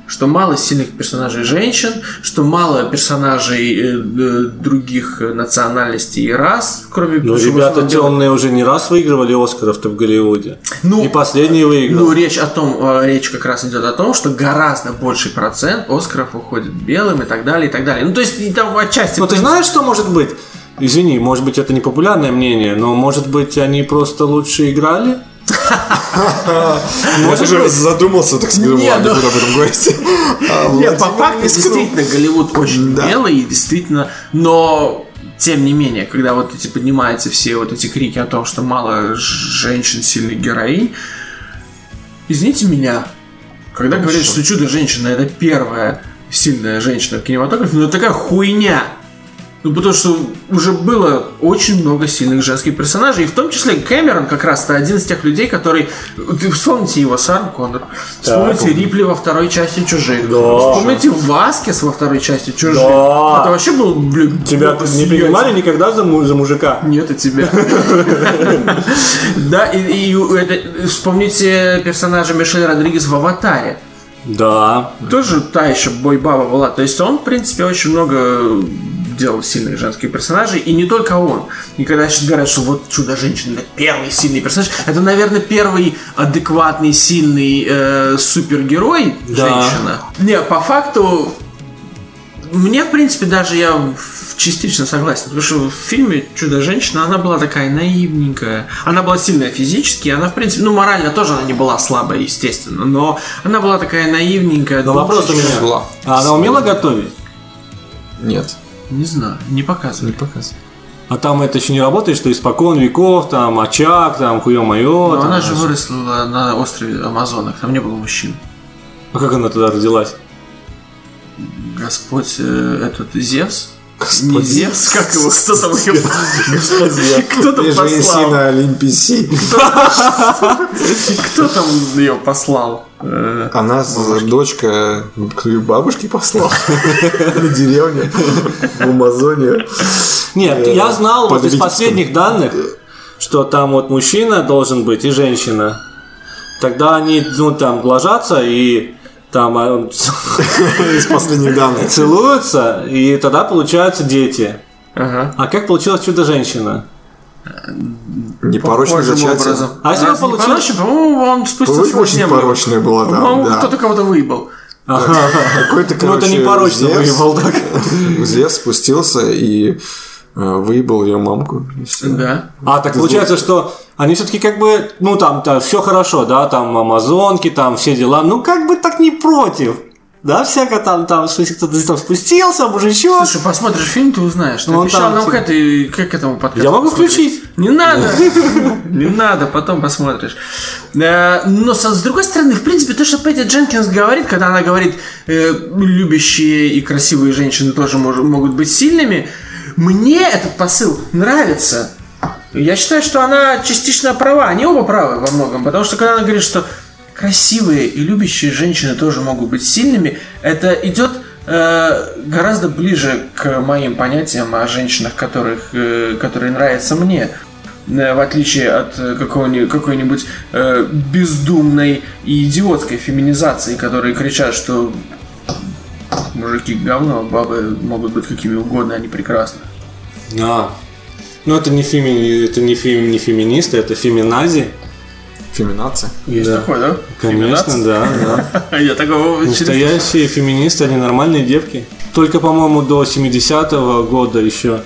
Что мало сильных персонажей женщин, что мало персонажей э, э, других национальностей и рас, кроме
Ну,
почему
ребята
основного белого.
темные уже не раз выигрывали Оскаров-то в Голливуде.
Ну,
и последний
Ну,
выиграл.
речь о том, э, речь как раз идет о том, что гораздо больший процент Оскаров уходит белым и так далее, и так далее. Ну, то есть, и там отчасти...
Ну, ты знаешь, что может быть? Извини, может быть, это не популярное мнение, но, может быть, они просто лучше играли? Ну,
Я уже задумался, так сказать,
Не,
ладно,
ну-
буду об
*laughs*
этом говорить. А
Нет, по
Владимир
факту,
Искров.
действительно, Голливуд очень
Да.
белый, и действительно, но... Тем не менее, когда вот эти поднимаются все вот эти крики о том, что мало ж- женщин сильных героинь, извините меня, когда
Ну,
говорят, что чудо-женщина это первая сильная женщина в кинематографе, ну это такая хуйня. Ну, потому что уже было очень много сильных женских персонажей, и в том числе Кэмерон как раз-то один из тех людей, который... Ты вспомните его, Сарн Коннор, вспомните Рипли во второй части «Чужих», вспомните Васкес во второй части «Чужих».
Да.
Это вообще был, блин,
Тебя
бомба
не
съётся.
принимали никогда за, му- за мужика?
Нет, и тебя. *laughs* Да, и- и у- это- вспомните персонажа Мишель Родригес в «Аватаре».
Да.
Тоже та еще бойбаба была. То есть он, в принципе, очень много делал сильных женских персонажей, и не только он. И когда сейчас говорят, что вот Чудо-женщина, это первый сильный персонаж, это, наверное, первый адекватный, сильный э, супергерой
Да.
женщина. Не, по факту, мне, в принципе, даже я в- частично согласен, потому что в фильме Чудо-женщина, она была такая наивненькая. Она была сильная физически, она, в принципе, ну, морально тоже она не была слабая, естественно, но она была такая наивненькая.
Но вопрос у
душечка.
меня.
Была.
А она умела готовить?
Нет,
Не знаю, не
не
показывали.
показ.
А там это еще не работает, что испокон веков, там, очаг, там, хуе мое.
Но она же выросла на острове Амазонок, там не было мужчин.
А как она туда родилась?
Господь э, этот Зевс. не Зевс, как его, кто там его...
*laughs*
Кто там послал?
на Олимписи.
Кто там ее послал? Э,
Она с- дочка к её бабушке *laughs* послала на деревне в Амазоне.
Нет,
Э,
я знал вот
под
из
Витебском.
последних данных, что там вот мужчина должен быть и женщина. Тогда они, ну, там, ложатся и там э,
Из последних
*laughs*
данных.
целуются, и тогда получаются дети.
Ага.
А как получилось чудо-женщина?
Непорочное
Похожим
зачатие.
образом.
А если
Разве
он
не
получил-
порочный? По-моему, он
Очень
спустился на
очень
землю.
порочная была там,
По-моему,
да.
кто-то кого-то выебал.
Какой-то,
Ну, это
короче,
не порочно
Зевс-
выебал так.
*laughs* Зевс спустился и э, выебал ее мамку. и всё.
Да.
А, так получается, что они все-таки как бы, ну, там, там все хорошо, да, там амазонки, там все дела, ну, как бы так не против. Да, всяко там, там, что если кто-то здесь там спустился, мужичок.
Слушай, посмотришь фильм, ты узнаешь. Ты
Ну, он
обещал
там
нам к,
всё-
этой, к, к этому подкасту.
Я могу
посмотреть.
включить?
Не надо. *laughs* Не надо, потом посмотришь. Э, Но со- с другой стороны, в принципе, то, что Петти Дженкинс говорит, когда она говорит, э, любящие и красивые женщины тоже мож- могут быть сильными, мне этот посыл нравится. Я считаю, что она частично права, они оба правы во многом, потому что когда она говорит, что красивые и любящие женщины тоже могут быть сильными, это идет э, гораздо ближе к моим понятиям о женщинах, которых, э, которые нравятся мне. э, в отличие от э, какого-нибудь, какой-нибудь э, бездумной и идиотской феминизации, которые кричат, что мужики говно, бабы могут быть какими угодно, они прекрасны.
А. Ну это не феми... это не, фем... не феминисты, это феминази.
Феминация.
Есть
Да.
такое, да?
Конечно, да, да.
Я такого через-
Настоящие феминисты, они нормальные девки. Только, по-моему, до 70-го года еще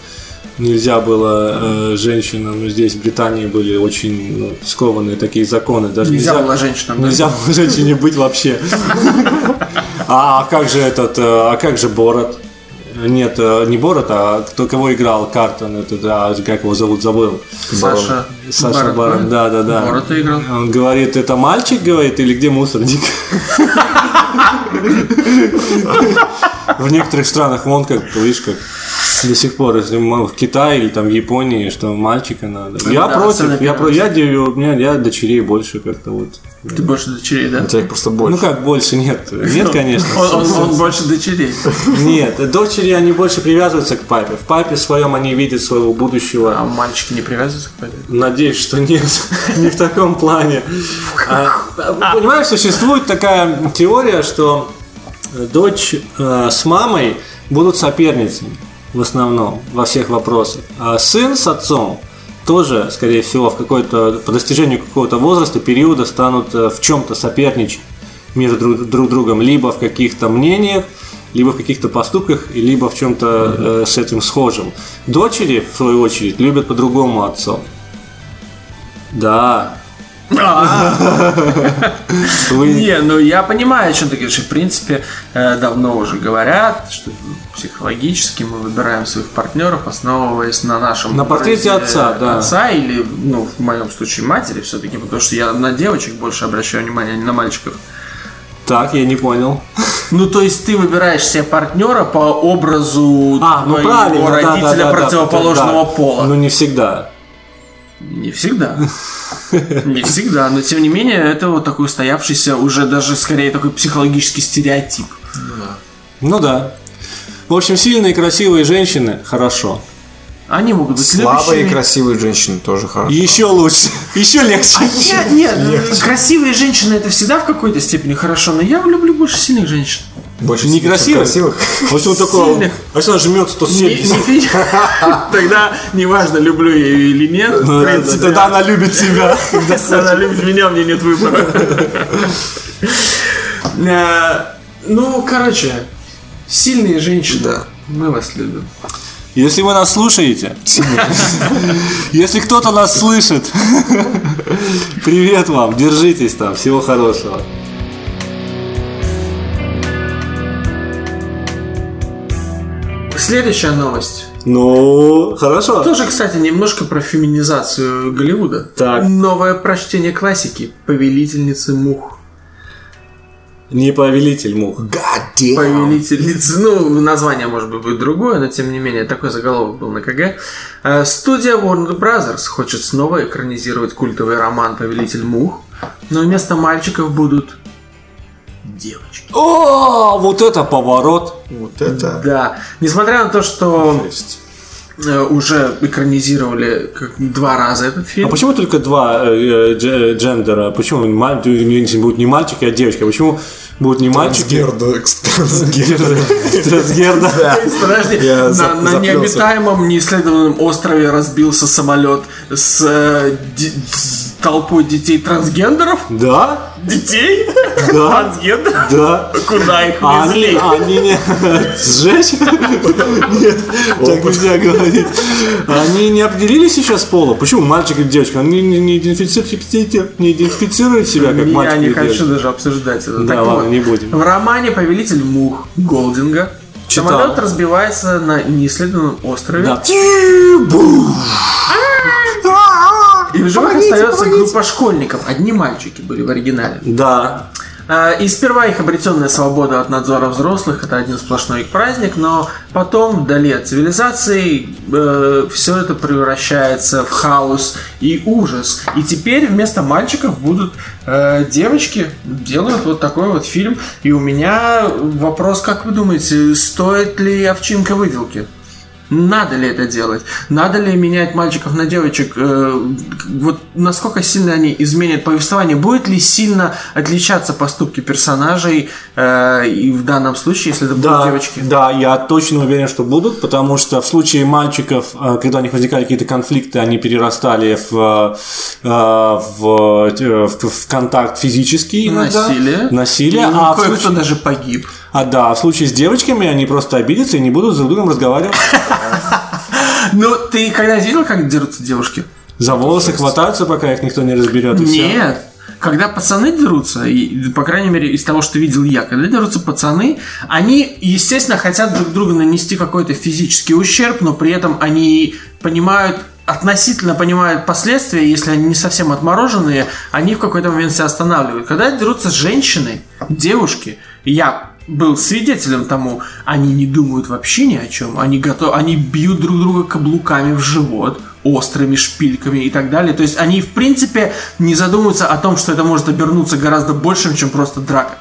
нельзя было э, женщинам, ну, здесь в Британии были очень ну, скованные такие законы. Даже
Нельзя было женщинам, да.
Нельзя было женщине быть вообще. А как же этот, э, а как же Борот? Нет, э, не Борот, а кто кого играл Картон, этот, а, как его зовут, забыл.
Саша.
Саша
Барретт,
Барон, да, да, да.
Борота играл.
Он говорит, это мальчик, говорит, или где мусорник? *laughs* В некоторых странах вон как, видишь, как до сих пор, если мы в Китае или там в Японии, что мальчика надо. Я
да,
против,
особенно
я про, я, де- у меня я дочерей больше как-то вот.
Ты больше дочерей, да?
У тебя их просто
Ну
больше.
как больше нет, нет,
*laughs* Он,
конечно.
он- он больше дочерей.
Нет, дочери они больше привязываются к папе. В папе своем они видят своего будущего.
А мальчики не привязываются к победе?
*laughs* Надеюсь, что нет, не в *laughs* таком плане. А, а, Понимаешь, существует такая теория, что дочь э, с мамой будут соперницами в основном во всех вопросах, а сын с отцом тоже, скорее всего, в какой-то по достижению какого-то возраста, периода станут э, в чем-то соперничать между друг, друг другом, либо в каких-то мнениях, либо в каких-то поступках, и либо в чем-то э, с этим схожем. Дочери, в свою очередь, любят по-другому отцом. Да. Вы-
А! Не, ну я понимаю, о чем ты говоришь. И, В принципе, э, давно уже говорят, что психологически мы выбираем своих партнеров, основываясь на нашем
На портрете
образе
отца, да.
Отца или, ну, в моем случае, матери все-таки, потому что я на девочек больше обращаю внимание, а не на мальчиков.
Так, я не понял.
Ну, то есть ты выбираешь себе партнера по образу
А, ну
твоего
правильно. да, да,
родителя
да, да,
противоположного
да.
пола.
Ну не всегда. *laughs*
Не всегда. Не всегда, но тем не менее, это вот такой устоявшийся, уже даже скорее такой психологический стереотип.
Ну да. В общем, сильные и красивые женщины хорошо.
Они могут быть
Слабые и
следующими.
красивые женщины тоже хорошо.
Еще лучше. Еще легче.
Нет, нет, ну, красивые женщины это всегда в какой-то степени хорошо, но я люблю больше сильных женщин.
Больше сильных, чем
Некрасивых.
красивых. *laughs*
А если он такой,
Сильных.
а если он жмет
Не-
170? *laughs*
не- Тогда неважно, люблю я ее или нет. в
Ну,
принципе,
Тогда она любит себя.
*laughs* Если она любит меня, мне нет выбора. Э, Ну, короче, сильные женщины.
Да.
Мы вас любим.
Если вы нас слушаете, если кто-то нас слышит, привет вам, держитесь там, всего хорошего.
Следующая новость.
Ну, хорошо.
Тоже, кстати, немножко про феминизацию Голливуда.
Так.
Новое прочтение классики «Повелительницы мух».
Не повелитель мух.
Повелительницы, ну, название, может быть, будет другое, но, тем не менее, такой заголовок был на КГ. Э, Студия Warner Brothers хочет снова экранизировать культовый роман «Повелитель мух», но вместо мальчиков будут девочки.
О, вот это поворот.
Вот это.
Да, несмотря на то, что
Жесть.
э, уже экранизировали как два раза этот
А
фильм.
почему только два э, э, дже- джендера? Почему маль- не- будут не мальчики, а девочки? А почему будут не мальчики?
Трансгердекс,
*laughs*
трансгердекс.
Трансгерда.
Подожди,
Я
на,
за-
на
заплелся.
необитаемом, неисследованном острове разбился самолет с, э, ди- с толпой детей трансгендеров.
Да?
Детей?
Да?
Трансгендеров?
Да.
Куда их
А они,
везли?
а они не... *laughs* Сжечь? Нет, так нельзя говорить. Они не определились еще с пола? Почему мальчик или девочка? Они не, не идентифицируют, не идентифицируют себя как
Я
мальчик
не
или
хочу
девочка?
даже обсуждать это.
Да,
Так
ладно,
вот,
не будем.
В романе «Повелитель мух» Голдинга
Читал.
самолет разбивается на неисследованном острове.
Да.
И в живых остается группа школьников. Одни мальчики были в оригинале.
Да.
А, И сперва их обретенная свобода от надзора взрослых это один сплошной их праздник, но потом, вдали от цивилизации, все это превращается в хаос и ужас. И теперь вместо мальчиков будут э, девочки делают вот такой вот фильм. И у меня вопрос, как вы думаете, стоит ли овчинка выделки? Надо ли это делать? Надо ли менять мальчиков на девочек? Э, вот насколько сильно они изменят повествование? Будет ли сильно отличаться поступки персонажей э, и в данном случае, если это будут
Да,
девочки?
да, я точно уверен, что будут, потому что в случае мальчиков, э, когда у них возникали какие-то конфликты, они перерастали в, э, в, э, в- в контакт физический иногда.
Насилие.
Насилие.
И
а, в
кое-кто
случае-
даже погиб.
а, да, в случае с девочками они просто обидятся и не будут друг с другом разговаривать.
Ну, ты когда видел, как дерутся девушки?
За волосы хватаются, пока их никто не разберет. и всё.
Нет. Когда пацаны дерутся, и, по крайней мере, из того, что видел я, когда дерутся пацаны, они, естественно, хотят друг другу нанести какой-то физический ущерб, но при этом они понимают, относительно понимают последствия, если они не совсем отмороженные, они в какой-то момент себя останавливают. Когда дерутся женщины, девушки, я был свидетелем тому, они не думают вообще ни о чем. Они готовы, они бьют друг друга каблуками в живот, острыми шпильками и так далее. То есть они, в принципе, не задумываются о том, что это может обернуться гораздо большим, чем просто драка.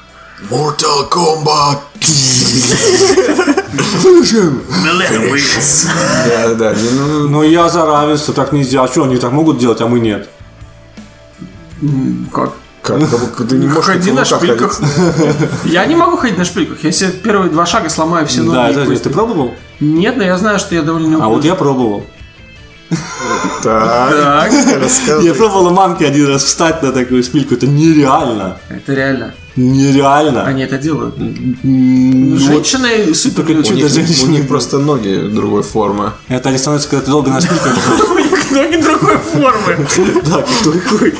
Mortal Kombat! Да, да, не, ну,
Ну я за равенство, так нельзя. А что они так могут делать, а мы нет?
Как?
как, как- ты не можешь
Ходи на
каблуках
шпильках.
ходить.
Я не могу ходить на шпильках. Я себе первые два шага сломаю все ноги.
да,
и
это,
кости.
ты пробовал?
Нет, но я знаю, что я довольно
А вот я пробовал.
Так,
Так,
Я пробовал у мамки один раз встать на такую шпильку. Это нереально.
это реально.
Нереально.
Они это делают.
М, вот
Женщины супер
только
у
чудо
*laughs*
них, у
женщины.
них просто ноги другой формы.
Это они становятся, когда ты долго на шпильках.
У них ноги другой
*laughs*
формы.
Да, как такой.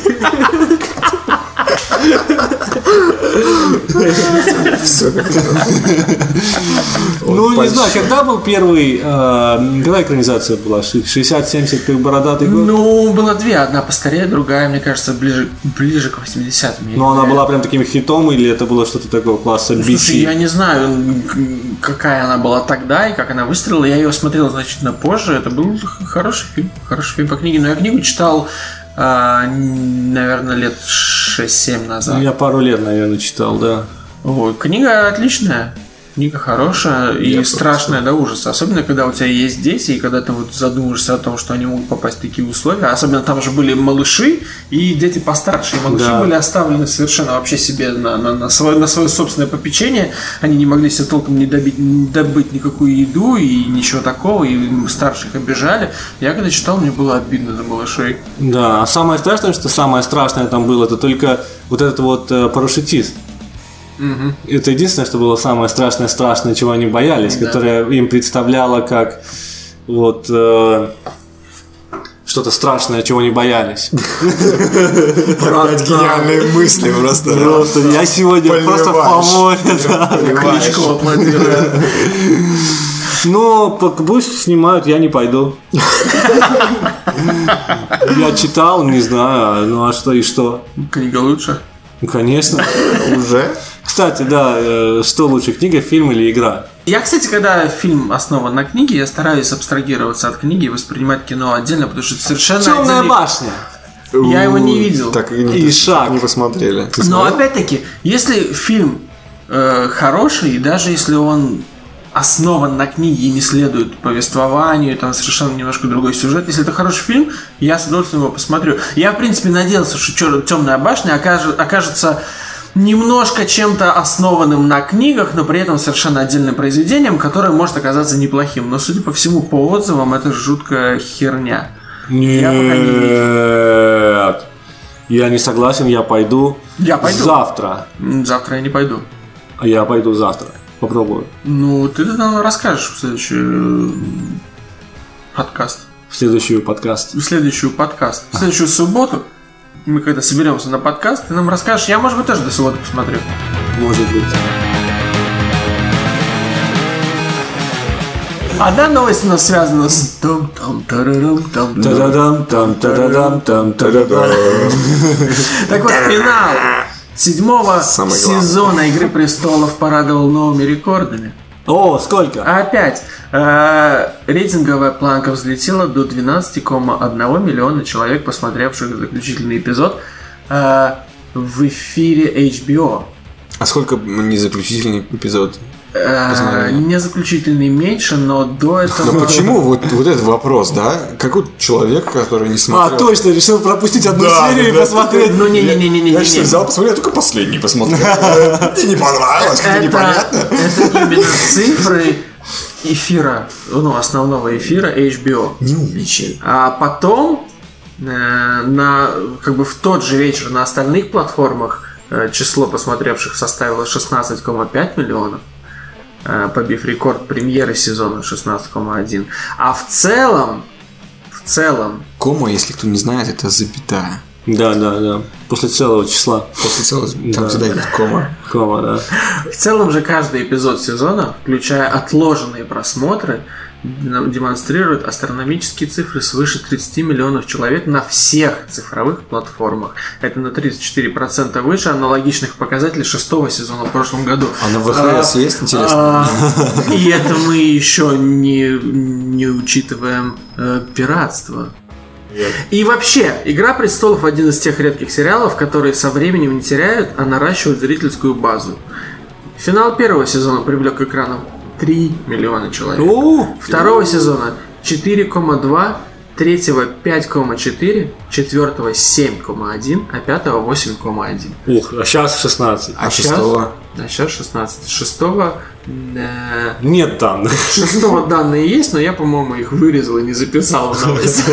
Ну, не знаю, когда был первый... э, Когда экранизация была? Ш- 60-70 бородатый год?
Ну, было две. Одна постарее, другая, мне кажется, ближе, ближе к 80-м.
Но Ну, она была прям таким хитом, или это было что-то такого класса
Слушай, я
BC?
не знаю, м, какая она была тогда и как она выстрелила. Я ее смотрел значительно позже. Это был х- хороший фильм, хороший фильм по книге. Но я книгу читал, а, н- наверное, лет 6-7 назад.
Я пару лет, наверное, читал, да.
Вот. Книга отличная. Книга хорошая и страшная до ужаса. Особенно, когда у тебя есть дети, и когда ты вот задумаешься о том, что они могут попасть в такие условия. Особенно там же были малыши и дети постарше. И малыши
Да.
были оставлены совершенно вообще себе на, на, на свое, на свое собственное попечение. Они не могли себе толком не, добить, не добыть никакую еду и ничего такого. И старших обижали. Я когда читал, мне было обидно за малышей.
Да, а самое страшное, что самое страшное там было, это только вот этот вот э, парашютист. Это единственное, что было самое страшное, страшное, чего они боялись, которое им представляло как вот э, что-то страшное, чего они боялись.
Опять гениальные мысли просто.
Просто я сегодня просто
Поливаешь.
поморе. да.
Кличко аплодирую.
Но Ну, пок- пусть снимают, *laughs* я не пойду. Я читал, не знаю, ну а что и что?
Книга лучше.
Ну, конечно.
Уже?
Кстати, да, э, что лучше, книга, фильм или игра?
Я, кстати, когда фильм основан на книге, я стараюсь абстрагироваться от книги и воспринимать кино отдельно, потому что это совершенно
Темная
отдельный-
башня.
Я его не видел. Ну,
Так и не,
И шаг.
не посмотрели.
Но опять-таки, если фильм э, хороший, и даже если он основан на книге и не следует повествованию, там совершенно немножко другой сюжет. Если это хороший фильм, я с удовольствием его посмотрю. Я, в принципе, надеялся, что «Темная башня» окаже- окажется немножко чем-то основанным на книгах, но при этом совершенно отдельным произведением, которое может оказаться неплохим. Но, судя по всему, по отзывам, это жуткая херня. Я пока не
Нет. Я не согласен, я пойду.
Я пойду.
Завтра.
М, Завтра я не пойду.
А Я пойду завтра. Попробую.
Ну, ты нам расскажешь в следующий э, подкаст.
В следующий подкаст.
В следующую подкаст. В следующую субботу мы когда соберемся на подкаст, ты нам расскажешь. Я, может быть, тоже до субботы посмотрю.
Может быть.
Одна новость у нас связана с... Там-там, тарарам-там.
Та-да-дам, там, та-да-дам, там, та-да-дам.
Так вот, финал седьмого
Самое главное.
сезона «Игры престолов» порадовал новыми рекордами.
О, сколько?
А Опять. э, рейтинговая планка взлетела до 12,1 миллиона человек, посмотревших заключительный эпизод э, в эфире HBO.
А сколько не заключительный эпизод?
Э, Не заключительный меньше, но до этого...
Но
*laughs*
почему вот, вот этот вопрос, да? Какой человек, который не
А,
смотрел...
точно, решил пропустить одну
Да,
серию и
да,
посмотреть.
Ну, не, не, не, не, не,
Я что, взял, посмотрел, я только последний
*laughs*
посмотрел. Мне не понравилось, это непонятно. *laughs*
это именно цифры эфира, ну, основного эфира HBO.
Не умничай.
А потом э, на, как бы в тот же вечер на остальных платформах э, число посмотревших составило 16,5 миллионов, э, побив рекорд премьеры сезона 16,1. А в целом, в целом,
Кома, если кто не знает, это запятая.
Да, да, да. После целого числа.
После целого там всегда идет кома.
Кома, да.
в целом же каждый эпизод сезона, включая отложенные просмотры, нам демонстрирует астрономические цифры свыше 30 миллионов человек на всех цифровых платформах. Это на 34% выше аналогичных показателей шестого сезона в прошлом году.
А на ВХС
А,
есть, интересно?
а, И это мы еще не, не учитываем э, пиратство. И вообще, «Игра престолов» один из тех редких сериалов, которые со временем не теряют, а наращивают зрительскую базу. Финал первого сезона привлек к экранам 3 миллиона человек. Второго сезона 4,2, третьего 5,4, четвертого 7,1, а пятого 8,1.
Ух, а сейчас 16.
А шестого?
А сейчас 16. Шестого... э,
Нет там.
Шестого данные есть, но я, по-моему, их вырезал и не записал в новости.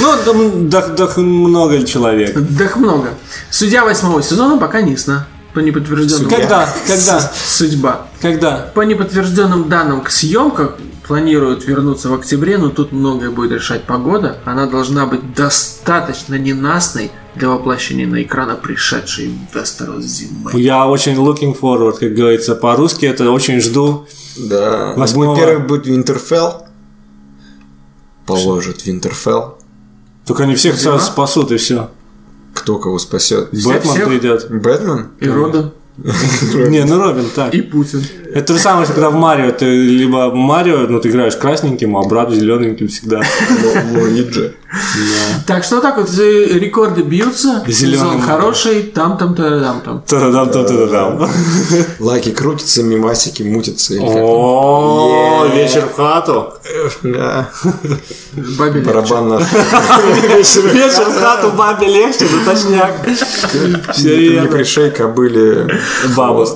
Ну, там дох- дох- много человек.
Так много. Судья восьмого сезона пока Нисна. По неподтвержденным...
Когда? Когда?
Судьба.
Когда?
По неподтвержденным данным к съемкам планируют вернуться в октябре, но тут многое будет решать погода. Она должна быть достаточно ненастной для воплощения на экрана пришедшей в Вестерос зимы.
Я очень looking forward, как говорится по-русски. Это очень жду.
Да.
Восьмого.
Будет первый будет Винтерфелл. Положит Винтерфелл.
Только они всех сразу спасут и все.
Кто кого спасет?
Бэтмен
всех?
придет.
Бэтмен?
И Рода,
Не, ну Робин, так.
и Путин.
Это то же самое, что когда в Марио. Ты либо Марио, ну ты играешь красненьким, а брат зелененьким всегда.
Лу- Луиджи.
Так что так вот, э, рекорды бьются, сезон
Зелёным.
хороший, там-там-там-там.
Та-да-дам,
*laughs*
та-да-дам.
Лаки крутятся, мимасики мутятся. или как там.
О, вечер в хату.
Да.
Бабель.
Барабан
*laughs*
наш.
Вечер в хату бабе легче, да точняк.
Не а пришей кобыли.
Баба.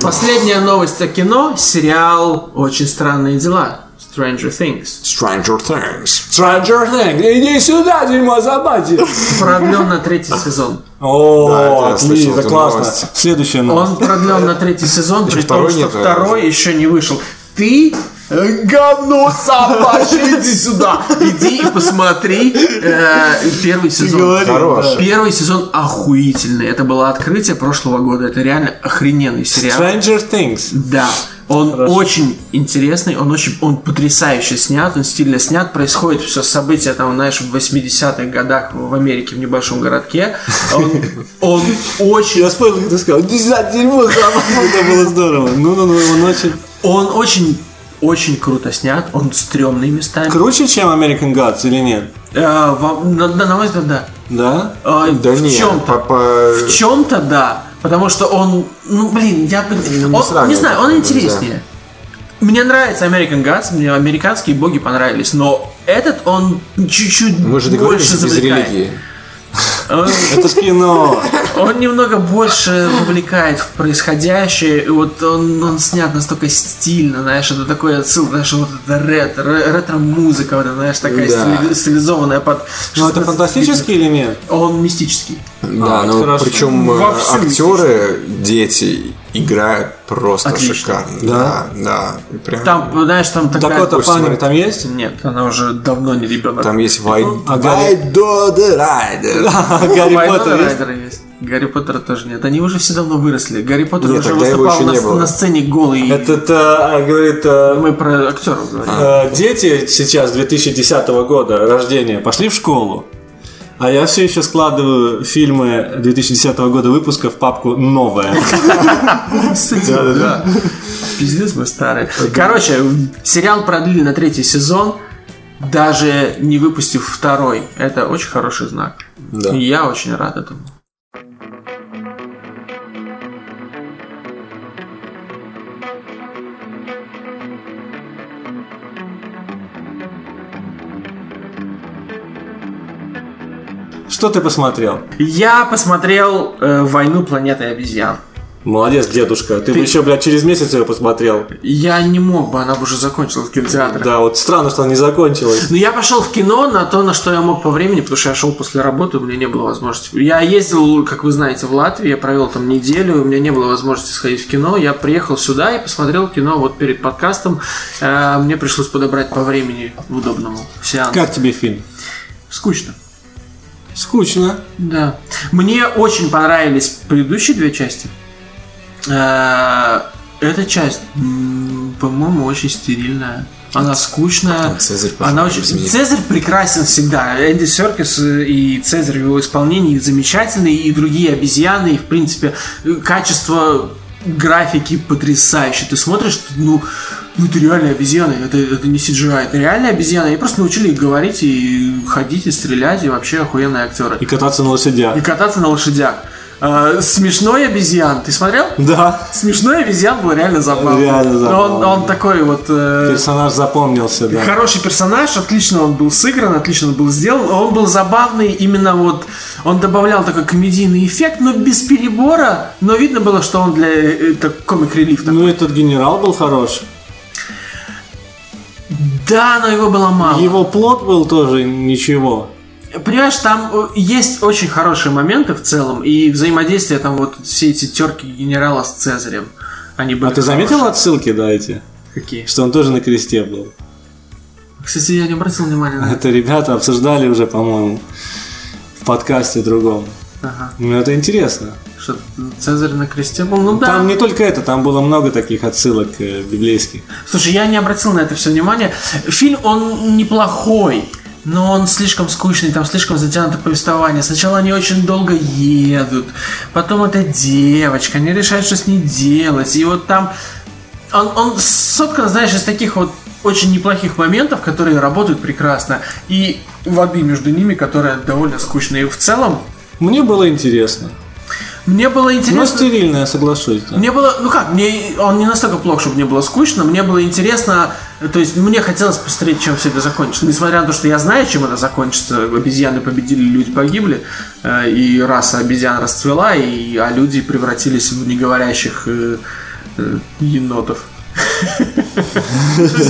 Последняя новость о кино – сериал «Очень странные дела» Stranger Things.
Stranger Things.
Stranger Things, иди сюда, дерьмо, забади.
Продлен на третий сезон.
О,
Да, это я слышал
отлично,
эту
классно.
новость.
Следующая новость.
Он продлен на третий сезон, при том,
второй
что
нет,
второй еще не вышел. Ты э, говно собачье, иди сюда. Иди и посмотри э, первый сезон.
Хорош.
Первый сезон охуительный. Это было открытие прошлого года. Это реально охрененный сериал.
Stranger Things.
Да, он очень интересный, он очень, он потрясающе снят, он стильно снят, происходит все события там, знаешь, в 80-х годах в Америке в небольшом городке. Он,
*laughs*
он очень,
Я вспомнил, как ты сказал. Иди сюда,
*laughs*
дерьмо, забади. Это было здорово.
Ну,
Ну-ну-ну, он очень...
он очень очень круто снят, он стрёмный местами.
Круче, чем American Gods или нет?
Э, во- на, на- на мой взгляд, да.
Да?
Э,
Да
в
нет,
чем-то.
папа...
В чем-то да. Потому что он. Ну блин, я бы- он- не,
сравнивать
знаю, он
нельзя.
интереснее. Мне нравится American Gods, мне американские боги понравились, но этот он чуть-чуть
Ну, Мы же договорились
больше
без
завлекает.
религии.
Он,
Это ж кино.
он немного больше вовлекает в происходящее, и вот он, он снят настолько стильно, знаешь, это такой отсыл, знаешь, вот это ретро, ретро-музыка, вот, эта, знаешь, такая
Да.
стили- стилизованная под...
Ну, это фантастический или нет?
Он мистический.
Да, ну
хорошо.
причем
Во всем
актеры, дети играют просто
Отлично.
шикарно. Да, да. И Прям
Там, знаешь, там
Ну,
такая...
Дакота
хочешь
Фаннинг
смотреть.
а там есть?
Нет, она уже давно не ребенок.
там есть Вайдо
Гарри-
Райдер.
А Гарри
Вайнона
Поттер есть?
Райдера есть. Гарри Поттера тоже нет. Они уже все давно выросли. Гарри Поттер
Нет,
уже
тогда его
выступал
еще
на,
не
с-
было.
на сцене голый.
Этот, э, говорит, э,
Мы про актеров говорим.
А.
э, дети сейчас 2010 года рождения пошли в школу, а я все еще складываю фильмы 2010 года выпуска в
*laughs*
папку «Новое».
А.
*laughs* Да, да, да. Пиздец, мы старые. Короче, сериал продлили на третий сезон, даже не выпустив второй. Это очень хороший знак. И я очень рад этому.
Что ты посмотрел?
Я посмотрел э, «Войну планеты обезьян».
Молодец, дедушка. Ты, бы еще, блядь, через месяц ее посмотрел.
Я не мог бы, она бы уже закончилась в кинотеатре.
Да, вот странно, что она не закончилась.
Но Ну, я пошел в кино на то, на что я мог по времени, потому что я шел после работы, у меня не было возможности. Я ездил, как вы знаете, в Латвию, я провел там неделю, у меня не было возможности сходить в кино. Я приехал сюда и посмотрел кино вот перед подкастом. Э, Мне пришлось подобрать по времени удобному сеансу.
Как тебе фильм?
Скучно.
Скучно.
Да. Мне очень понравились предыдущие две части. Э, Эта часть, м, по-моему, очень стерильная. Она скучная.
Цезарь,
Она очень... Цезарь прекрасен всегда. Энди Серкис э, и Цезарь в его исполнении замечательные, и другие обезьяны, и, в принципе, э, качество графики потрясающе. Ты смотришь, ты, ну, ну это реальные обезьяны, это, это не CGI, это реальные обезьяны. Они просто научили их говорить, и ходить, и стрелять, и вообще охуенные актеры.
И кататься на
И
лошадях.
кататься на лошадях. Э, Смешной обезьян, ты смотрел?
*laughs* Да.
Смешной обезьян был реально забавный.
Реально забавный.
Он, он такой вот... э,
Персонаж запомнился, да.
Хороший персонаж, отлично он был сыгран, отлично он был сделан. Он был забавный именно вот... Он добавлял такой комедийный эффект, но без перебора. Но видно было, что он для э, так, комик-релиф. такой.
Ну, этот генерал был хорош.
Да, но его было мало.
Его плод был тоже ничего.
Понимаешь, там э, есть очень хорошие моменты в целом, и взаимодействие там вот все эти терки генерала с Цезарем. Они были
А ты заметил
хорошие.
отсылки, да, эти?
Какие?
Что он тоже на кресте был.
Кстати, я не обратил внимания на это.
Это ребята обсуждали уже, по-моему, в подкасте другом.
Ага.
Ну, это интересно.
Что Цезарь на кресте был? Ну да.
Там не только это, там было много таких отсылок э, библейских.
Слушай, я не обратил на это все внимание. Фильм, он неплохой, но он слишком скучный, там слишком затянуто повествование. Сначала они очень долго едут, потом эта девочка, они решают, что с ней делать. И вот там... Он, он соткан, знаешь, из таких вот очень неплохих моментов, которые работают прекрасно, и воды между ними, которая довольно скучная. И в целом,
Мне было интересно.
мне было
Ну,
интересно...
стерильно, я соглашусь. да.
Мне было, ну как, мне он не настолько плох, чтобы мне было скучно, мне было интересно, то есть мне хотелось посмотреть, чем все это закончится. Несмотря на то, что я знаю, чем это закончится, обезьяны победили, люди погибли, э, и раса обезьян расцвела, и, а люди превратились в неговорящих э, э, енотов.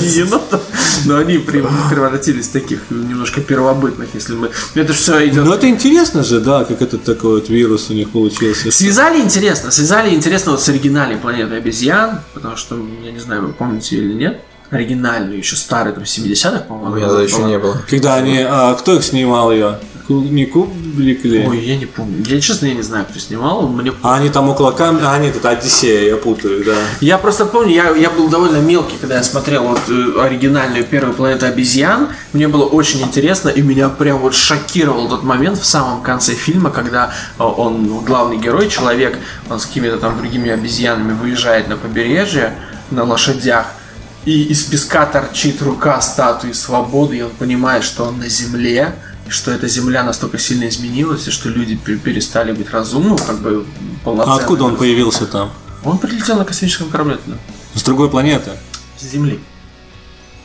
Не енотов, но они при- превратились в таких немножко первобытных, если мы... Это все идет
Но Ну, это интересно же, да, как этот такой вот вирус у них получился.
Связали интересно, связали интересно вот с оригинальной планетой обезьян, потому что, я не знаю, вы помните или нет, оригинальную, еще старый, там, 70-х, по-моему.
У меня
она
еще
была.
не было.
Когда они... а, кто их снимал ее? Не Кублик ли?
Ой, я не помню. Я, честно, я не знаю, кто снимал, мне...
А они там около камеры... А, нет, это Одиссея, я путаю, да.
Я просто помню, я, я был довольно мелкий, когда я смотрел вот э, оригинальную первую планету обезьян. Мне было очень интересно, и меня прям вот шокировал тот момент в самом конце фильма, когда э, он, ну, главный герой, человек, он с какими-то там другими обезьянами выезжает на побережье на лошадях, и из песка торчит рука статуи свободы, и он понимает, что он на земле, и что эта земля настолько сильно изменилась, и что люди пе- перестали быть разумными, как бы
А
полноценными.
откуда он появился там?
Он прилетел на космическом корабле туда.
С другой планеты.
С Земли.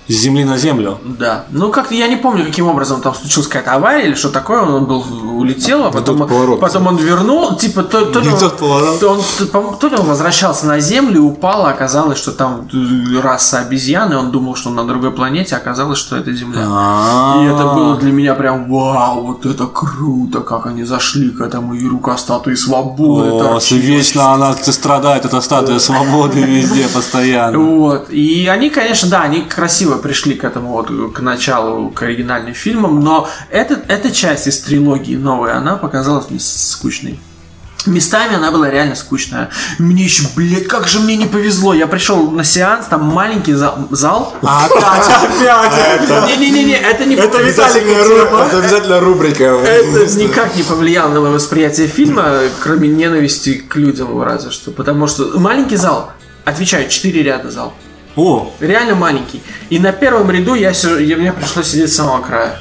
С Земли на Землю. *laughs*
Да. Ну, как-то я не помню, каким образом там случилась какая-то авария или что такое. Он был, улетел, а потом,
тот поворот.
потом он вернул. Типа, то, то ли
Не
он,
тот поворот.
то он- то, по-моему, то ли он возвращался на Землю, упал, а оказалось, что там э, раса обезьяны. Он думал, что он на другой планете, а оказалось, что это Земля. И это было для меня прям вау, вот это круто, как они зашли к этому и рука статуи свободы.
О,
торчит.
вечно она страдает, эта статуя свободы везде постоянно.
Вот. И они, конечно, да, они красиво пришли к этому вот, к началу, к оригинальным фильмам, но этот, эта часть из трилогии новая, она показалась мне скучной. Местами она была реально скучная. Мне еще, блядь, как же мне не повезло. Я пришел на сеанс, там маленький зал. зал. Не-не-не, это не
А, Это обязательно, ру- это обязательно рубрика.
это никак не повлияло на мое восприятие фильма, кроме ненависти к людям, разве что. Потому что маленький зал, отвечаю, четыре ряда зал.
О,
Реально маленький. И на первом ряду я, сижу- я- мне пришлось сидеть с самого края.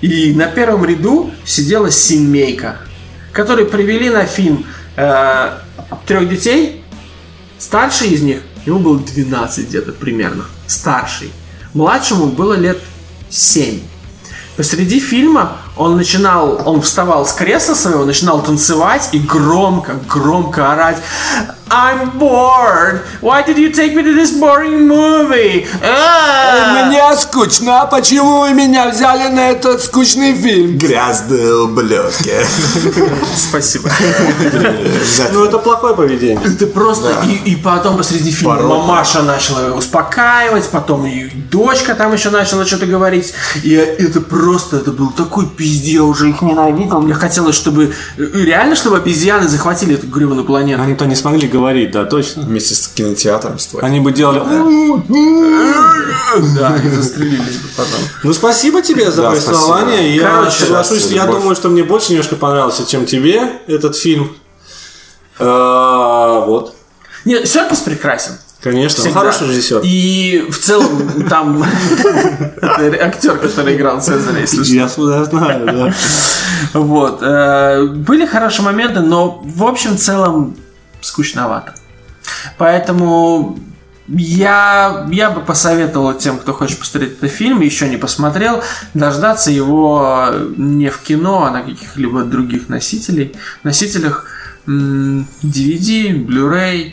И на первом ряду сидела семейка, которые привели на фильм э, трех детей. Старший из них, ему было 12 где-то примерно. Старший. Младшему было лет 7. Посреди фильма Он начинал, он вставал с кресла своего, начинал танцевать и громко, громко орать. I'm bored. Why did you take me to this boring movie?
*laughs*
Ah!»
Мне скучно, а почему вы меня взяли на этот скучный фильм?
Грязные ублюдки.
Спасибо.
Ну это плохое поведение.
Ты просто и, и потом посреди фильма
Порог.
мамаша начала успокаивать, потом ее дочка там еще начала что-то говорить. И это просто, это был такой пиздец, я уже их ненавидел. Мне хотелось, чтобы э, реально, чтобы обезьяны захватили эту гребаную планету.
Они-то не смогли говорить, да, точно.
Вместе с кинотеатром. с твоим.
Они бы делали...
Да, и застрелились бы потом.
Ну, спасибо тебе за
Да,
повествование. Я
Короче,
соглашусь.
да,
Я
любовь.
думаю, что мне больше немножко понравился, чем тебе этот фильм. А, Вот.
Нет, сервис прекрасен.
Конечно. он
Всегда.
Хороший режиссер.
И в целом там *laughs* это актер, который играл Цезаря, если что.
Я сюда знаю, да.
Вот. э, Были хорошие моменты, но в общем в целом скучновато. Поэтому я, я бы посоветовал тем, кто хочет посмотреть этот фильм, и еще не посмотрел, дождаться его э, не в кино, а на каких-либо других носителей, носителях м, DVD, Blu-ray.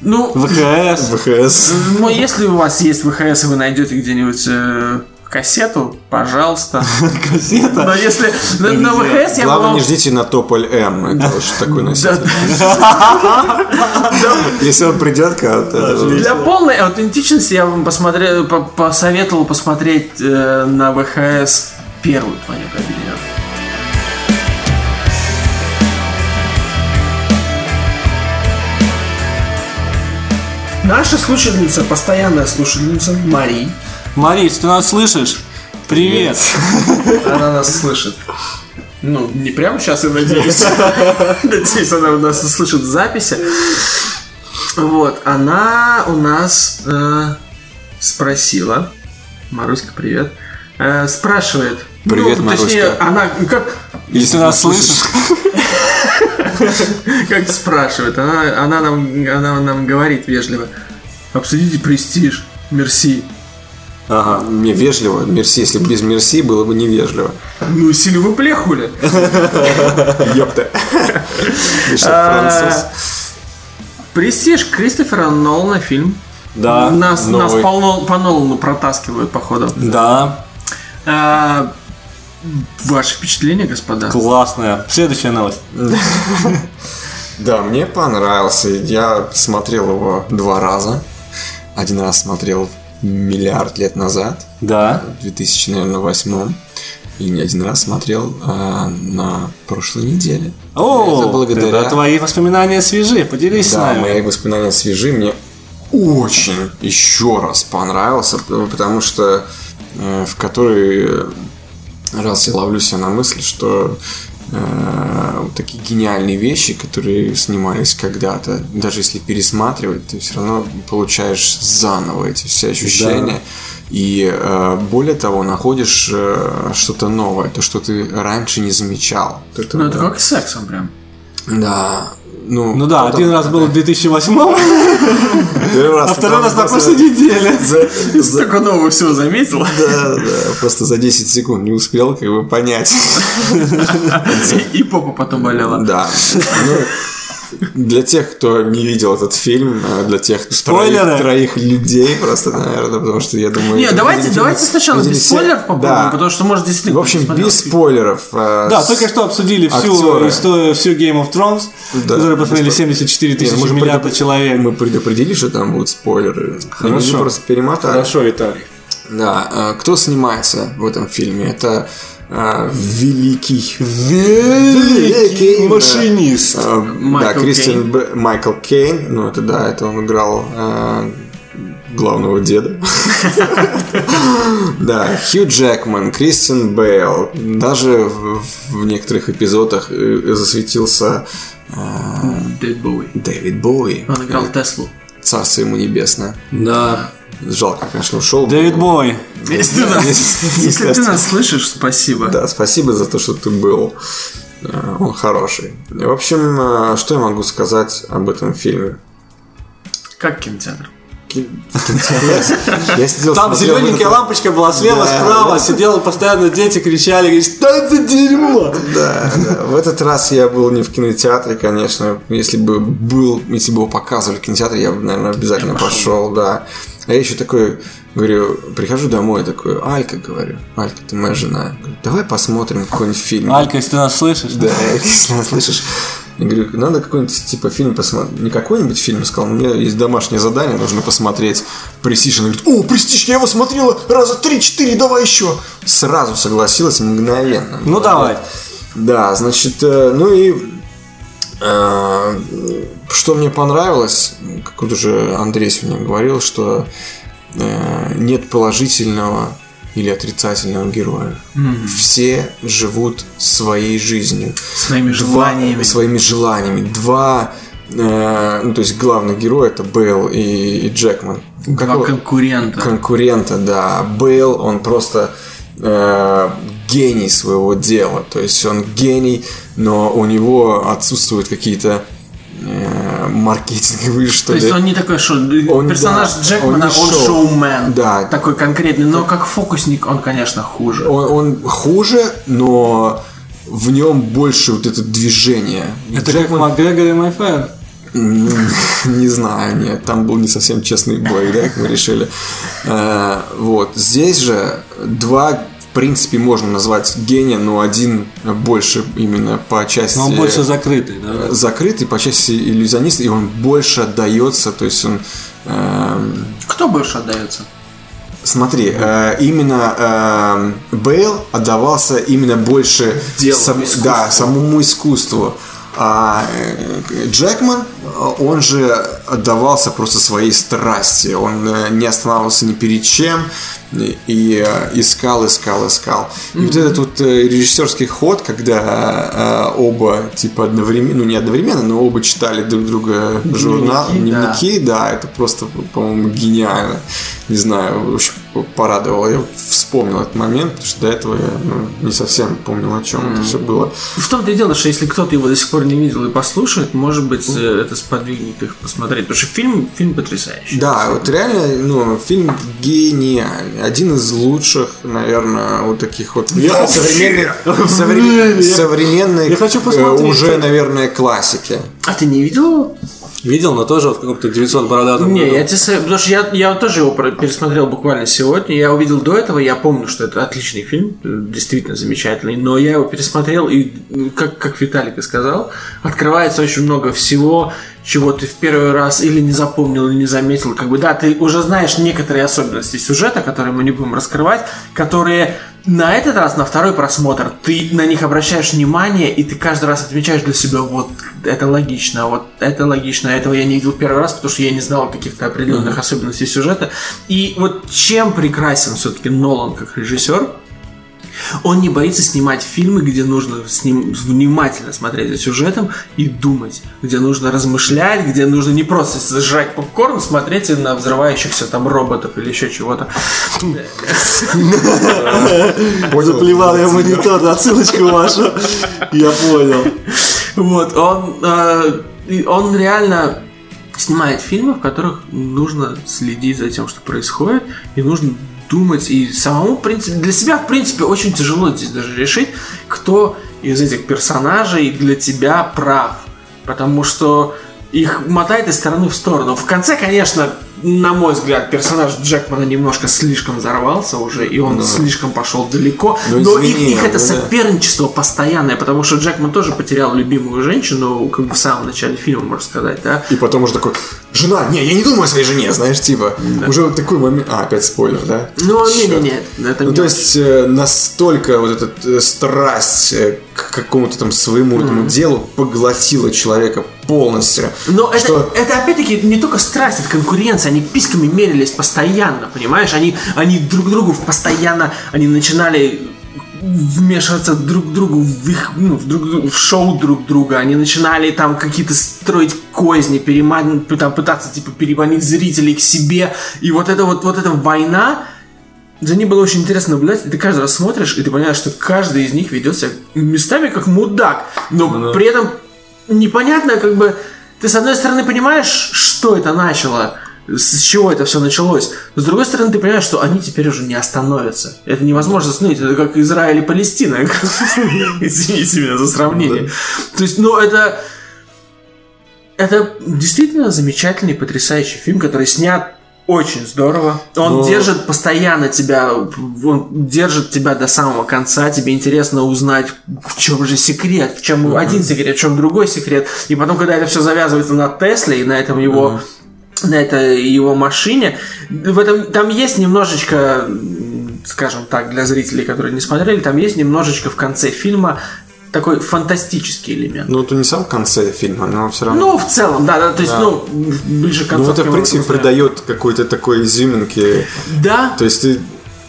Ну,
ВКС.
ВХС.
ну, если у вас есть ВХС, и вы найдете где-нибудь э, кассету,
*laughs*
пожалуйста.
Кассета.
Но если на- на ВХС я бы
Главное,
вам
не ждите на тополь М. Это очень такой
*laughs* Да,
носитель.
да.
Если он придет когда-то...
Для полной аутентичности я вам посмотрел, по- посоветовал посмотреть э, на ВХС первую планету объединенных. Наша слушательница, постоянная слушательница Мари,
Марис, ты нас слышишь? Привет.
она нас слышит. Ну, не прямо сейчас,
*laughs*
я надеюсь. Надеюсь, она у нас слышит записи. Вот, она у нас э, спросила. Маруська, привет. Э, спрашивает.
Привет,
ну, точнее,
Маруська.
она как,
Если нас слышишь,
как спрашивает, она, она, нам, она нам говорит вежливо. Обсудите престиж. Мерси.
Ага.
Мне вежливо, мерси. Если бы без мерси, было бы невежливо.
Ну, сильвы плехули.
Ёпта. Ты что, француз?
Престиж Кристофера Нолана фильм.
Да.
нас, нас
новый.
по, Нол- по Нолану протаскивают, походу.
Да.
А, ваши впечатления, господа?
Классная. Следующая новость.
Да, мне понравился. Я смотрел его два раза. Один раз смотрел миллиард лет назад,
Да.
в 2008 и не один раз смотрел а, на прошлой неделе.
О,
Это благодаря-
тогда твои воспоминания свежи. Поделись с
Да,
нами.
мои воспоминания свежи. Мне очень еще раз понравился, потому что э, в который раз я ловлю себя на мысли, что э, вот такие гениальные вещи, которые снимались когда-то, даже если пересматривать, ты все равно получаешь заново эти все ощущения. И э, более того, находишь э, что-то новое, то, что ты раньше не замечал. Это,
Ну, это как с сексом прям.
Да. Ну,
Ну да,
кто
один
там?
раз был в 2008,
Первый раз,
а второй раз на
просто-
прошлой неделе.
за- за-
Столько нового всего заметил.
Да, да, просто за 10 секунд не успел как бы понять.
*laughs* И, и попа потом болела.
Да. Ну, для тех, кто не видел этот фильм, э, для тех
Спойлеры!
троих, троих людей просто, наверное, потому что я думаю...
Не,
это
давайте,
видели-
давайте сначала
видели
без
все.
спойлеров попробуем,
Да.
потому что, может, действительно...
В общем,
кто-то не
без
смотрел.
спойлеров. а,
Да, только что обсудили всю
Актеры.
историю, всю Game of Thrones,
Да.
которую посмотрели 74 тысячи
мы же
миллиарда
предупр-
человек.
Мы предупредили, что там будут спойлеры. Они же
Хорошо.
просто перемотали.
Виталий.
Да, э, кто снимается в этом фильме? Это э, великий, великий Э,
машинист.
Да, Майкл
Майкл
Кристиан
Кейн.
Б- Майкл Кейн. Ну это да, это он играл э, главного деда. Да, Хью Джекман, Кристиан Бейл. Даже в в некоторых эпизодах э, засветился э,
Дэд Боуи.
Дэвид Боуи.
Он играл Теслу.
Царство ему небесное.
Да.
Жалко, конечно, ушел.
Дэвид Бой.
Если ты нас- если ты нас слышишь, спасибо.
Да, спасибо за то, что ты был. Э, Он хороший. В общем, э, что я могу сказать об этом фильме?
Как кинотеатр?
ки-
Я сидел,
Там
смотрел вот
зелененькая
это.
лампочка была слева, справа, сидел, постоянно дети кричали, говорит, что это дерьмо?
Да, да. В этот раз я был не в кинотеатре, конечно. Если бы был, если бы его показывали в кинотеатре, я бы, наверное, обязательно пошел, да. А я еще такой, говорю, прихожу домой, такой, Алька, говорю, Алька, ты моя жена. Говорю, Давай посмотрим какой-нибудь фильм.
Алька, если ты нас слышишь,
*laughs* Да, если нас слышишь. Я говорю, надо какой-нибудь типа фильм посмотреть. Не какой-нибудь фильм, я сказал, у меня есть домашнее задание, нужно посмотреть Престиж. Она говорит, о, Престиж, я его смотрела раза три-четыре, давай еще. Сразу согласилась мгновенно.
Ну давай.
Да, значит, э, ну и э, что мне понравилось, как вот уже Андрей сегодня говорил, что э, нет положительного или отрицательного героя. Все живут своей жизнью.
Своими
Два-
желаниями.
своими желаниями. Два, э, ну то есть главных героя это Бейл и, и Джекман.
Два
Какого-
конкурента.
конкурента, да. Бейл, он просто э, гений своего дела. То есть он гений, но у него отсутствуют какие-то э, маркетинговые, что
То
ли.
есть он не такой шоу.
Он,
Персонаж
да,
Джекмана,
он
он,
не шоу.
шоумен.
Да.
Такой конкретный. Но как фокусник он, конечно, хуже.
Он- он хуже, но в нем больше вот это движение. *laughs*
Это как Макгрегор и Майфер.
М, Не знаю, нет, там был не совсем честный бой, да, как мы решили. Э, Вот, здесь же два, в принципе, можно назвать гения, но один больше именно по части...
Но он больше закрытый, да?
закрытый, по части иллюзионист, и он больше отдается, то есть он... эм,
Кто больше отдается?
Смотри, э, именно эм, Бейл отдавался именно больше
Делу,
сам-
искусству.
да, самому искусству. А э, Джекман, э, он же отдавался просто своей страсти. Он э, не останавливался ни перед чем и- и э, искал, искал, искал. И вот этот вот э, режиссерский ход, когда э, оба типа одновременно, ну не одновременно, но оба читали друг друга журнал,
Дневники, да.
дневники, Окей, да, это просто, по-моему, гениально. Не знаю, очень порадовало. Я вспомнил этот момент, потому что до этого я ну, не совсем помнил, о чем это все было.
В том-то и дело, что если кто-то его до сих пор не видел и послушает, может быть, э, это сподвигнет их посмотреть. Потому что фильм, фильм потрясающий.
Да, вот реально, ну, фильм гениальный. Один из лучших, наверное, вот таких вот *laughs* современных, совре- современной,
Я хочу
э,
посмотреть.
уже, наверное, классики.
А ты не видел его?
Видел, но тоже в каком-то 900 бородатом
Не,
году.
я тебе со- потому что я, я тоже его про- пересмотрел буквально сегодня. Я увидел до этого, я помню, что это отличный фильм, э, действительно замечательный, но я его пересмотрел, и, ну, как, как Виталик и сказал, открывается очень много всего, чего ты в первый раз или не запомнил, или не заметил. Как бы да, ты уже знаешь некоторые особенности сюжета, которые мы не будем раскрывать, которые на этот раз, на второй просмотр, ты на них обращаешь внимание, и ты каждый раз отмечаешь для себя, вот это логично, вот это логично, а этого я не видел первый раз, потому что я не знал каких-то определенных особенностей сюжета. И вот чем прекрасен все-таки Нолан как режиссер, он не боится снимать фильмы, где нужно с ним внимательно смотреть за сюжетом и думать, где нужно размышлять, где нужно не просто зажрать попкорн, смотреть и на взрывающихся там роботов или еще чего-то.
Заплевал я монитор, отсылочку вашу. Я понял.
Вот, он, э, и он реально снимает фильмы, в которых нужно следить за тем, что происходит, и нужно думать, и самому, в принципе, для себя, в принципе, очень тяжело здесь даже решить, кто из этих персонажей для тебя прав. Потому что их мотает из стороны в сторону. В конце, конечно, на мой взгляд, персонаж Джекмана немножко слишком взорвался уже, и он слишком пошел далеко.
Ну,
но их,
извини,
их это
ну да.
соперничество постоянное, потому что Джекман тоже потерял любимую женщину, как бы в самом начале фильма, можно сказать, да?
И потом уже такой, жена, не, я не думаю о своей жене, знаешь, типа, уже вот такой момент, а, опять спойлер, да?
Ну,
Чёрт.
не-не-не, это
Ну,
не
то есть э, настолько вот эта э, страсть э, к какому-то там своему этому делу поглотила человека полностью.
Но это,
что-
это опять-таки не только страсть, это конкуренция. Они писками мерились постоянно, понимаешь? Они, они друг другу в- постоянно, они начинали вмешиваться друг к другу в их, ну, в, друг, в шоу друг друга. Они начинали там какие-то строить козни, переман, там, пытаться типа переманить зрителей к себе. И вот это вот, вот эта война, за ней было очень интересно наблюдать, и ты каждый раз смотришь, и ты понимаешь, что каждый из них ведет себя местами как мудак, но при этом непонятно, как бы, ты с одной стороны понимаешь, что это начало, с чего это все началось. Но с другой стороны, ты понимаешь, что они теперь уже не остановятся. Это невозможно остановить. Это как Израиль и Палестина. *laughs* Извините меня за сравнение. То есть, ну, это... Это действительно замечательный, потрясающий фильм, который снят очень здорово. Он держит постоянно тебя, он держит тебя до самого конца. Тебе интересно узнать, в чем же секрет, в чем один секрет, в чем другой секрет. И потом, когда это все завязывается на Тесле и на этом его на этой его машине. В этом там есть немножечко, м, скажем так, для зрителей, которые не смотрели, там есть немножечко в конце фильма такой фантастический элемент.
Ну, это не сам в конце фильма, но все равно.
Ну, в целом, да, да, то есть, ну, ближе к
Ну,
концу.
это, в принципе, придает какой-то такой изюминки.
Да,
То есть ты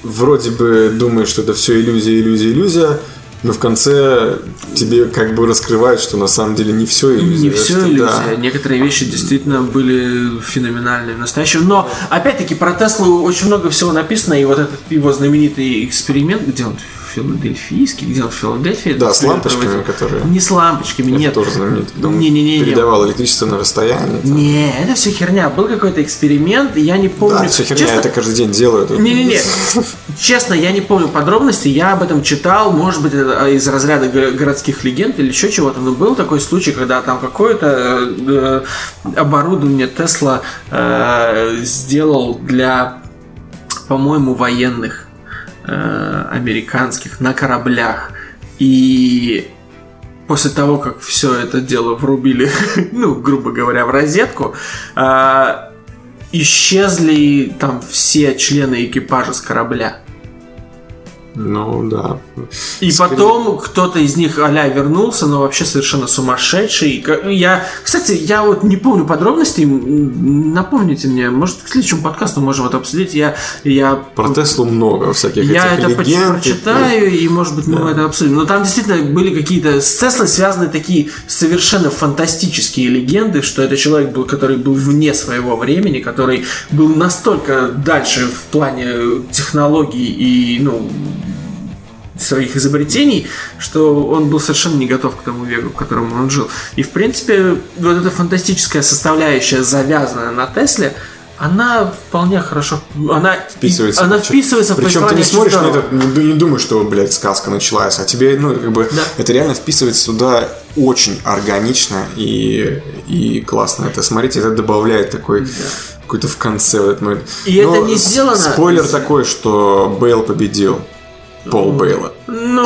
вроде бы думаешь, что это все иллюзия, иллюзия, иллюзия, но в конце тебе как бы раскрывают, что на самом деле не все иллюзия.
не все
что-
иллюзия.
да.
Некоторые вещи действительно были феноменальные в настоящем. Но, опять-таки, про Теслу очень много всего написано, и вот этот его знаменитый эксперимент, где он филадельфийский, где он в Филадельфии.
Да, с
эксперимент
лампочками,
проводил.
которые
Не с лампочками, нет.
тоже знаменитый. дом
Не-не-не-не. Ну,
Передавал электричество на расстоянии. там.
Не, это все херня. Был какой-то эксперимент, и я не помню.
Да, все херня,
Честно-
это каждый день делают.
Не-не-не. Честно, я не помню подробностей. Я об этом читал. Может быть, это а, из разряда го- городских легенд или еще чего-то. Но был такой случай, когда там какое-то э, э, оборудование Тесла э, сделал для, по-моему, военных э, американских на кораблях. И после того, как все это дело врубили, *laughs* ну, грубо говоря, в розетку, а, исчезли там все члены экипажа с корабля.
Ну, да.
И потом кто-то из них а-ля вернулся, но вообще совершенно сумасшедший. И ка- ну, Я, кстати, я вот не помню подробностей. М, Напомните мне, может, к следующему подкасту можем это обсудить. Я, я
Про Теслу много всяких
Я
этих
это поч-
легенд.
прочитаю, и, может быть, мы это обсудим. Но там действительно были какие-то с Теслой связаны такие совершенно фантастические легенды, что это человек был, который был вне своего времени, который был настолько дальше в плане э, технологий и, ну, своих изобретений, что он был совершенно не готов к тому веку, в котором он жил. И, в принципе, вот эта фантастическая составляющая, завязанная на Тесле, она вполне хорошо... Она
Вписывается.
Она вписывается в
Причем ты не
повествование
смотришь на
Чижова.
это, не, ду- не думаешь, что, блядь, сказка началась, а тебе, ну, как бы,
Да.
это реально вписывается сюда очень органично и, и классно. Это, смотрите, это добавляет такой какой-то в конце вот этот момент.
И
Но
это не
с-
сделано-
Спойлер такой, что Бейл победил. Пол Бейла.
Ну,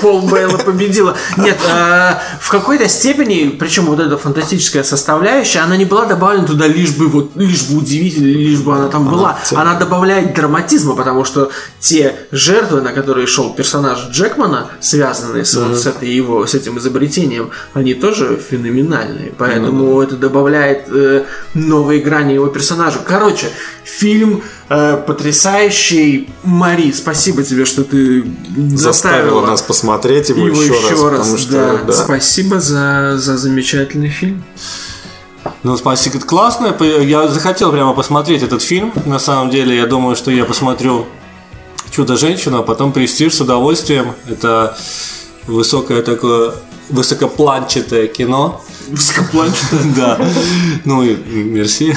Пол Бейла победила. Нет, э, в какой-то степени, причем вот эта фантастическая составляющая, она не была добавлена туда лишь бы вот, лишь бы удивительно, лишь бы она там была.
в целом.
Она добавляет драматизма, потому что те жертвы, на которые шел персонаж Джекмана, связанные с, вот с этой его, с этим изобретением, они тоже феноменальные. Поэтому это добавляет э, новые грани его персонажу. Короче, фильм э, потрясающий. Мари, спасибо тебе, что ты
Заставило нас посмотреть его,
его
еще, раз, потому
да.
что да.
Спасибо за, за замечательный фильм.
Ну, спасибо, это классно. П- Я захотел прямо посмотреть этот фильм. На самом деле, я думаю, что я посмотрю «Чудо-женщину», а потом «Престиж» с удовольствием. Это высокое такое высокопланчатое кино. Высокопланчатое? *laughs* Да. Ну, и *laughs* мерси.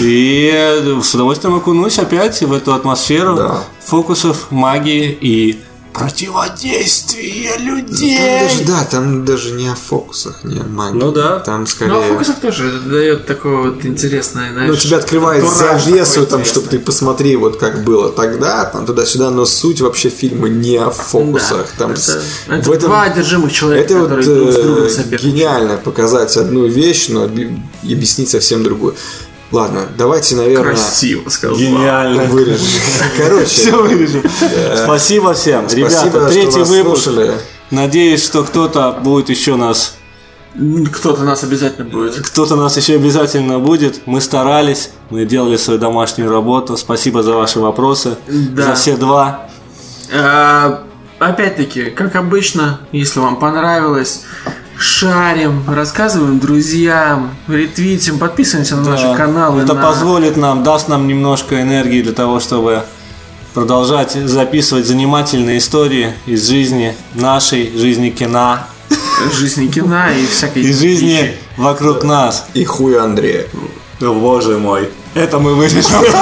И с удовольствием окунусь опять в эту атмосферу
Да.
фокусов, магии и противодействия людей.
Там даже, да, там даже не о фокусах, не о магии.
Ну да.
Там скорее...
Ну, а фокусов тоже это дает такое вот интересное, знаешь,
Ну, тебя открывает
антураж
завесу,
такой
там, чтобы ты посмотри, вот как было тогда, там, туда-сюда, но суть вообще фильма не о фокусах.
Да,
там,
это-
с-
это
в этом-
два одержимых человека,
это вот
которые друг с другом
э,
соперничают.
гениально показать одну вещь, но обе- и объяснить совсем другую. Ладно, давайте, наверное,
Красиво, сказал.
Гениально.
вырежем.
*laughs*
Короче,
Всё вырежем. Спасибо всем.
спасибо,
Ребята,
что
третий
нас
выпуск.
слушали.
Надеюсь, что кто-то будет еще нас.
Кто-то нас обязательно будет.
Кто-то нас еще обязательно будет. Мы старались, мы делали свою домашнюю работу. Спасибо за ваши вопросы.
Да.
За все два.
А, Опять-таки, как обычно, если вам понравилось, шарим, рассказываем друзьям, ретвитим, подписываемся на наши
Да.
каналы.
Это
на-
позволит нам, даст нам немножко энергии для того, чтобы продолжать записывать занимательные истории из жизни нашей, жизни кино
жизни кино и всякой
и жизни
дичи.
вокруг нас.
И хуй Андрея.
О, боже мой, это мы вырежем.